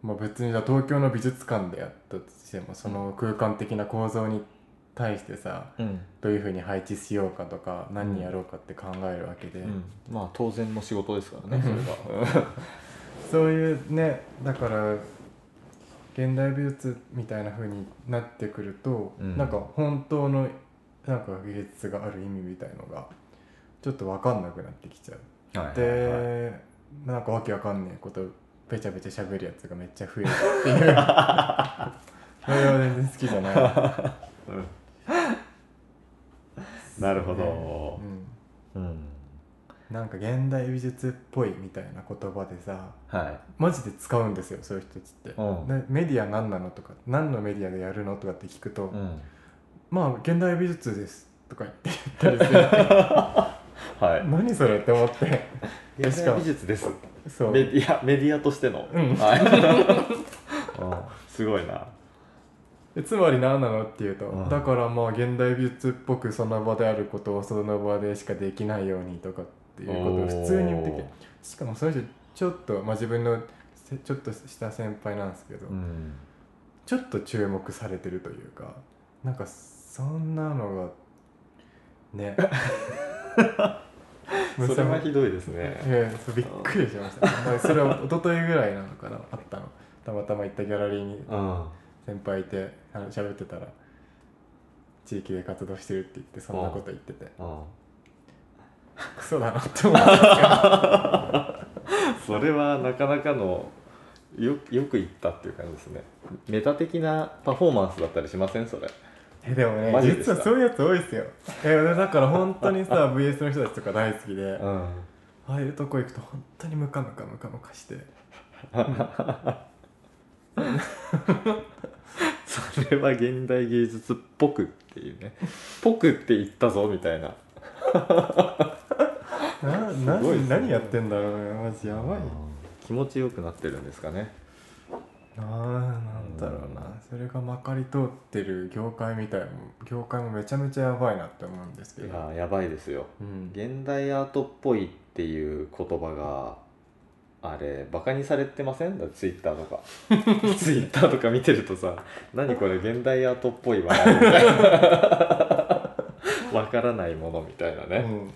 Speaker 2: まあ別にじゃあ東京の美術館でやったとしてもその空間的な構造に対してさ
Speaker 1: うん
Speaker 2: どういうふうに配置しようかとか何やろうかって考えるわけで。
Speaker 1: まあ当然の仕事ですからねそ れが
Speaker 2: そういうねだから現代美術みたいな風になってくると、
Speaker 1: うん
Speaker 2: なんか本当のなんか芸術がある意味みたいのがちょっと分かんなくなってきちゃう。
Speaker 1: はい
Speaker 2: で、
Speaker 1: はいはい
Speaker 2: なんかわけわかんねえことべちゃべちゃ喋るやつがめっちゃ増えるって いうそれは全然好きじゃない。
Speaker 1: なるほ
Speaker 2: ね
Speaker 1: ど
Speaker 2: うん
Speaker 1: うん
Speaker 2: なんか現代美術っぽいみたいな言葉でさ
Speaker 1: はい
Speaker 2: マジで使うんですよそういう人たちって、
Speaker 1: うん
Speaker 2: でメディア何なのとか何のメディアでやるのとかって聞くと、
Speaker 1: うん
Speaker 2: まあ現代美術ですとか言って言ったり する
Speaker 1: は
Speaker 2: 何それって 思って
Speaker 1: い
Speaker 2: でしかも
Speaker 1: 美術です
Speaker 2: そう
Speaker 1: メディアメディアとしての
Speaker 2: うん
Speaker 1: はい うんすごいな
Speaker 2: でつまり何なのっていうと、
Speaker 1: うん
Speaker 2: だからまあ現代美術っぽくその場であることをその場でしかできないようにとかっていうことを普通に言ってきてしかもその人ちょっと、まあ、自分のせちょっとした先輩なんですけど、
Speaker 1: うん
Speaker 2: ちょっと注目されてるというかなんかそんなの がね
Speaker 1: それはひ
Speaker 2: い
Speaker 1: どいですね
Speaker 2: やいやそうびっくりしました、まあそれは一昨日ぐらいなのかなあったのたまたま行ったギャラリーに
Speaker 1: うん
Speaker 2: 先輩いてあの喋ってたら地域で活動してるって言ってそんなこと言ってて
Speaker 1: うん
Speaker 2: クソだなって 思ったんですけ
Speaker 1: そ
Speaker 2: ど
Speaker 1: れはなかなかのよよく言ったっていう感じですねメタ的なパフォーマンスだったりしませんそれ
Speaker 2: えでもね
Speaker 1: マジです
Speaker 2: 実
Speaker 1: か
Speaker 2: はそういうやつ多いですよえだから本当に さ VS の人たちとか大好きで
Speaker 1: ん
Speaker 2: ああいうとこ行くと本当にムカムカムカムカして
Speaker 1: そそれは現代芸術っぽくっていうねぽくって言ったぞみたいな
Speaker 2: な
Speaker 1: すごいですね
Speaker 2: 何何やってんだろうよマジやばい
Speaker 1: 気持ちよくなってるんですかね
Speaker 2: ななんだろうなそれがまかり通ってる業界みたいも業界もめちゃめちゃやばいなって思うんですけ
Speaker 1: い
Speaker 2: ど、
Speaker 1: ややばいですよ
Speaker 2: うん、
Speaker 1: 現代アートっぽいっていう言葉があれバカにされてませんだツイッターとか ツイッターとか見てるとさ何これ現代アートっぽいわみたいな わからないものみたいなね、うん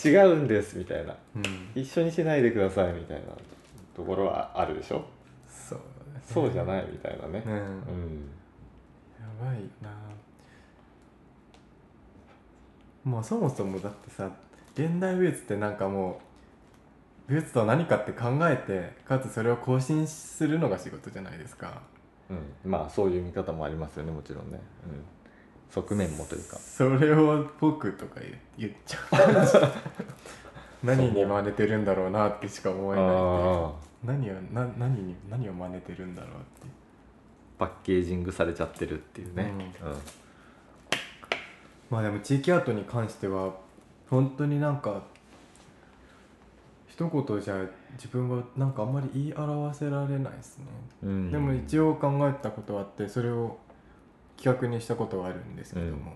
Speaker 1: 違うんですみたいな
Speaker 2: うんうん
Speaker 1: 一緒にしないでくださいみたいなところはあるでしょ
Speaker 2: そうだね
Speaker 1: そうじゃないみたいなね
Speaker 2: うん、や
Speaker 1: うん
Speaker 2: ばいなまあそもそもだってさ現代美術ってなんかもう美術とは何かって考えてかつそれを更新するのが仕事じゃないですか
Speaker 1: うん、まあそういう見方もありますよねもちろんね、うん、側面もというか
Speaker 2: それを僕とか言言っちゃう何に真似てるんだろうなってしか思えない
Speaker 1: あ
Speaker 2: 何をな何に何を真似てるんだろうって
Speaker 1: パッケージングされちゃってるっていうね、うん
Speaker 2: まあでも地域アートに関しては本当になんか一言じゃ自分はなんかあんまり言い表せられないですね、
Speaker 1: うん
Speaker 2: でも一応考えたことはあってそれを企画にしたことはあるんですけども、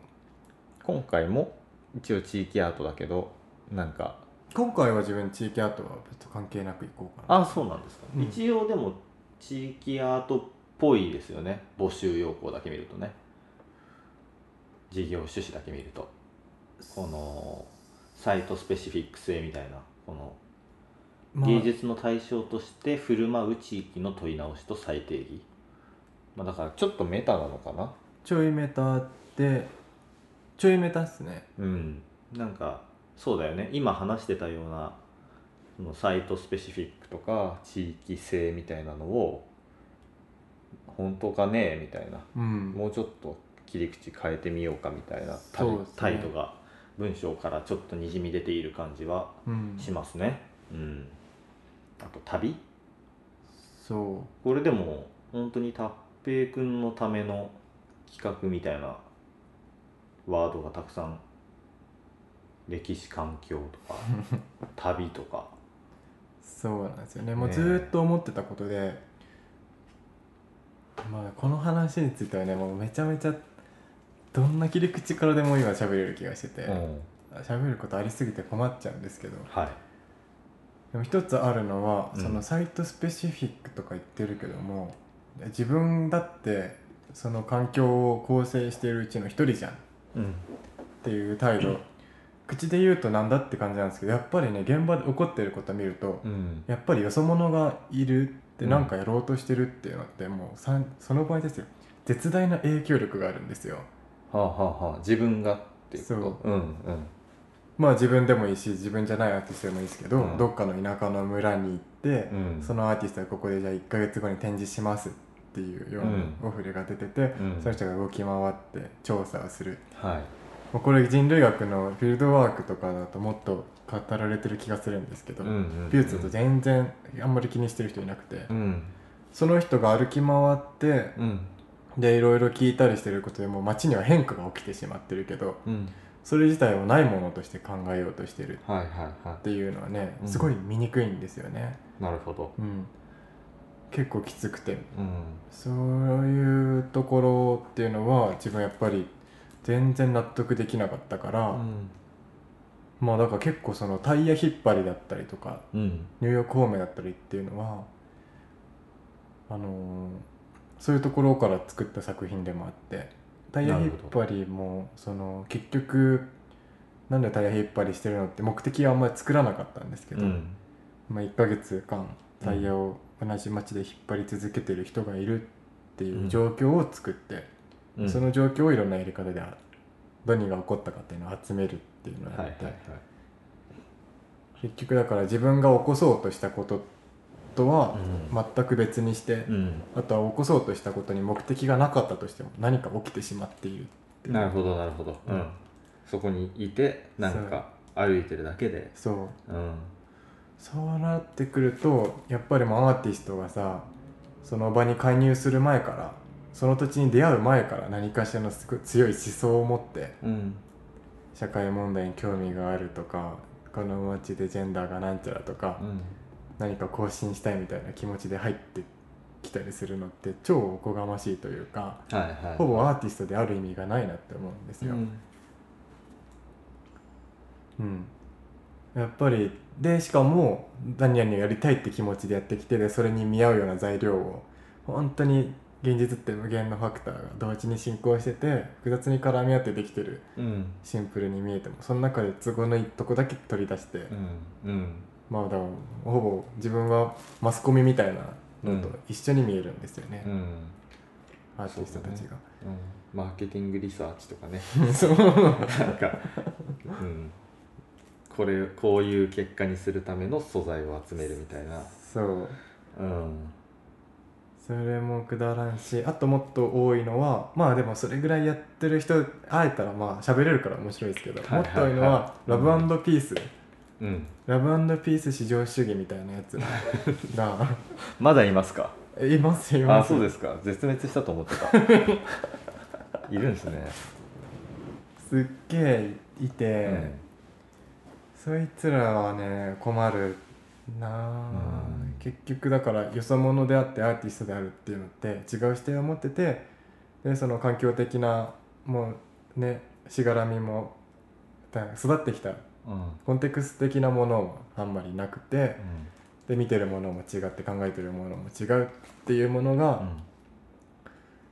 Speaker 1: 今回も一応地域アートだけどなんか
Speaker 2: 今回は自分地域アートは別に関係なくいこうかな
Speaker 1: あそうなんですか、
Speaker 2: うん
Speaker 1: 一応でも地域アートっぽいですよね募集要項だけ見るとね事業趣旨だけ見るとこのサイトスペシフィック性みたいなこの
Speaker 2: まあ
Speaker 1: 芸術の対象として振る舞う地域の問い直しと再定義、まあ、だからちょっとメタなのかな
Speaker 2: ちょいメタってちょいメタっすね
Speaker 1: うんなんかそうだよね今話してたようなそのサイトスペシフィックとか地域性みたいなのを本当かねみたいな
Speaker 2: うん
Speaker 1: もうちょっと切り口変えてみようかみたいな態,、
Speaker 2: そうですね
Speaker 1: 態度が文章からちょっとにじみ出ている感じは
Speaker 2: うん
Speaker 1: しますねうんあと旅
Speaker 2: そ
Speaker 1: これでも本当に達平くんのための企画みたいなワードがたくさん歴史環境 とか旅とか
Speaker 2: うそうなんですよねもう
Speaker 1: ねえ
Speaker 2: ずーっと思ってたことで、まあこの話についてはねもうめちゃめちゃどんな切り口からでも今喋れる気がしてて喋、ることありすぎて困っちゃうんですけど
Speaker 1: はい
Speaker 2: でも一つあるのは、
Speaker 1: うん
Speaker 2: そのサイトスペシフィックとか言ってるけども自分だってその環境を構成しているうちの一人じゃん
Speaker 1: うん
Speaker 2: っていう態度口で言うとなんだって感じなんですけどやっぱりね現場で起こってること見ると、
Speaker 1: うん
Speaker 2: やっぱりよそ者がいるって
Speaker 1: うん
Speaker 2: なんかやろうとしてるっていうのってもうさんその場合ですよ絶大な影響力があるんですよ
Speaker 1: はあはあはあ自分がっていうこと
Speaker 2: そ
Speaker 1: う
Speaker 2: う
Speaker 1: んうん
Speaker 2: まあ自分でもいいし自分じゃないアーティストでもいいですけど、
Speaker 1: うん
Speaker 2: どっかの田舎の村に行って、
Speaker 1: うん
Speaker 2: そのアーティストがここでじゃあ1ヶ月後に展示しますっていうよう
Speaker 1: うん
Speaker 2: なオフレが出てて、
Speaker 1: うん
Speaker 2: その人が動き回って調査をする
Speaker 1: はい
Speaker 2: もうこれ人類学のフィールドワークとかだともっと語られてる気がするんですけど、
Speaker 1: うんうん
Speaker 2: 美術だと全然あんまり気にしてる人いなくて、
Speaker 1: うん
Speaker 2: その人が歩き回って
Speaker 1: うん
Speaker 2: でいろいろ聞いたりしてることでもう街には変化が起きてしまってるけど
Speaker 1: うん
Speaker 2: それ自体をないものとして考えようとしてる
Speaker 1: はいはいは
Speaker 2: っていうのはね
Speaker 1: うん
Speaker 2: すごい醜いんですよね、
Speaker 1: いなるほど
Speaker 2: うん、結構きつくて
Speaker 1: うん
Speaker 2: そういうところっていうのは自分やっぱり全然納得できなかったから、
Speaker 1: うん
Speaker 2: まあだから結構そのタイヤ引っ張りだったりとか
Speaker 1: うん
Speaker 2: ニューヨーク方面だったりっていうのはあのーそういうところから作った作品でもあってタイヤ引っ張りもその結局なんでタイヤ引っ張りしてるのって目的はあんまり作らなかったんですけど、
Speaker 1: うん
Speaker 2: まあ、1ヶ月間タイヤを同じ街で引っ張り続けてる人がいるっていう状況を作って、
Speaker 1: うん
Speaker 2: その状況をいろんなやり方で何が起こったかっていうのを集めるっていうのをやって
Speaker 1: は、いはいはい
Speaker 2: 結局だから自分が起こそうとしたこととは全く別にして、
Speaker 1: うん
Speaker 2: あとは起こそうとしたことに目的がなかったとしても何か起きてしまっている
Speaker 1: なるほどなるほど、
Speaker 2: うん
Speaker 1: そこにいてなんか歩いてるだけで
Speaker 2: そう
Speaker 1: うん
Speaker 2: そうなってくるとやっぱりもうアーティストがさその場に介入する前からその土地に出会う前から何かしらのすごい強い思想を持って
Speaker 3: うん
Speaker 2: 社会問題に興味があるとかこの街でジェンダーがなんちゃらとか、
Speaker 3: うん
Speaker 2: 何か更新したいみたいな気持ちで入ってきたりするのって超おこがましいというか
Speaker 3: はいはい
Speaker 2: ほぼアーティストである意味がないなって思うんです
Speaker 3: う
Speaker 2: よ。
Speaker 3: ん
Speaker 2: うんやっぱりでしかも何々をやりたいって気持ちでやってきてでそれに見合うような材料を本当に現実って無限のファクターが同時に進行してて複雑に絡み合ってできてる
Speaker 3: うん
Speaker 2: シンプルに見えてもその中で都合のいいとこだけ取り出して、
Speaker 3: うんうん
Speaker 2: まあだからほぼ自分はマスコミみたいなのと
Speaker 3: うん
Speaker 2: 一緒に見えるんですよね、
Speaker 3: うん
Speaker 2: アーティストたちが。
Speaker 3: うんマーケティングリサーチとかね
Speaker 2: そう
Speaker 3: なんか、うん、これこういう結果にするための素材を集めるみたいな、
Speaker 2: そう
Speaker 3: うん、
Speaker 2: それもくだらんしあともっと多いのはまあでもそれぐらいやってる人会えたらまあ喋れるから面白いですけど、
Speaker 3: はいはいはい
Speaker 2: もっと多いのは
Speaker 3: うん
Speaker 2: ラブピース、
Speaker 3: うん、
Speaker 2: ラブピース至上主義みたいなやつ が
Speaker 1: まだいますか
Speaker 2: いますいま
Speaker 1: あ
Speaker 2: す
Speaker 1: そうですか絶滅したと思ってた いるんですね、
Speaker 2: すっげえいて、
Speaker 1: うん
Speaker 2: そいつらはね困るなあ、
Speaker 1: うん
Speaker 2: 結局だからよそ者であってアーティストであるっていうのって違う視点を持っててでその環境的なもうねしがらみもだ育ってきた
Speaker 1: うん
Speaker 2: コンテクスト的なものもあんまりなくて
Speaker 1: うん
Speaker 2: で見てるものも違って考えてるものも違うっていうものが、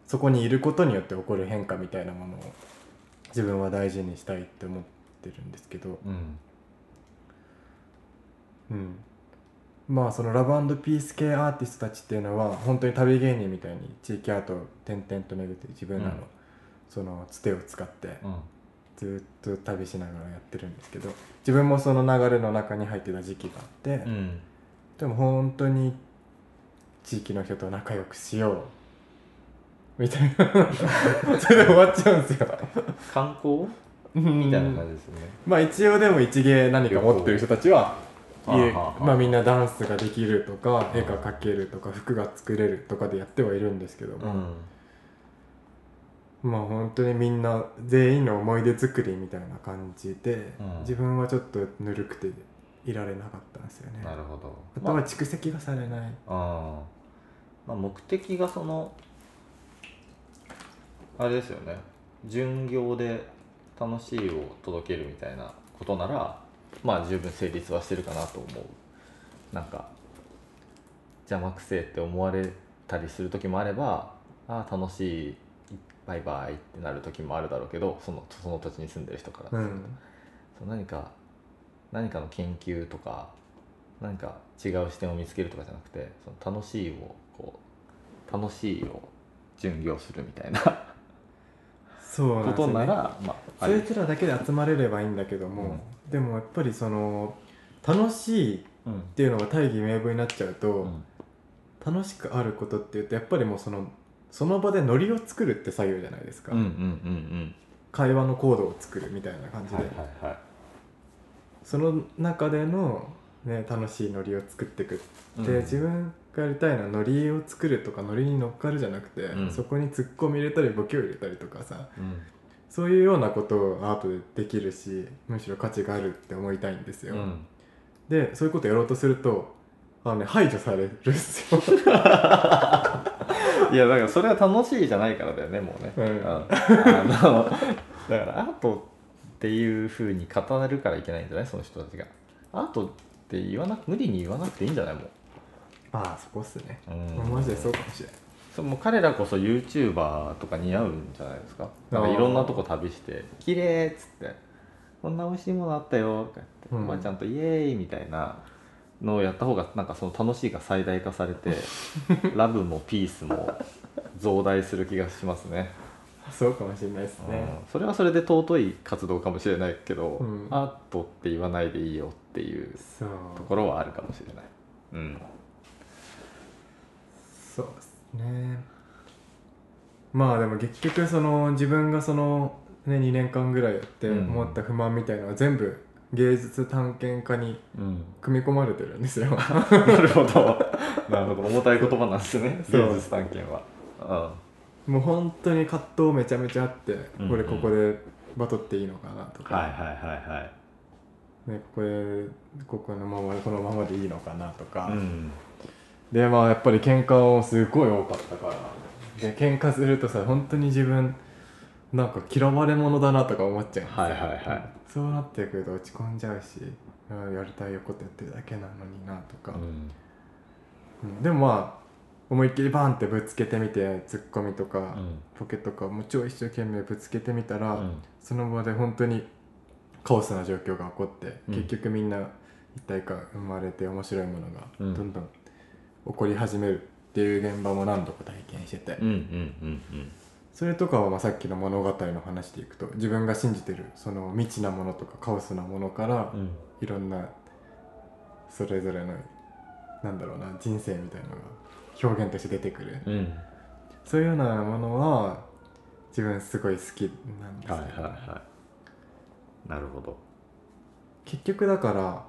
Speaker 2: そこにいることによって起こる変化みたいなものを自分は大事にしたいって思ってるんですけど。
Speaker 1: うん
Speaker 2: うん、まあそのラブピース系アーティストたちっていうのは本当に旅芸人みたいに地域アートを点々と巡って自分らの、
Speaker 1: うん
Speaker 2: そのつてを使って
Speaker 1: うん
Speaker 2: ずっと旅しながらやってるんですけど自分もその流れの中に入ってた時期があって、
Speaker 1: うん
Speaker 2: でも本当に地域の人と仲良くしようみたいな それで終わっちゃうんですよ
Speaker 1: 観光
Speaker 2: み
Speaker 1: みたいな感じですよね、
Speaker 2: まあ一応でも一芸何か持ってる人たちは
Speaker 1: 旅行
Speaker 2: いえ
Speaker 1: はあはあはあ
Speaker 2: まあみんなダンスができるとか絵が描けるとか服が作れるとかでやってはいるんですけど
Speaker 1: う
Speaker 2: も、
Speaker 1: ん
Speaker 2: まあ本当にみんな全員の思い出作りみたいな感じで、
Speaker 1: うん
Speaker 2: 自分はちょっとぬるくていられなかったんですよね
Speaker 1: な
Speaker 2: あ
Speaker 1: るほど
Speaker 2: とは蓄積がされない、
Speaker 1: あーまあ、目的がそのあれですよね巡業で楽しいを届けるみたいなことならまあ十分成立はしてるかなと思うなんか邪魔くせえって思われたりする時もあればああ楽しいバイバイってなる時もあるだろうけどそのその土地に住んでる人からす
Speaker 2: う
Speaker 1: るとそ
Speaker 2: ん
Speaker 1: う何か何かの研究とか何か違う視点を見つけるとかじゃなくてその楽しいをこう楽しいを巡業するみた いな
Speaker 2: そうなん
Speaker 1: こ
Speaker 2: です
Speaker 1: と
Speaker 2: よ
Speaker 1: な
Speaker 2: ね
Speaker 1: ら、まあ、あ
Speaker 2: そ
Speaker 1: り
Speaker 2: いつらだけで集まれればいいんだけども、でもやっぱりその楽しいっ
Speaker 1: うん
Speaker 2: ていうのが大義名分になっちゃうと、
Speaker 1: うん
Speaker 2: 楽しくあることっていうとやっぱりもうそのその場でノリを作るって作業じゃないですか、
Speaker 1: うんうんうん
Speaker 2: 会話のコードを作るみたいな感
Speaker 1: うん
Speaker 2: じで、
Speaker 1: はいはいはい
Speaker 2: その中での、ね、楽しいノリを作っていく
Speaker 1: うん
Speaker 2: で、自分がやりたいのはノリを作るとかノリに乗っかるじゃなくて、
Speaker 1: うん
Speaker 2: そこにツッコミ入れたりボケを入れたりとかさ
Speaker 1: うん
Speaker 2: そういうようなことをアートでできるしむしろ価値があるって思いたいんですよ、
Speaker 1: うん
Speaker 2: でそういうことやろうとするとあのね排除されるんで すよ、
Speaker 1: いやだからそれは楽しいじゃないからだよねもうね、
Speaker 2: うん
Speaker 1: うんあのだからアートっていうふうに語るからいけないんじゃないその人たちがアートって言わなく無理に言わなくていいんじゃないもう、
Speaker 2: まあそこっすね、
Speaker 1: うん、
Speaker 2: マジでそうかもしれない
Speaker 1: そうもう彼らこそ YouTuber とか似合うんじゃないですかなんか
Speaker 2: あー
Speaker 1: いろんなとこ旅して「綺麗っつって「こんな美味しいものあったよ」とか言っ
Speaker 2: う
Speaker 1: て「お
Speaker 2: ん
Speaker 1: ばあちゃんとイエーイ」みたいなのをやった方がなんかその楽しいが最大化され てラブもピースも増大する気がしますね
Speaker 2: そうかもしれないですね。
Speaker 1: うん、それはそれで尊い活動かもしれないけど、
Speaker 2: うん
Speaker 1: アートって言わないでいいよっていう
Speaker 2: そう。
Speaker 1: ところはあるかもしれない、うん、
Speaker 2: そうですね。まあでも結局その自分がそのね2年間ぐらいやって
Speaker 1: うん
Speaker 2: 思った不満みたいのは全部芸術探検家に
Speaker 1: うん、
Speaker 2: 組み込まれてるんで すよ。
Speaker 1: なるほど。なるほど。重たい言葉なんですね。
Speaker 2: そう
Speaker 1: 芸術探検は。
Speaker 2: もう本当に葛藤めちゃめちゃあって、
Speaker 1: うん
Speaker 2: これここでバトっていいのかなとか、
Speaker 1: はいはいはいはい
Speaker 2: ね、ここでここのままこのままでいいのかなとか、
Speaker 3: うん
Speaker 2: でまあやっぱり喧嘩をすごい多かったからで喧嘩するとさ本当に自分なんか嫌われ者だなとか思っちゃうんですよ
Speaker 3: はいはいはい
Speaker 2: そうなってくると落ち込んじゃうしあーやりたいことやってるだけなのになとか、
Speaker 3: うん
Speaker 2: うんでもまあ思いっきりバンってぶつけてみてツッコミとか、ポケとかも超一生懸命ぶつけてみたら、
Speaker 3: うん
Speaker 2: その場で本当にカオスな状況が起こって、
Speaker 3: うん
Speaker 2: 結局みんな一体化生まれて面白いものがど
Speaker 3: うん
Speaker 2: んどん起こり始めるっていう現場も何度か体験してて、
Speaker 3: うんうんうん
Speaker 2: それとかはまあさっきの物語の話でいくと自分が信じてるその未知なものとかカオスなものから、
Speaker 3: うん
Speaker 2: いろんなそれぞれのなんだろうな人生みたいなのが表現として出てくる、
Speaker 3: うんうん
Speaker 2: そういうようなものは自分すごい好きなんですけど、
Speaker 3: はいはいはいなるほど
Speaker 2: 結局だから、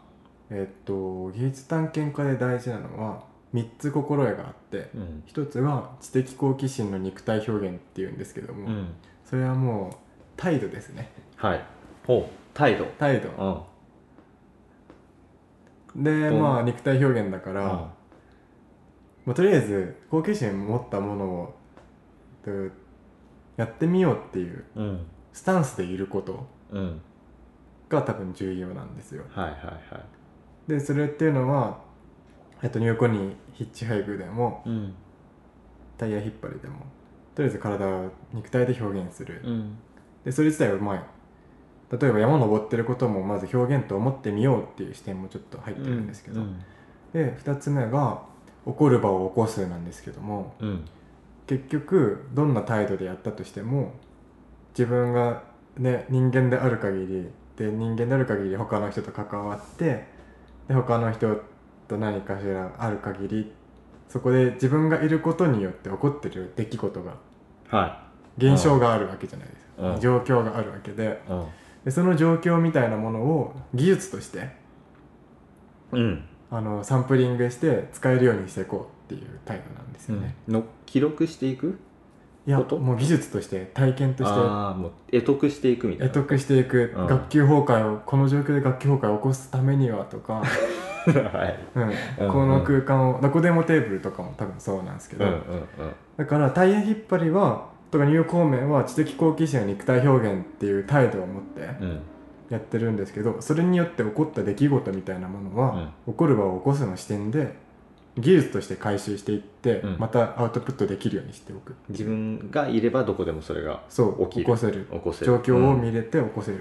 Speaker 2: えっと技術探検家で大事なのは3つ心得があって
Speaker 3: うん
Speaker 2: 1つは知的好奇心の肉体表現っていうんですけども、
Speaker 3: うん
Speaker 2: それはもう態度ですね
Speaker 3: はいほう態度
Speaker 2: 態度
Speaker 3: うん
Speaker 2: で
Speaker 3: どう
Speaker 2: まあ肉体表現だから、
Speaker 3: うん
Speaker 2: まあ、とりあえず好奇心持ったものをえっとやってみようっていう
Speaker 3: うん
Speaker 2: スタンスでいること
Speaker 3: うん
Speaker 2: が多分重要なんですよ
Speaker 3: はいはいはい
Speaker 2: でそれっていうのは、えっと、入庫にヒッチハイクでも
Speaker 3: うん
Speaker 2: タイヤ引っ張りでもとりあえず体を肉体で表現する、
Speaker 3: うん
Speaker 2: でそれ自体はまあ例えば山登ってることもまず表現と思ってみようっていう視点もちょっと入ってるんですけど、
Speaker 3: うん
Speaker 2: で2つ目が「怒る場を起こす」なんですけども
Speaker 3: うん
Speaker 2: 結局どんな態度でやったとしても自分が、ね、人間である限りで人間である限り他の人と関わってで他の人と何かしらある限りそこで自分がいることによって起こってる出来事が
Speaker 3: は
Speaker 2: 現象があるわけじゃないです
Speaker 3: う
Speaker 2: か、
Speaker 3: ん
Speaker 2: 状況があるわけで
Speaker 3: い
Speaker 2: でその状況みたいなものを技術として
Speaker 3: うん
Speaker 2: あのサンプリングして使えるようにしていこうっていう態度なんです
Speaker 3: う
Speaker 2: よ
Speaker 3: ん
Speaker 2: ね、
Speaker 3: の記録していく
Speaker 2: いや
Speaker 1: こと
Speaker 2: もう技術として体験として
Speaker 3: ああもう得得していくみたい
Speaker 2: 得
Speaker 3: な
Speaker 2: 得していく、
Speaker 3: うん
Speaker 2: 学級崩壊をこの状況で学級崩壊を起こすためには とか、
Speaker 3: はい
Speaker 2: うん
Speaker 3: うん
Speaker 2: この空間をどこでもテーブルとかも多分そうなんですけ
Speaker 3: う
Speaker 2: ど、
Speaker 3: んうんうん
Speaker 2: だからタイヤ引っ張りはとか入校面は知的好奇心や肉体表現っていう態度を持って
Speaker 3: うん
Speaker 2: やってるんですけどそれによって起こった出来事みたいなものは、起こる場を起こすの視点で技術として回収していって、
Speaker 3: うん
Speaker 2: またアウトプットできるようにしておく
Speaker 3: 自分がいればどこでもそれが
Speaker 2: そう
Speaker 3: 起きる
Speaker 2: 起こせる
Speaker 3: 起こせる
Speaker 2: 状況を
Speaker 3: る、
Speaker 2: 見れて起こせる、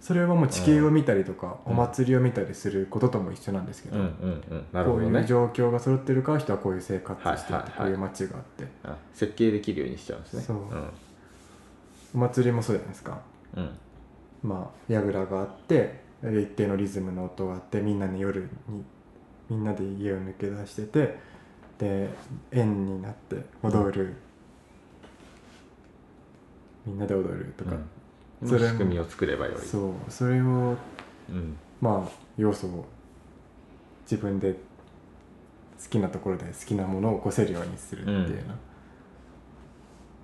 Speaker 2: それはもう地形を見たりとか、
Speaker 3: うん
Speaker 2: お祭りを見たりすることとも一緒なんですけ
Speaker 3: う
Speaker 2: ど、
Speaker 3: ん、うんうんうんなる
Speaker 2: こ
Speaker 3: ほ
Speaker 2: う
Speaker 3: ど
Speaker 2: いう
Speaker 3: ね
Speaker 2: 状況が揃ってるから人はこういう生活してて、
Speaker 3: はいはいはい
Speaker 2: こういう街があって
Speaker 3: あ設計できるようにしちゃうんですね
Speaker 2: そう
Speaker 3: うん
Speaker 2: お祭りもそうじゃないですか
Speaker 3: うん
Speaker 2: まあ櫓があって一定のリズムの音があってみんなで夜にみんなで家を抜け出しててで円になって踊る、みんなで踊るとか、
Speaker 3: うん、
Speaker 2: それも
Speaker 3: 仕組みを作ればよい
Speaker 2: そうそれを
Speaker 3: うん
Speaker 2: まあ要素を自分で好きなところで好きなものを起こせるようにするっていうな、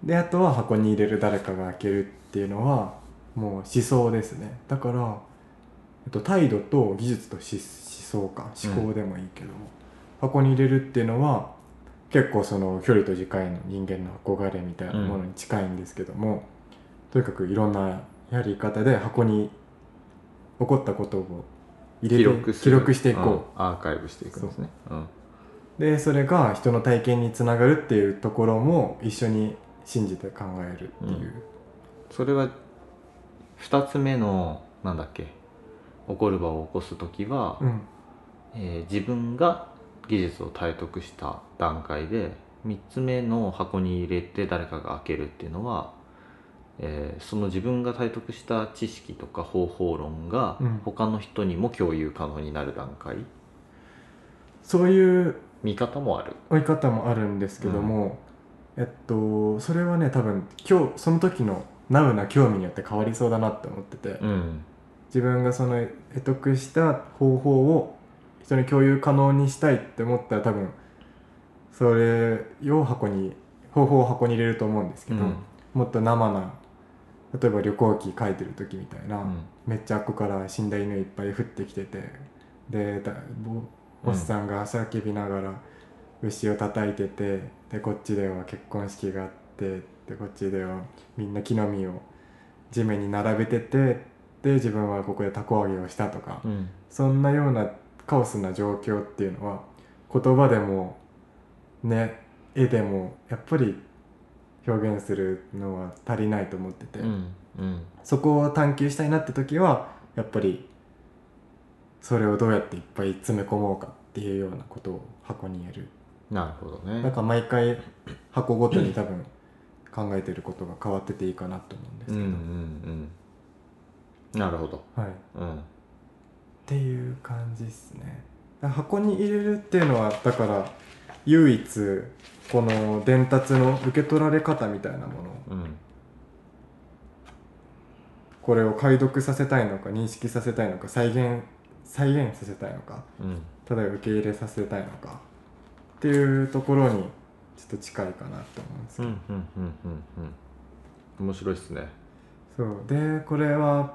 Speaker 2: であとは箱に入れる誰かが開けるっていうのはもう思想ですねだから、えっと、態度と技術と思思想か思考でもいいけども、箱に入れるっていうのは結構その距離と時間への人間の憧れみたいなものに近いんですけども、とにかくいろんなやり方で箱に起こったことを入れて
Speaker 3: 記録する
Speaker 2: していこ
Speaker 3: うんアーカイブしていくんですねうん
Speaker 2: う、でそれが人の体験につながるっていうところも一緒に信じて考えるっていう、
Speaker 1: それは2つ目のなんだっけ起こる場を起こす時は、
Speaker 2: うん
Speaker 1: えー自分が技術を体得した段階で3つ目の箱に入れて誰かが開けるっていうのは、えーその自分が体得した知識とか方法論が
Speaker 2: うん
Speaker 1: 他の人にも共有可能になる段階、
Speaker 2: そういう
Speaker 1: 見方もある
Speaker 2: 追い方もあるんですけども、えっとそれはね多分今日その時のナウな興味によって変わりそうだなって思ってて、
Speaker 1: うん
Speaker 2: 自分がその得得した方法を人に共有可能にしたいって思ったら多分それを箱に方法を箱に入れると思うんですけ
Speaker 1: うん
Speaker 2: ど、もっと生な例えば旅行記書いてる時みたいな、
Speaker 1: うん
Speaker 2: めっちゃあっこから死んだ犬いっぱい降ってきててでだぼ
Speaker 1: うん
Speaker 2: おっさんが叫びながら牛を叩いててでこっちでは結婚式があってでこっちではみんな木の実を地面に並べててで自分はここで凧揚げをしたとか、
Speaker 1: うん
Speaker 2: そんなようなカオスな状況っていうのは言葉でもね絵でもやっぱり表現するのは足りないと思ってて、
Speaker 1: うんうん
Speaker 2: そこを探求したいなって時はやっぱりそれをどうやっていっぱい詰め込もうかっていうようなことを箱に入れる
Speaker 1: なるほどね
Speaker 2: なんか毎回箱ごとに多分考えてることが変わってていいかなと思うんです
Speaker 1: う
Speaker 2: け
Speaker 1: ん
Speaker 2: ど、
Speaker 1: うんうんなるほど
Speaker 2: はい、
Speaker 1: うん
Speaker 2: っていう感じですね箱に入れるっていうのはだから唯一この伝達の受け取られ方みたいなもの
Speaker 1: うん
Speaker 2: これを解読させたいのか認識させたいのか再現再現させたいのか
Speaker 1: うん
Speaker 2: ただ受け入れさせたいのかっていうところにちょっと近いかなと思うんです
Speaker 1: う
Speaker 2: け
Speaker 1: んう
Speaker 2: ど、
Speaker 1: んうんうんうん面白いっすね
Speaker 2: そうでこれは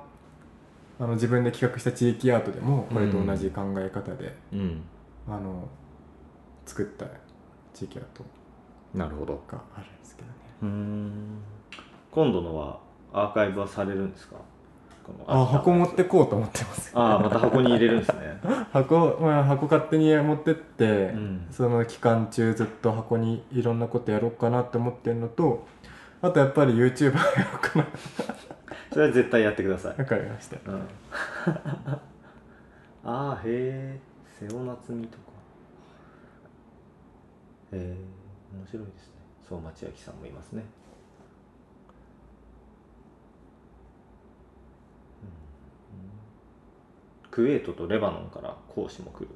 Speaker 2: あの自分で企画した地域アートでもこれと同じ考え方で、
Speaker 1: うん
Speaker 2: あの作った地域アート
Speaker 1: なるほど
Speaker 2: があるんですけどね
Speaker 1: うーん今度のはアーカイブはされるんですかこの
Speaker 2: あ箱持って
Speaker 1: あ
Speaker 2: こうと思ってます
Speaker 1: あーまた箱に入れるんですね
Speaker 2: 箱、まあ、箱勝手に持ってって、
Speaker 1: うん
Speaker 2: その期間中ずっと箱にいろんなことやろうかなって思ってるのとあとやっぱり YouTuber やろうかな
Speaker 1: それは絶対やってください
Speaker 2: わかりました
Speaker 1: うん ああへえ瀬尾夏美とかへえ面白いですねそう町明さんもいますね、うんうんクウェートとレバノンから講師も来る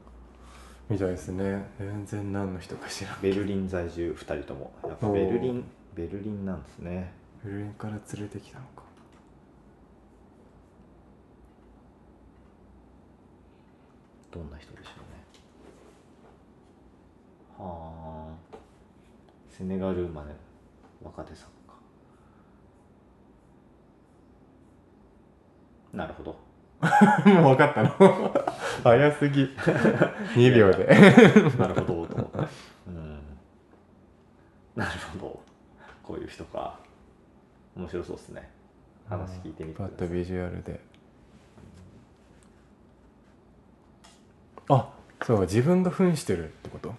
Speaker 2: みたいですね全然何の人か知らん
Speaker 1: ベルリン在住2人ともやっぱ
Speaker 2: おー
Speaker 1: ベルリンベルリンなんですね
Speaker 2: ベルリンから連れてきたのか
Speaker 1: どんな人でしょうねはあセネガル生まれの若手作家なる ほど
Speaker 2: もう分かったの 早すぎ 2秒で
Speaker 1: なるほどと思ってうんなるほどこういう人か面白そうですね話聞いてみてく
Speaker 2: パ
Speaker 1: だ
Speaker 2: ッ
Speaker 1: さ
Speaker 2: と
Speaker 1: い
Speaker 2: ビジュアルであそう自分が扮してるってこと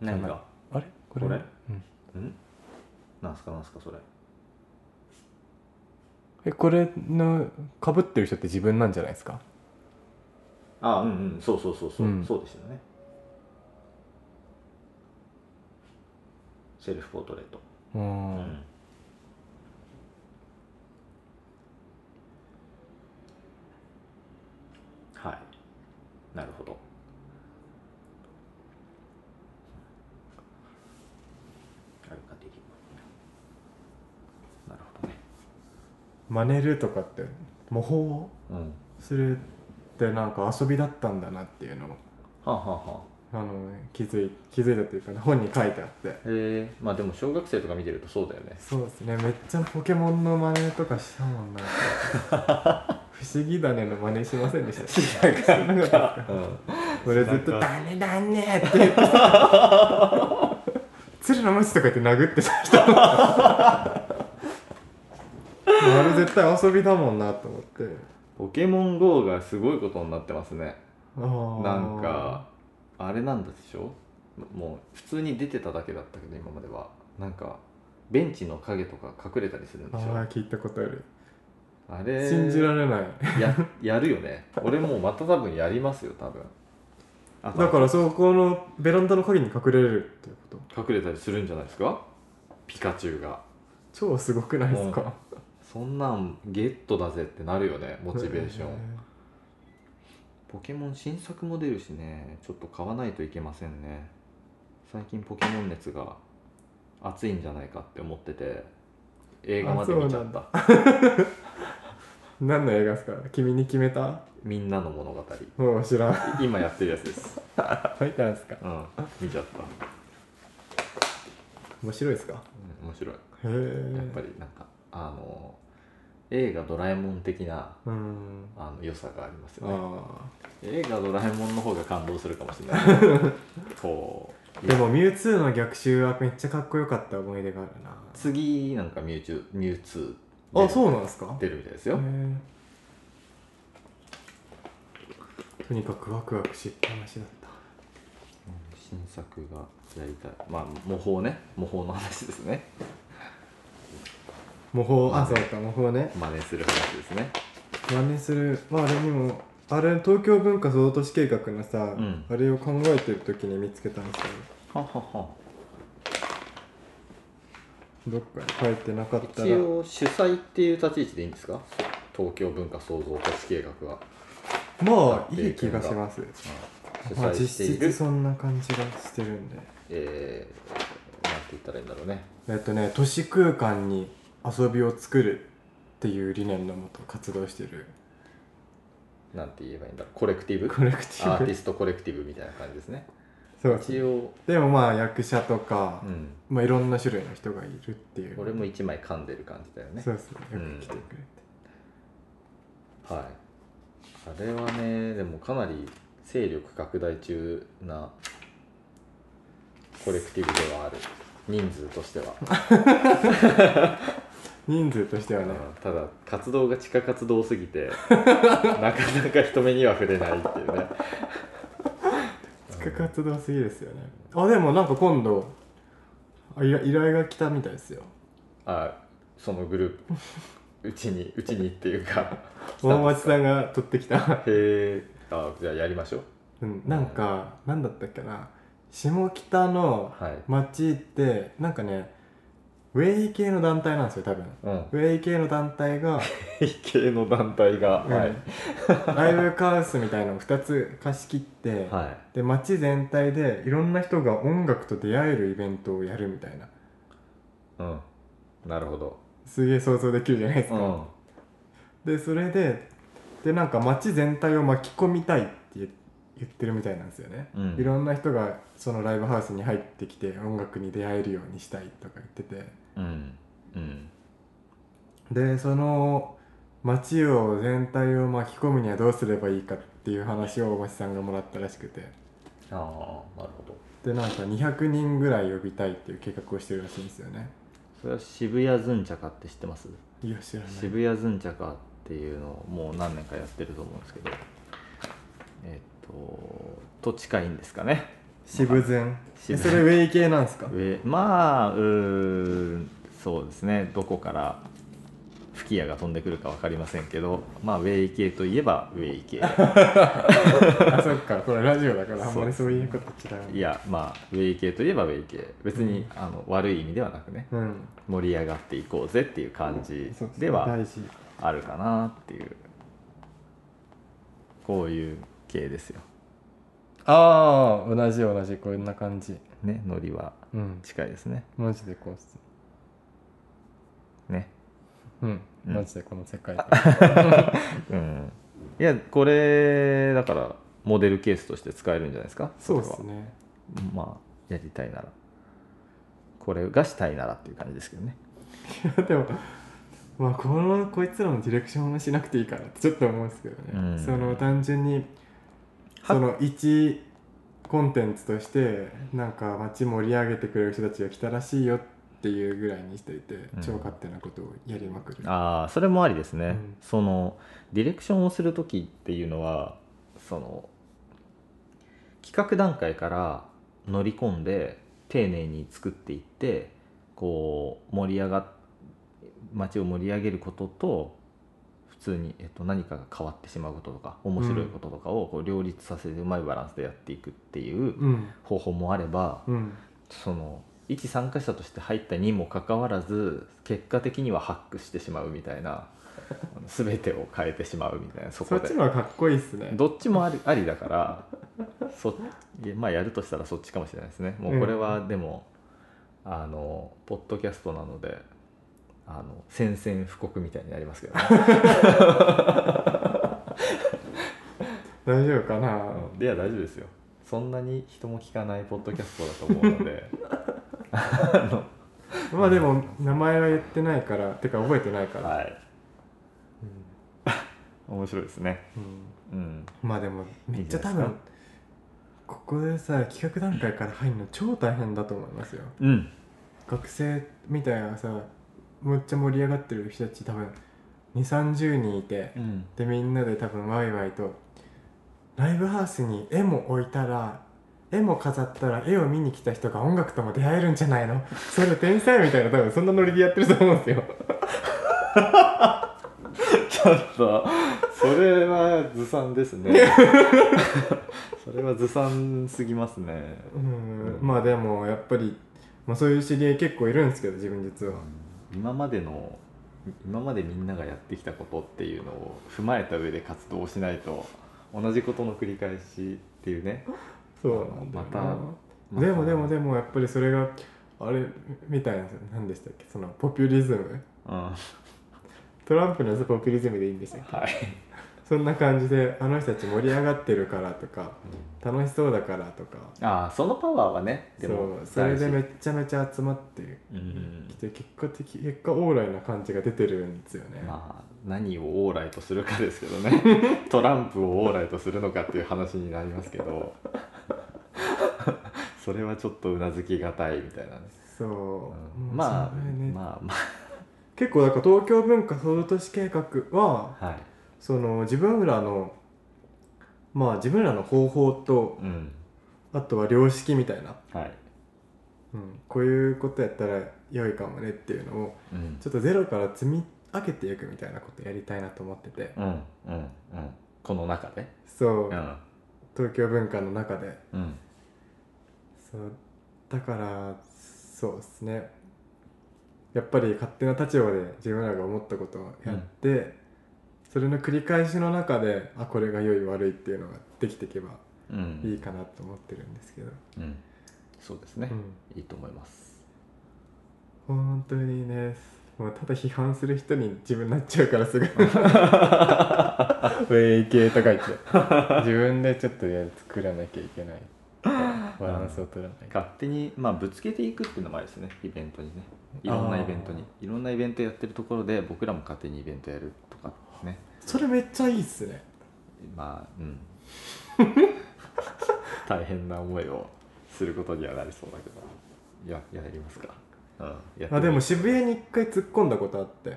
Speaker 1: 何が
Speaker 2: あれこれ
Speaker 1: これ
Speaker 2: うん、
Speaker 1: んなんすかなんすかそれ
Speaker 2: えこれのかぶってる人って自分なんじゃないですか
Speaker 1: あうんうんそうそうそうそう、
Speaker 2: うん
Speaker 1: そうですよねセルフポートレート
Speaker 2: う、
Speaker 1: うんんはいなるほどあるかできなるほどね
Speaker 2: 真似るとかって模倣を
Speaker 1: うんは
Speaker 2: するってなんか遊びだったんだなっていうのを
Speaker 1: あ、はあは
Speaker 2: あの気づい気づいたというか、本に書いてあって
Speaker 1: あ、へえまあでも小学生とか見てるとそうだよ ね
Speaker 2: そうですねめっちゃポケモンの真似とかしたもんな不思議だねの真似しませんでした しなかった俺ずっと「ダメだね」って言ってた鶴の虫とか言って殴ってた人あれ絶対遊びだもんなと思って
Speaker 1: ポケモン GO がすごいことになってますね
Speaker 2: あー
Speaker 1: なんかあれなんだでしょもう普通に出てただけだったけど今まではなんかベンチの影とか隠れたりするん
Speaker 2: あ
Speaker 1: でしょ
Speaker 2: あ聞いたことある、
Speaker 1: あれ
Speaker 2: 信じられない
Speaker 1: ややるよね俺もうまた多分やりますよ多分あ
Speaker 2: だからそこのベランダの影に隠れるっていうこと
Speaker 1: 隠れたりするんじゃないですかピカチュウが
Speaker 2: 超すごくないですか、
Speaker 1: そんなんゲットだぜってなるよねモチベーション、
Speaker 2: へ
Speaker 1: ポケモン新作も出るしねちょっと買わないといけませんね最近ポケモン熱が熱いんじゃないかって思ってて映画まで見ちゃった
Speaker 2: ー何の映画ですか君に決めた
Speaker 1: みんなの物語
Speaker 2: もう知らん
Speaker 1: 今やってるやつです
Speaker 2: 入ったんですか
Speaker 1: うん見ちゃった
Speaker 2: 面白いですか
Speaker 1: 面白い
Speaker 2: へえ
Speaker 1: やっぱりなんかあの映画「ドラえもん」的な
Speaker 2: うん
Speaker 1: あの良さがありますよね
Speaker 2: あ
Speaker 1: 映画「ドラえもん」の方が感動するかもしれない こ
Speaker 2: あ
Speaker 1: う
Speaker 2: でもミュウツーの逆襲はめっちゃかっこよかった思い出があるな
Speaker 1: 次なんかミュウチュミュウツー
Speaker 2: あそうなんですか
Speaker 1: 出るみたいですよ、
Speaker 2: へえとにかくワクワクしっぱなしだった
Speaker 1: 新作がやりたいまあ模倣ね模倣の話です ね
Speaker 2: 模倣
Speaker 1: ま
Speaker 2: あ
Speaker 1: あ
Speaker 2: そうか模倣ね
Speaker 1: 真似する話ですね
Speaker 2: 真似するまあでもあれ東京文化創造都市計画のさ、
Speaker 1: うん
Speaker 2: あれを考えてる時に見つけたんですけ
Speaker 1: ははは
Speaker 2: どどっかに書いてなかったら
Speaker 1: 一応主催っていう立ち位置でいいんですか東京文化創造都市計画は
Speaker 2: まあいい気がします
Speaker 1: 主
Speaker 2: まあ
Speaker 1: 催して
Speaker 2: 実
Speaker 1: いる
Speaker 2: 質、そんな感じがしてるんで
Speaker 1: えー、なんて言ったらいいんだろうね
Speaker 2: えっとね都市空間に遊びを作るっていう理念のもと活動してる
Speaker 1: なんて言えばいいんだろうコレクティブ
Speaker 2: コレクテ
Speaker 1: アー
Speaker 2: ィ
Speaker 1: テ
Speaker 2: ブ
Speaker 1: ィストコレクティブみたいな感じですね
Speaker 2: そう
Speaker 1: 一応、
Speaker 2: でもまあ役者とか
Speaker 1: う、ん、
Speaker 2: まあ、いろんな種類の人がいるっていう
Speaker 1: 俺も一枚噛んでる感じだよね
Speaker 2: そうそうよく来てくれて、
Speaker 1: はいあれはねでもかなり勢力拡大中なコレクティブではある人数としては、
Speaker 2: 人数としてはね
Speaker 1: うんただ活動が地下活動すぎてなかなか人目には触れないっていうね
Speaker 2: 地下活動すぎですよねあでもなんか今度あ依頼依頼が来たみたいですよ
Speaker 1: あそのグループうちにうちにっていうか
Speaker 2: 大町さんが取ってきた
Speaker 1: へ えあじゃあやりましょう
Speaker 2: うんなんかなんだったっけな下北の
Speaker 1: はい
Speaker 2: 町ってなんかねウェイ系の団体なんですよ多分
Speaker 1: うん
Speaker 2: ウェイ系の団 体が、
Speaker 1: 系の団体が、
Speaker 2: うん
Speaker 1: はい
Speaker 2: ライブカウスみたいのを2つ貸し切って、
Speaker 1: はい
Speaker 2: で街全体でいろんな人が音楽と出会えるイベントをやるみたいな
Speaker 1: うんなるほど
Speaker 2: すげえ想像できるじゃないです
Speaker 1: う
Speaker 2: か、
Speaker 1: ん
Speaker 2: でそれででなんか街全体を巻き込みたいって言言ってるみたいなんですよね、
Speaker 1: うん
Speaker 2: いろんな人がそのライブハウスに入ってきて音楽に出会えるようにしたいとか言ってて
Speaker 1: うんうん
Speaker 2: でその街を全体を巻き込むにはどうすればいいかっていう話を大橋さんがもらったらしくて
Speaker 1: ああなるほど
Speaker 2: でなんか200人ぐらい呼びたいっていう計画をしてるらしいんですよね
Speaker 1: それは渋谷ズンチャカって知ってます
Speaker 2: いや知らない
Speaker 1: 渋谷ズンチャカっていうのをもう何年かやってると思うんですけどえっとと近いんですかね
Speaker 2: 渋前え
Speaker 1: 渋
Speaker 2: それウェイ系なんですか
Speaker 1: 上まあうーんそうですねどこから吹き矢が飛んでくるか分かりませんけどまあウェイ系といえばウェイ系
Speaker 2: あそっかこれラジオだからあんまりそういうこと違う
Speaker 1: いやまあウェイ系といえばウェイ系別に、あの悪い意味ではなくね
Speaker 2: うん
Speaker 1: 盛り上がっていこうぜっていう感じ
Speaker 2: そう
Speaker 1: では
Speaker 2: 大事
Speaker 1: あるかなっていうこういう系ですよ
Speaker 2: ああ同じ同じこんな感じ
Speaker 1: ねノリは
Speaker 2: うん
Speaker 1: 近いですね
Speaker 2: マジでこうっす
Speaker 1: ね
Speaker 2: うん、
Speaker 1: うん
Speaker 2: マジでこの世界
Speaker 1: うんいやこれだからモデルケースとして使えるんじゃないですか
Speaker 2: そう
Speaker 1: れ
Speaker 2: で
Speaker 1: は
Speaker 2: すね
Speaker 1: まあやりたいならこれがしたいならっていう感じですけどね
Speaker 2: でもまあこのこいつらのディレクションはしなくていいかなってちょっと思うんですけどね、
Speaker 1: うん
Speaker 2: その単純に
Speaker 1: は
Speaker 2: その一コンテンツとしてなんか街盛り上げてくれる人たちが来たらしいよっていうぐらいにしていて、
Speaker 1: ん
Speaker 2: 超勝手なことをやりまくる
Speaker 1: ああそれもありですね、
Speaker 2: うん
Speaker 1: そのディレクションをする時っていうのはその企画段階から乗り込んで丁寧に作っていってこう盛り上がっ街を盛り上げることと普通に、えっと、何かが変わってしまうこととか面白いこととかをこう両立させてうまいバランスでやっていくっていう
Speaker 2: うん
Speaker 1: 方法もあれば、
Speaker 2: うん
Speaker 1: その一参加者として入ったにもかかわらず結果的にはハックしてしまうみたいなあの全てを変えてしまうみたいなそ
Speaker 2: そ
Speaker 1: こ
Speaker 2: っ
Speaker 1: で
Speaker 2: ちの方がかっこいいっすね
Speaker 1: どっちもありありだからそいやまあやるとしたらそっちかもしれないですねもうこれはでも、あのポッドキャストなのであの宣戦布告みたいになりますけ どね、
Speaker 2: 大丈夫かな、
Speaker 1: うんいや大丈夫ですよそんなに人も聞かないポッドキャストだと思うのであ
Speaker 2: まあでも名前は言ってないからてか覚えてないから、
Speaker 1: はい
Speaker 2: うん
Speaker 1: 面白いですね
Speaker 2: うん
Speaker 1: うん
Speaker 2: まあでもめっちゃ多
Speaker 1: いいんじゃない
Speaker 2: 分ここでさ企画段階から入るの超大変だと思いますよ
Speaker 1: うん
Speaker 2: 学生みたいなさむっちゃ盛り上がってる人たち多分2 3 0人いて
Speaker 1: うん
Speaker 2: でみんなで多分ワイワイとライブハウスに絵も置いたら絵も飾ったら絵を見に来た人が音楽とも出会えるんじゃないのそれ天才みたいな多分そんなノリでやってると思うんですよ
Speaker 1: ちょっとそれはずさんですね それはずさんすぎますね
Speaker 2: うんまあでもやっぱり、まあ、そういう知り合い結構いるんですけど自分実は
Speaker 1: 今までの今までみんながやってきたことっていうのを踏まえた上で活動をしないと同じことの繰り返しっていうね
Speaker 2: そうなんだよな
Speaker 1: また
Speaker 2: でもでもでもやっぱりそれがあれみたいな何でしたっけそのポピュリズム
Speaker 1: うんは
Speaker 2: トランプのやつポピュリズムでいいんでしたっけ
Speaker 1: い
Speaker 2: そんな感じであの人たち盛り上がってるからとか楽しそうだからとか
Speaker 1: ああそのパワーはねで
Speaker 2: そ
Speaker 1: も
Speaker 2: うそれでめ
Speaker 1: 大
Speaker 2: っちゃめちゃ集まって
Speaker 1: 事うん
Speaker 2: きて結果的結果オーライな感じが出てるんですよね、
Speaker 1: まあ何をオーライとするかですけど ねトランプをオーライとするのかっていう話になりますけど それはちょっとうなずきがたいみたいなね、
Speaker 2: そう、
Speaker 1: うん
Speaker 2: もう
Speaker 1: まあ
Speaker 2: それね
Speaker 1: まあま
Speaker 2: 結構だから東京文化総都市計画は
Speaker 1: あはい
Speaker 2: その自分らのまあ自分らの方法と
Speaker 1: うん
Speaker 2: あとは良識みたいな、
Speaker 1: はい、
Speaker 2: うん、こういうことやったら良いかもねっていうのを
Speaker 1: うん
Speaker 2: ちょっとゼロから積み上げていくみたいなことやりたいなと思ってて
Speaker 1: うんうんうんこの中で
Speaker 2: そう、
Speaker 1: うん
Speaker 2: 東京文化の中で
Speaker 1: うん
Speaker 2: そうだからそうですねやっぱり勝手な立場で自分らが思ったことをやって、それの繰り返しの中であこれが良い悪いっていうのができていけば
Speaker 1: うん
Speaker 2: いいかなと思ってるんですけど、
Speaker 1: うんそうですね
Speaker 2: う、ん、
Speaker 1: いいと思います
Speaker 2: 本当にねもうただ批判する人に自分なっちゃうからすぐ ウェイ系とか言って自分でちょっとね作らなきゃいけないバランスを取らない
Speaker 1: 勝手に、まあ、ぶつけていくっていうのもありですねイベントにねいろんなイベントにいろんなイベントやってるところで僕らも勝手にイベントやるとかね
Speaker 2: それめっちゃいいっすね
Speaker 1: まあうん 大変な思いをすることにはなりそうだけどいややりますか、うん、やって
Speaker 2: あで
Speaker 1: み
Speaker 2: も
Speaker 1: る
Speaker 2: 渋谷に一回突っ込んだことあって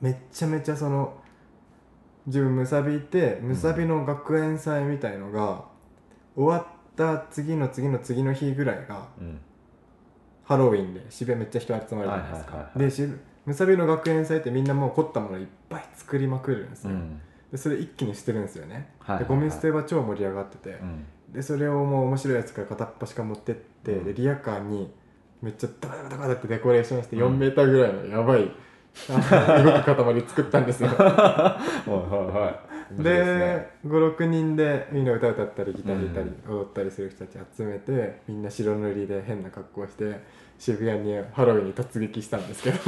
Speaker 2: めっちゃめちゃその自分むさびいてむさびの学園祭みたいのが、終わった次の次の次の日ぐらいが
Speaker 1: うんうん
Speaker 2: ハロウィンで渋谷めっちゃ人集まるじゃないです
Speaker 1: はいはい
Speaker 2: か
Speaker 1: はいはい
Speaker 2: で渋むさびの学園祭ってみんなもう凝ったものいっぱい作りまくるんです
Speaker 1: う
Speaker 2: よ、
Speaker 1: ん
Speaker 2: でそれ一気に捨てるんですよね、
Speaker 1: はいはい
Speaker 2: で
Speaker 1: はい
Speaker 2: ゴミ捨ては超盛り上がってて、
Speaker 1: うん
Speaker 2: でそれをもう面白いやつから片っ端から持ってって、
Speaker 1: うん
Speaker 2: でリアカーにめっちゃダバダバダバダってデコレーションして
Speaker 1: うん
Speaker 2: 4メーターぐらいのやばい、あの動く塊作ったんですよ
Speaker 1: はいはいはい
Speaker 2: で56人でみんな歌歌ったりギター弾いたり踊ったりする人たち集めて、みんな白塗りで変な格好して渋谷にハロウィンに突撃したんです けど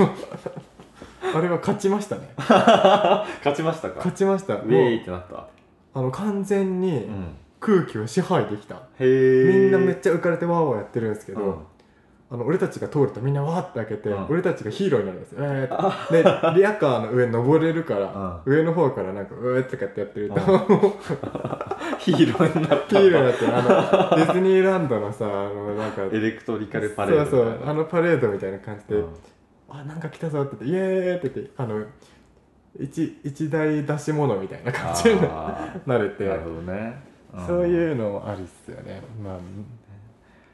Speaker 2: あれは勝ちましたね
Speaker 1: 勝ちましたか
Speaker 2: 勝ちました
Speaker 1: ウ
Speaker 2: も
Speaker 1: ェ
Speaker 2: う
Speaker 1: イってなった、
Speaker 2: あの完全に
Speaker 1: うん、
Speaker 2: 空気を支配できた、
Speaker 1: へえ
Speaker 2: みんなめっ
Speaker 1: ち
Speaker 2: ちゃ浮かれてワーワーやってるんですけど、
Speaker 1: うん
Speaker 2: あの俺たちが通るとみんなわーって開けて、
Speaker 1: うん
Speaker 2: 俺たちがヒーローになるん ですよ、えーってでリアカーの上登れるから、上の方からなんかうーってかってやってると、
Speaker 1: うんヒーローになっ
Speaker 2: ヒ
Speaker 1: た
Speaker 2: ーローになってるあのディズニーランドのさあのなんか
Speaker 1: エレクトリカルパレード
Speaker 2: そう
Speaker 1: みたい
Speaker 2: そう
Speaker 1: な
Speaker 2: あのパレードみたいな感じ
Speaker 1: う
Speaker 2: で、
Speaker 1: ん
Speaker 2: あなんか来たぞって言ってイエーイって言ってあの一一大出し物みたいな感じに
Speaker 1: あ
Speaker 2: な れて
Speaker 1: ーなるほどね、ん
Speaker 2: そういうのもありっすよねまあ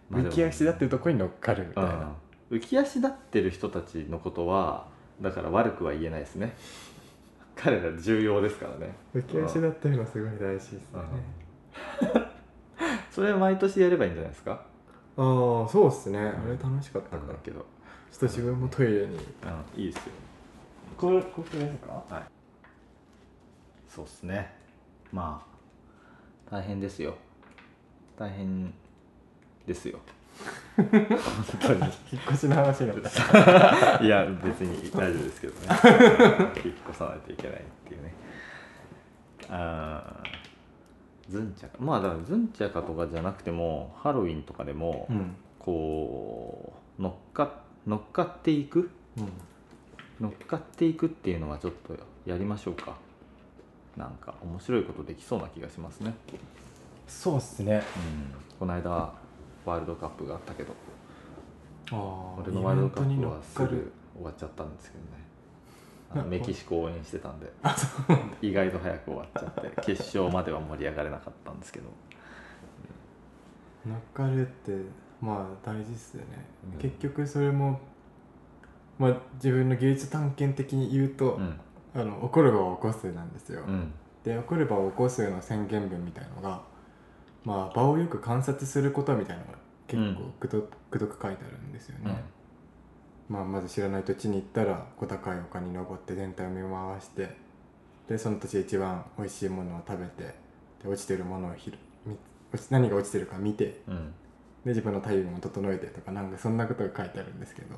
Speaker 1: まあでも
Speaker 2: 浮き足立ってるとこに乗っかるみたいな、
Speaker 1: うん、浮き足立ってる人たちのことはだから悪くは言えないですね 彼ら重要ですからね
Speaker 2: 浮き足立ってるのすごい大事っすよね、
Speaker 1: それ毎年やればいいんじゃないですか
Speaker 2: ああそうっすねあれ楽しかった
Speaker 1: 分
Speaker 2: か
Speaker 1: からん
Speaker 2: ち
Speaker 1: な
Speaker 2: ょ
Speaker 1: いけど、
Speaker 2: っと自分もトイレに
Speaker 1: うん、いいですよ
Speaker 2: これここですか
Speaker 1: はいそうっすねまあ大変ですよ大変です よ本当に
Speaker 2: 引っ越しの話なんだ
Speaker 1: いや別に大丈夫ですけどね引っ越さないといけないっていうねあーズンチャカまあだからズンチャカとかじゃなくてもハロウィンとかでも、
Speaker 2: ん
Speaker 1: こう乗っか乗っかっていく乗っかっていくっていうのはちょっとやりましょうかなんか面白いことできそうな気がしますね、
Speaker 2: そうっすね
Speaker 1: うん、この間ワールドカップがあったけど
Speaker 2: あ
Speaker 1: 俺のワールドカップはすぐ終わっちゃったんですけどねあの
Speaker 2: なんか
Speaker 1: メキシコを応援してたんで意外と早く終わっちゃって決勝までは盛り上がれなかったんですけど
Speaker 2: 乗っかるってまあ大事っすよね、
Speaker 1: うん
Speaker 2: 結局それもまあ自分の芸術探検的に言うと、
Speaker 1: うん
Speaker 2: あの起こればを起こすなんですよ、
Speaker 1: うん
Speaker 2: で起こればを起こすの宣言文みたいのがまあ場をよく観察することみたいなのが結構くど,、くどく書いてあるんですよ
Speaker 1: うん
Speaker 2: ね、まあ、まず知らない土地に行ったら小高い丘に登って全体を見回してでその土地で一番美味しいものを食べてで落ちてるものをひるみ落ち何が落ちてるか見て
Speaker 1: うん
Speaker 2: で自分の体温を整えてとかなんかそんなことが書いてあるんですけど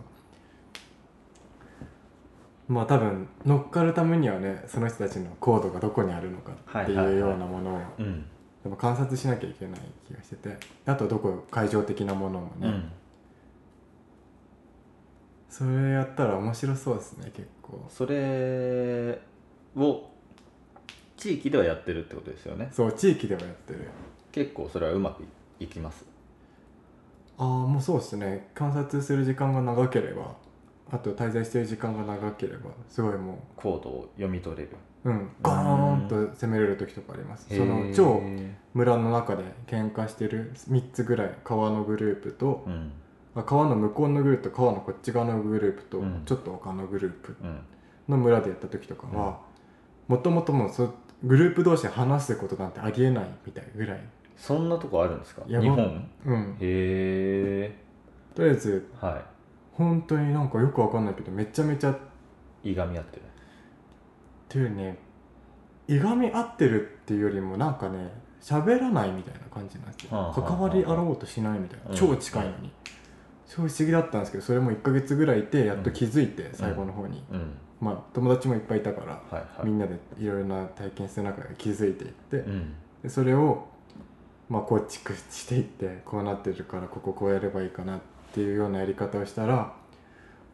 Speaker 2: まあ多分乗っかるためにはねその人たちの高度がどこにあるのかって
Speaker 1: はいはいいうはい
Speaker 2: ようなものを
Speaker 1: うん
Speaker 2: でも観察しなきゃいけない気がしててあとどこ会場的なものもね、
Speaker 1: うん
Speaker 2: それやったら面白そうですね結構
Speaker 1: それを地域ではやってるってことですよね
Speaker 2: そう地域ではやってる
Speaker 1: 結構それはうまくいきます
Speaker 2: ああもうそうですね観察する時間が長ければあと滞在してる時間が長ければすごいも
Speaker 1: コードを読み取れる
Speaker 2: ううんガーンと攻めれる時とかありますそ
Speaker 1: へ
Speaker 2: の
Speaker 1: ー
Speaker 2: 超村の中で喧嘩してる3つぐらい川のグループと
Speaker 1: う、ん
Speaker 2: あ川の向こうのグループと川のこっち側のグループと、
Speaker 1: うん
Speaker 2: ちょっと丘のグループ
Speaker 1: うん
Speaker 2: の村でやった時とかはもともともうそグループ同士で話すことなんてありえないみたいぐらい、
Speaker 1: そんなとこあるんですか
Speaker 2: や
Speaker 1: 日
Speaker 2: ば
Speaker 1: 本
Speaker 2: うん、
Speaker 1: へえ
Speaker 2: とりあえず
Speaker 1: は
Speaker 2: 本当になんかよくわかんないけどめちゃめちゃっ
Speaker 1: いいがみ合ってる
Speaker 2: ていうねいがみ合ってるっていうよりもなんかね喋らないみたいな感じなんです
Speaker 1: はあは
Speaker 2: よ
Speaker 1: あはあ
Speaker 2: 関わりあろうとしないみたい
Speaker 1: うん
Speaker 2: な超近いのに超不思議だったんですけどそれも1ヶ月ぐらいいてやっと気づいて最後の方に
Speaker 1: うん
Speaker 2: まあ友達もいっぱいいたから
Speaker 1: はいはい
Speaker 2: みんなでいろいろな体験する中で気づいていって
Speaker 1: うん
Speaker 2: でそれをまあ構築していってこうなってるからこここうやればいいかなっていうようなやり方をしたら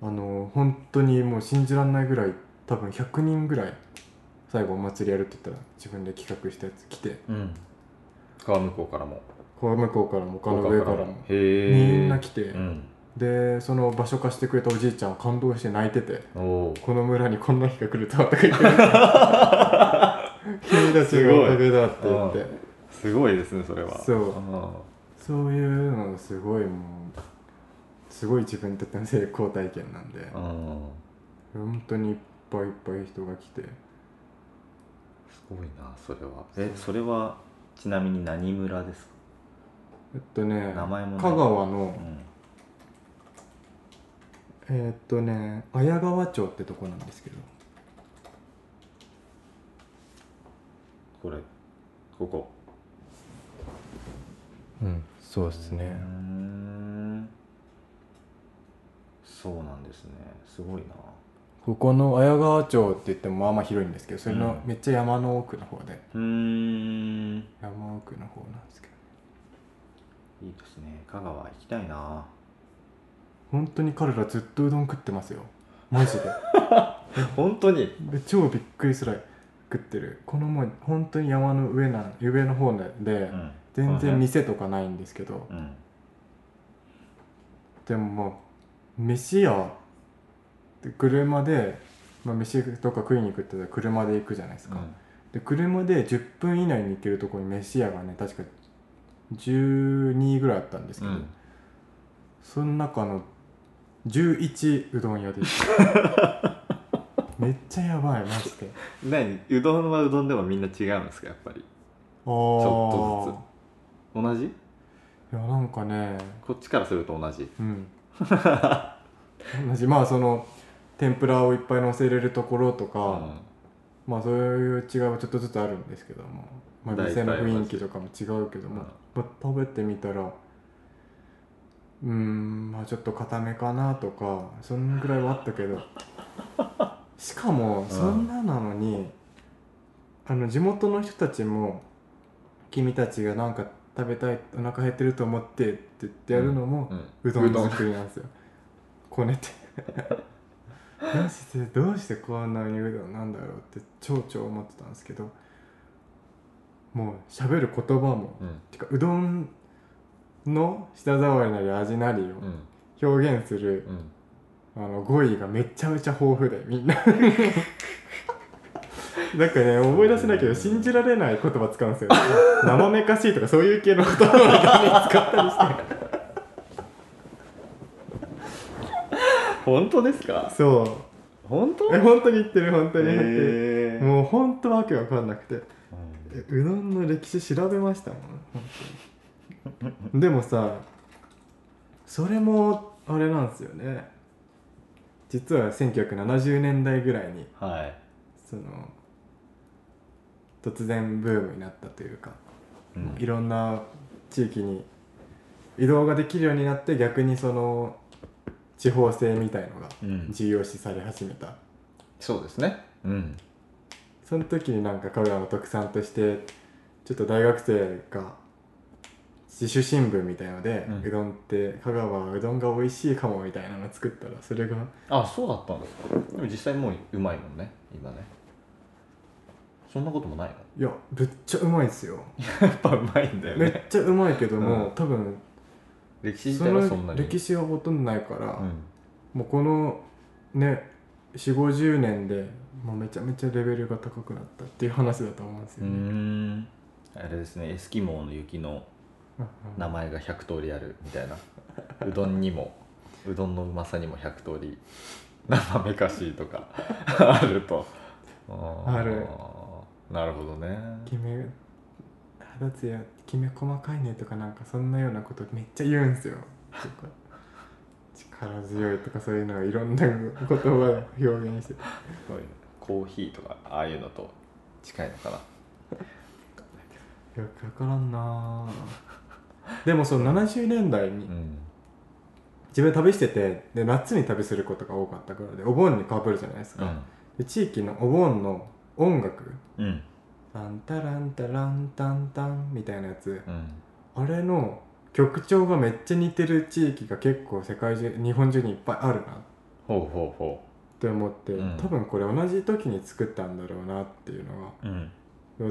Speaker 2: あの本当にもう信じられないぐらい多分100人ぐらい最後お祭りやるって言ったら自分で企画したやつ来て
Speaker 1: うん川向こうからも
Speaker 2: 川向こうからも丘の上から
Speaker 1: 向
Speaker 2: も
Speaker 1: こうへえ
Speaker 2: みんな来て
Speaker 1: うん
Speaker 2: でその場所貸してくれたおじいちゃん感動して泣いてて
Speaker 1: おお
Speaker 2: この村にこんな日が来るとはとか言って君たちのおかげだって言っ
Speaker 1: すごい
Speaker 2: て。
Speaker 1: すごいですねそれは
Speaker 2: そう
Speaker 1: あ
Speaker 2: そういうのがすごいもうすごい自分にとっての成功体験なんで
Speaker 1: ーうん
Speaker 2: 本当にいっぱいいっぱい人が来て
Speaker 1: すごいなそれはえそれはちなみに何村ですか
Speaker 2: えっとね
Speaker 1: 名前もね
Speaker 2: 香川の
Speaker 1: うん
Speaker 2: えっとね綾川町ってとこなんですけど
Speaker 1: これここ
Speaker 2: うんそうです
Speaker 1: うーんそうなんですねすごいな
Speaker 2: ここの綾川町って言ってもまあまあ広いんですけどそれの
Speaker 1: うん
Speaker 2: めっちゃ山の奥の方で、
Speaker 1: うーん
Speaker 2: 山奥の方なんですけど
Speaker 1: いいですね香川行きたいな
Speaker 2: 本当に彼らずっとうどん食ってますよマジで
Speaker 1: 本当に
Speaker 2: で超びっくりする食ってるこのもう本当に山の上なん上の方で、
Speaker 1: うん
Speaker 2: 全然
Speaker 1: 見
Speaker 2: 店とかないんですけど
Speaker 1: うん
Speaker 2: でももう飯屋で車で、まあ、飯とか食いに行くって言ったら車で行くじゃないですか、で車で10分以内に行けるところに飯屋がね確か12ぐらいあったんですけど、
Speaker 1: うん
Speaker 2: その中の11うどん屋でした めっちゃやばいマジで
Speaker 1: 何うどんはうどんでもみんな違うんですかやっぱり
Speaker 2: ああ
Speaker 1: ょっとず同じ
Speaker 2: いやなんかね
Speaker 1: こっちからすると同じ
Speaker 2: うん 同じまあその天ぷらをいっぱい乗せれるところとか、まあそういう違いはちょっとずつあるんですけども、まあ、
Speaker 1: 大
Speaker 2: 店
Speaker 1: 体
Speaker 2: の雰囲気とかも違うけども、まあ、食べてみたらうーんまあちょっと固めかなとかそんぐらいはあった けどしかも
Speaker 1: ん
Speaker 2: そんななのに、あの地元の人たちも君たちがなんか食べたいお腹減ってると思ってって言ってやるのも、
Speaker 1: うん
Speaker 2: うどん作りなんですよ こねて マジでどうしてこんなにうどんなんだろうって超々思ってたんですけどもう喋る言葉も、
Speaker 1: うん
Speaker 2: てかうどんの舌触りなり味なりを
Speaker 1: うん
Speaker 2: 表現する、
Speaker 1: うん
Speaker 2: あの語彙がめちゃめちゃ豊富でみんな なんかね思い出せないけど信じられない言葉使うんですよ、ね、生めかしいとかそういう系の言葉を使ったりして
Speaker 1: 本当ですか
Speaker 2: そう
Speaker 1: 本当
Speaker 2: え本当に言ってる本当に言ってる、
Speaker 1: え
Speaker 2: もう本当わけわかんなくてえうどんの歴史調べましたもん本当にでもさそれもあれなんですよね実は1970年代ぐらいに
Speaker 1: はい
Speaker 2: その突然ブームになったというか、
Speaker 1: うん
Speaker 2: いろんな地域に移動ができるようになって逆にその地方性みたいのが
Speaker 1: うん
Speaker 2: 重要視され始めた、
Speaker 4: そうですね
Speaker 1: うん
Speaker 2: その時になんか彼らの特産としてちょっと大学生が自主新聞みたいので、う
Speaker 1: うん
Speaker 2: どんって香川はうどんが美味しいかもみたいなの作ったらそれが
Speaker 1: あそうだったんですかでも実際もううまいもんね今ねそんなこともないの
Speaker 2: いやめっちゃうまいですよ
Speaker 1: やっぱうまいんだよ
Speaker 2: めっちゃうまいけども、多分
Speaker 1: 歴史自
Speaker 2: そ
Speaker 1: 体はそんな
Speaker 2: の
Speaker 1: に
Speaker 2: 歴史はほとんどないから、
Speaker 1: うん
Speaker 2: もうこのね4 5 0年でもうめちゃめちゃレベルが高くなったっていう話だと思うんです
Speaker 1: うー
Speaker 2: よね、
Speaker 1: んあれですねエスキモーの雪の
Speaker 2: うん
Speaker 1: 名前が100通りあるみたいな うどんにもうどんのうまさにも100通り生めかしいとか あるとー
Speaker 2: ある
Speaker 1: なるほどね
Speaker 2: きめ肌つやきめ細かいねとかなんかそんなようなことめっちゃ言うんすよとか力強いとかそういうのをいろんな言葉で表現し
Speaker 1: す
Speaker 2: て
Speaker 1: ごいねコーヒーとかああいうのと近いのかな
Speaker 2: よくわからんなぁでもその70年代に
Speaker 1: うん
Speaker 2: 自分旅しててで夏に旅することが多かったからでお盆にかぶるじゃないです
Speaker 1: う
Speaker 2: か、
Speaker 1: ん
Speaker 2: で地域のお盆の音楽
Speaker 1: うん
Speaker 2: タンタランタランタンタンみたいなやつ、
Speaker 1: うん
Speaker 2: あれの曲調がめっちゃ似てる地域が結構世界中日本中にいっぱいあるなっ
Speaker 1: ほうほうほ
Speaker 2: て思って、
Speaker 1: うん
Speaker 2: 多分これ同じ時に作ったんだろうなっていうの
Speaker 1: ううん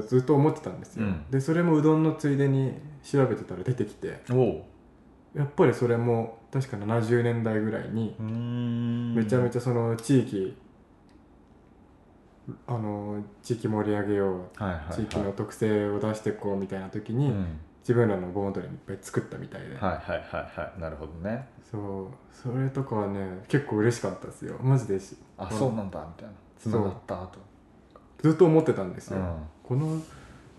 Speaker 2: がずっと思ってたんですよ、
Speaker 1: うん
Speaker 2: でそれもうどんのついでに調べてたら出てきて
Speaker 1: おう
Speaker 2: やっぱりそれも確か70年代ぐらいに
Speaker 1: うーん
Speaker 2: めちゃめちゃその地域、あの地域盛り上げよう
Speaker 1: ゃはいはい、はい、
Speaker 2: 地域の特性を出していこうみたいな時に、
Speaker 1: うん
Speaker 2: 自分らの盆踊りもいっぱい作ったみたい
Speaker 1: は
Speaker 2: で、
Speaker 1: いはいはいはいなるほどね
Speaker 2: そうそれとかはね結構嬉しかったですよマジでし
Speaker 1: あ、
Speaker 2: うん
Speaker 1: そうなんだみたいなつながったと
Speaker 2: ずっと思ってたんですよ、
Speaker 1: ん
Speaker 2: この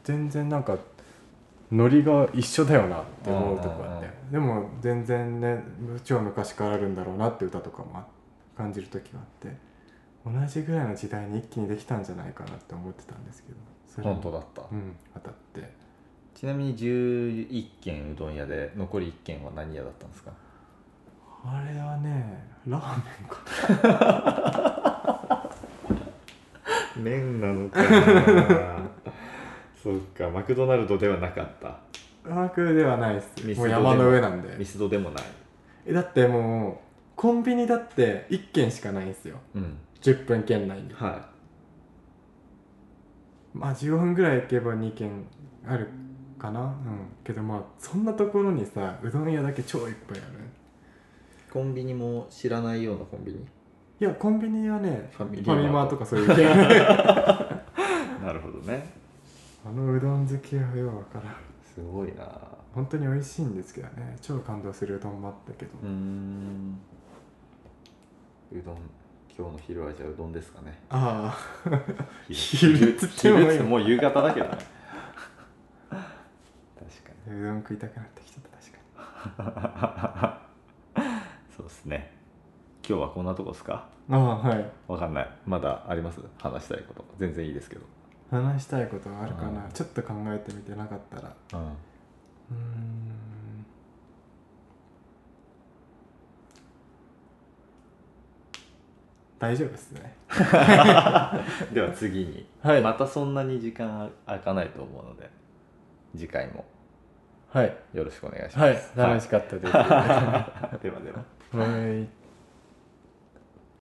Speaker 2: 全然なんかノリが一緒だよなって思うとこあって、でも全然ね超昔からあるんだろうなって歌とかもあ感じる時があって同じぐらいの時代に一気にできたんじゃないかなって思ってたんですけどそも
Speaker 1: 本当だった、
Speaker 2: うん当たって
Speaker 1: ちなみに11軒うどん屋で残り1軒は何屋だったんですか
Speaker 2: あれはねラーメンか
Speaker 1: 麺なのか そっかマクドナルドではなかった
Speaker 2: マクではないっす
Speaker 1: ミスド
Speaker 2: もう
Speaker 1: で
Speaker 2: 山の上なんで
Speaker 1: ミスドでもない
Speaker 2: えだってもうコンビニだって1軒しかないんですよ
Speaker 1: うん
Speaker 2: 10分圏内に
Speaker 1: は
Speaker 2: まあ15分ぐらい行けば2軒あるかなうんけどまあそんなところにさうどん屋だけ超いっぱいある
Speaker 1: いコンビニも知らないようなコンビニ
Speaker 2: いやコンビニはね
Speaker 1: ファミリ
Speaker 2: フ
Speaker 1: ーマート
Speaker 2: ァミマとかそういう系
Speaker 1: なるほどね
Speaker 2: あのうどん好きはようわからん
Speaker 1: すごいな
Speaker 2: 本当に美味しいんですけどね超感動するうどんもあったけど、
Speaker 1: うーんうどん今日の昼はじゃあうどんですかね
Speaker 2: ああ昼っつっても
Speaker 1: 昼っつってもう夕方だけど ね確かに
Speaker 2: うどん食いたくなってきちゃった確かに
Speaker 1: そうですね今日はこんなとこですか
Speaker 2: ああはい
Speaker 1: わかんないまだあります話したいこと全然いいですけど
Speaker 2: 話したいことはあるかな、
Speaker 1: うん
Speaker 2: ちょっと考えてみてなかったら
Speaker 1: うん
Speaker 2: うーん大丈夫ですね
Speaker 1: では次に、
Speaker 2: はい
Speaker 1: またそんなに時間あ空かないと思うので次回も
Speaker 2: はい
Speaker 1: よろしくお願いします。
Speaker 2: はい楽しかったです、
Speaker 1: ではでは。
Speaker 2: はい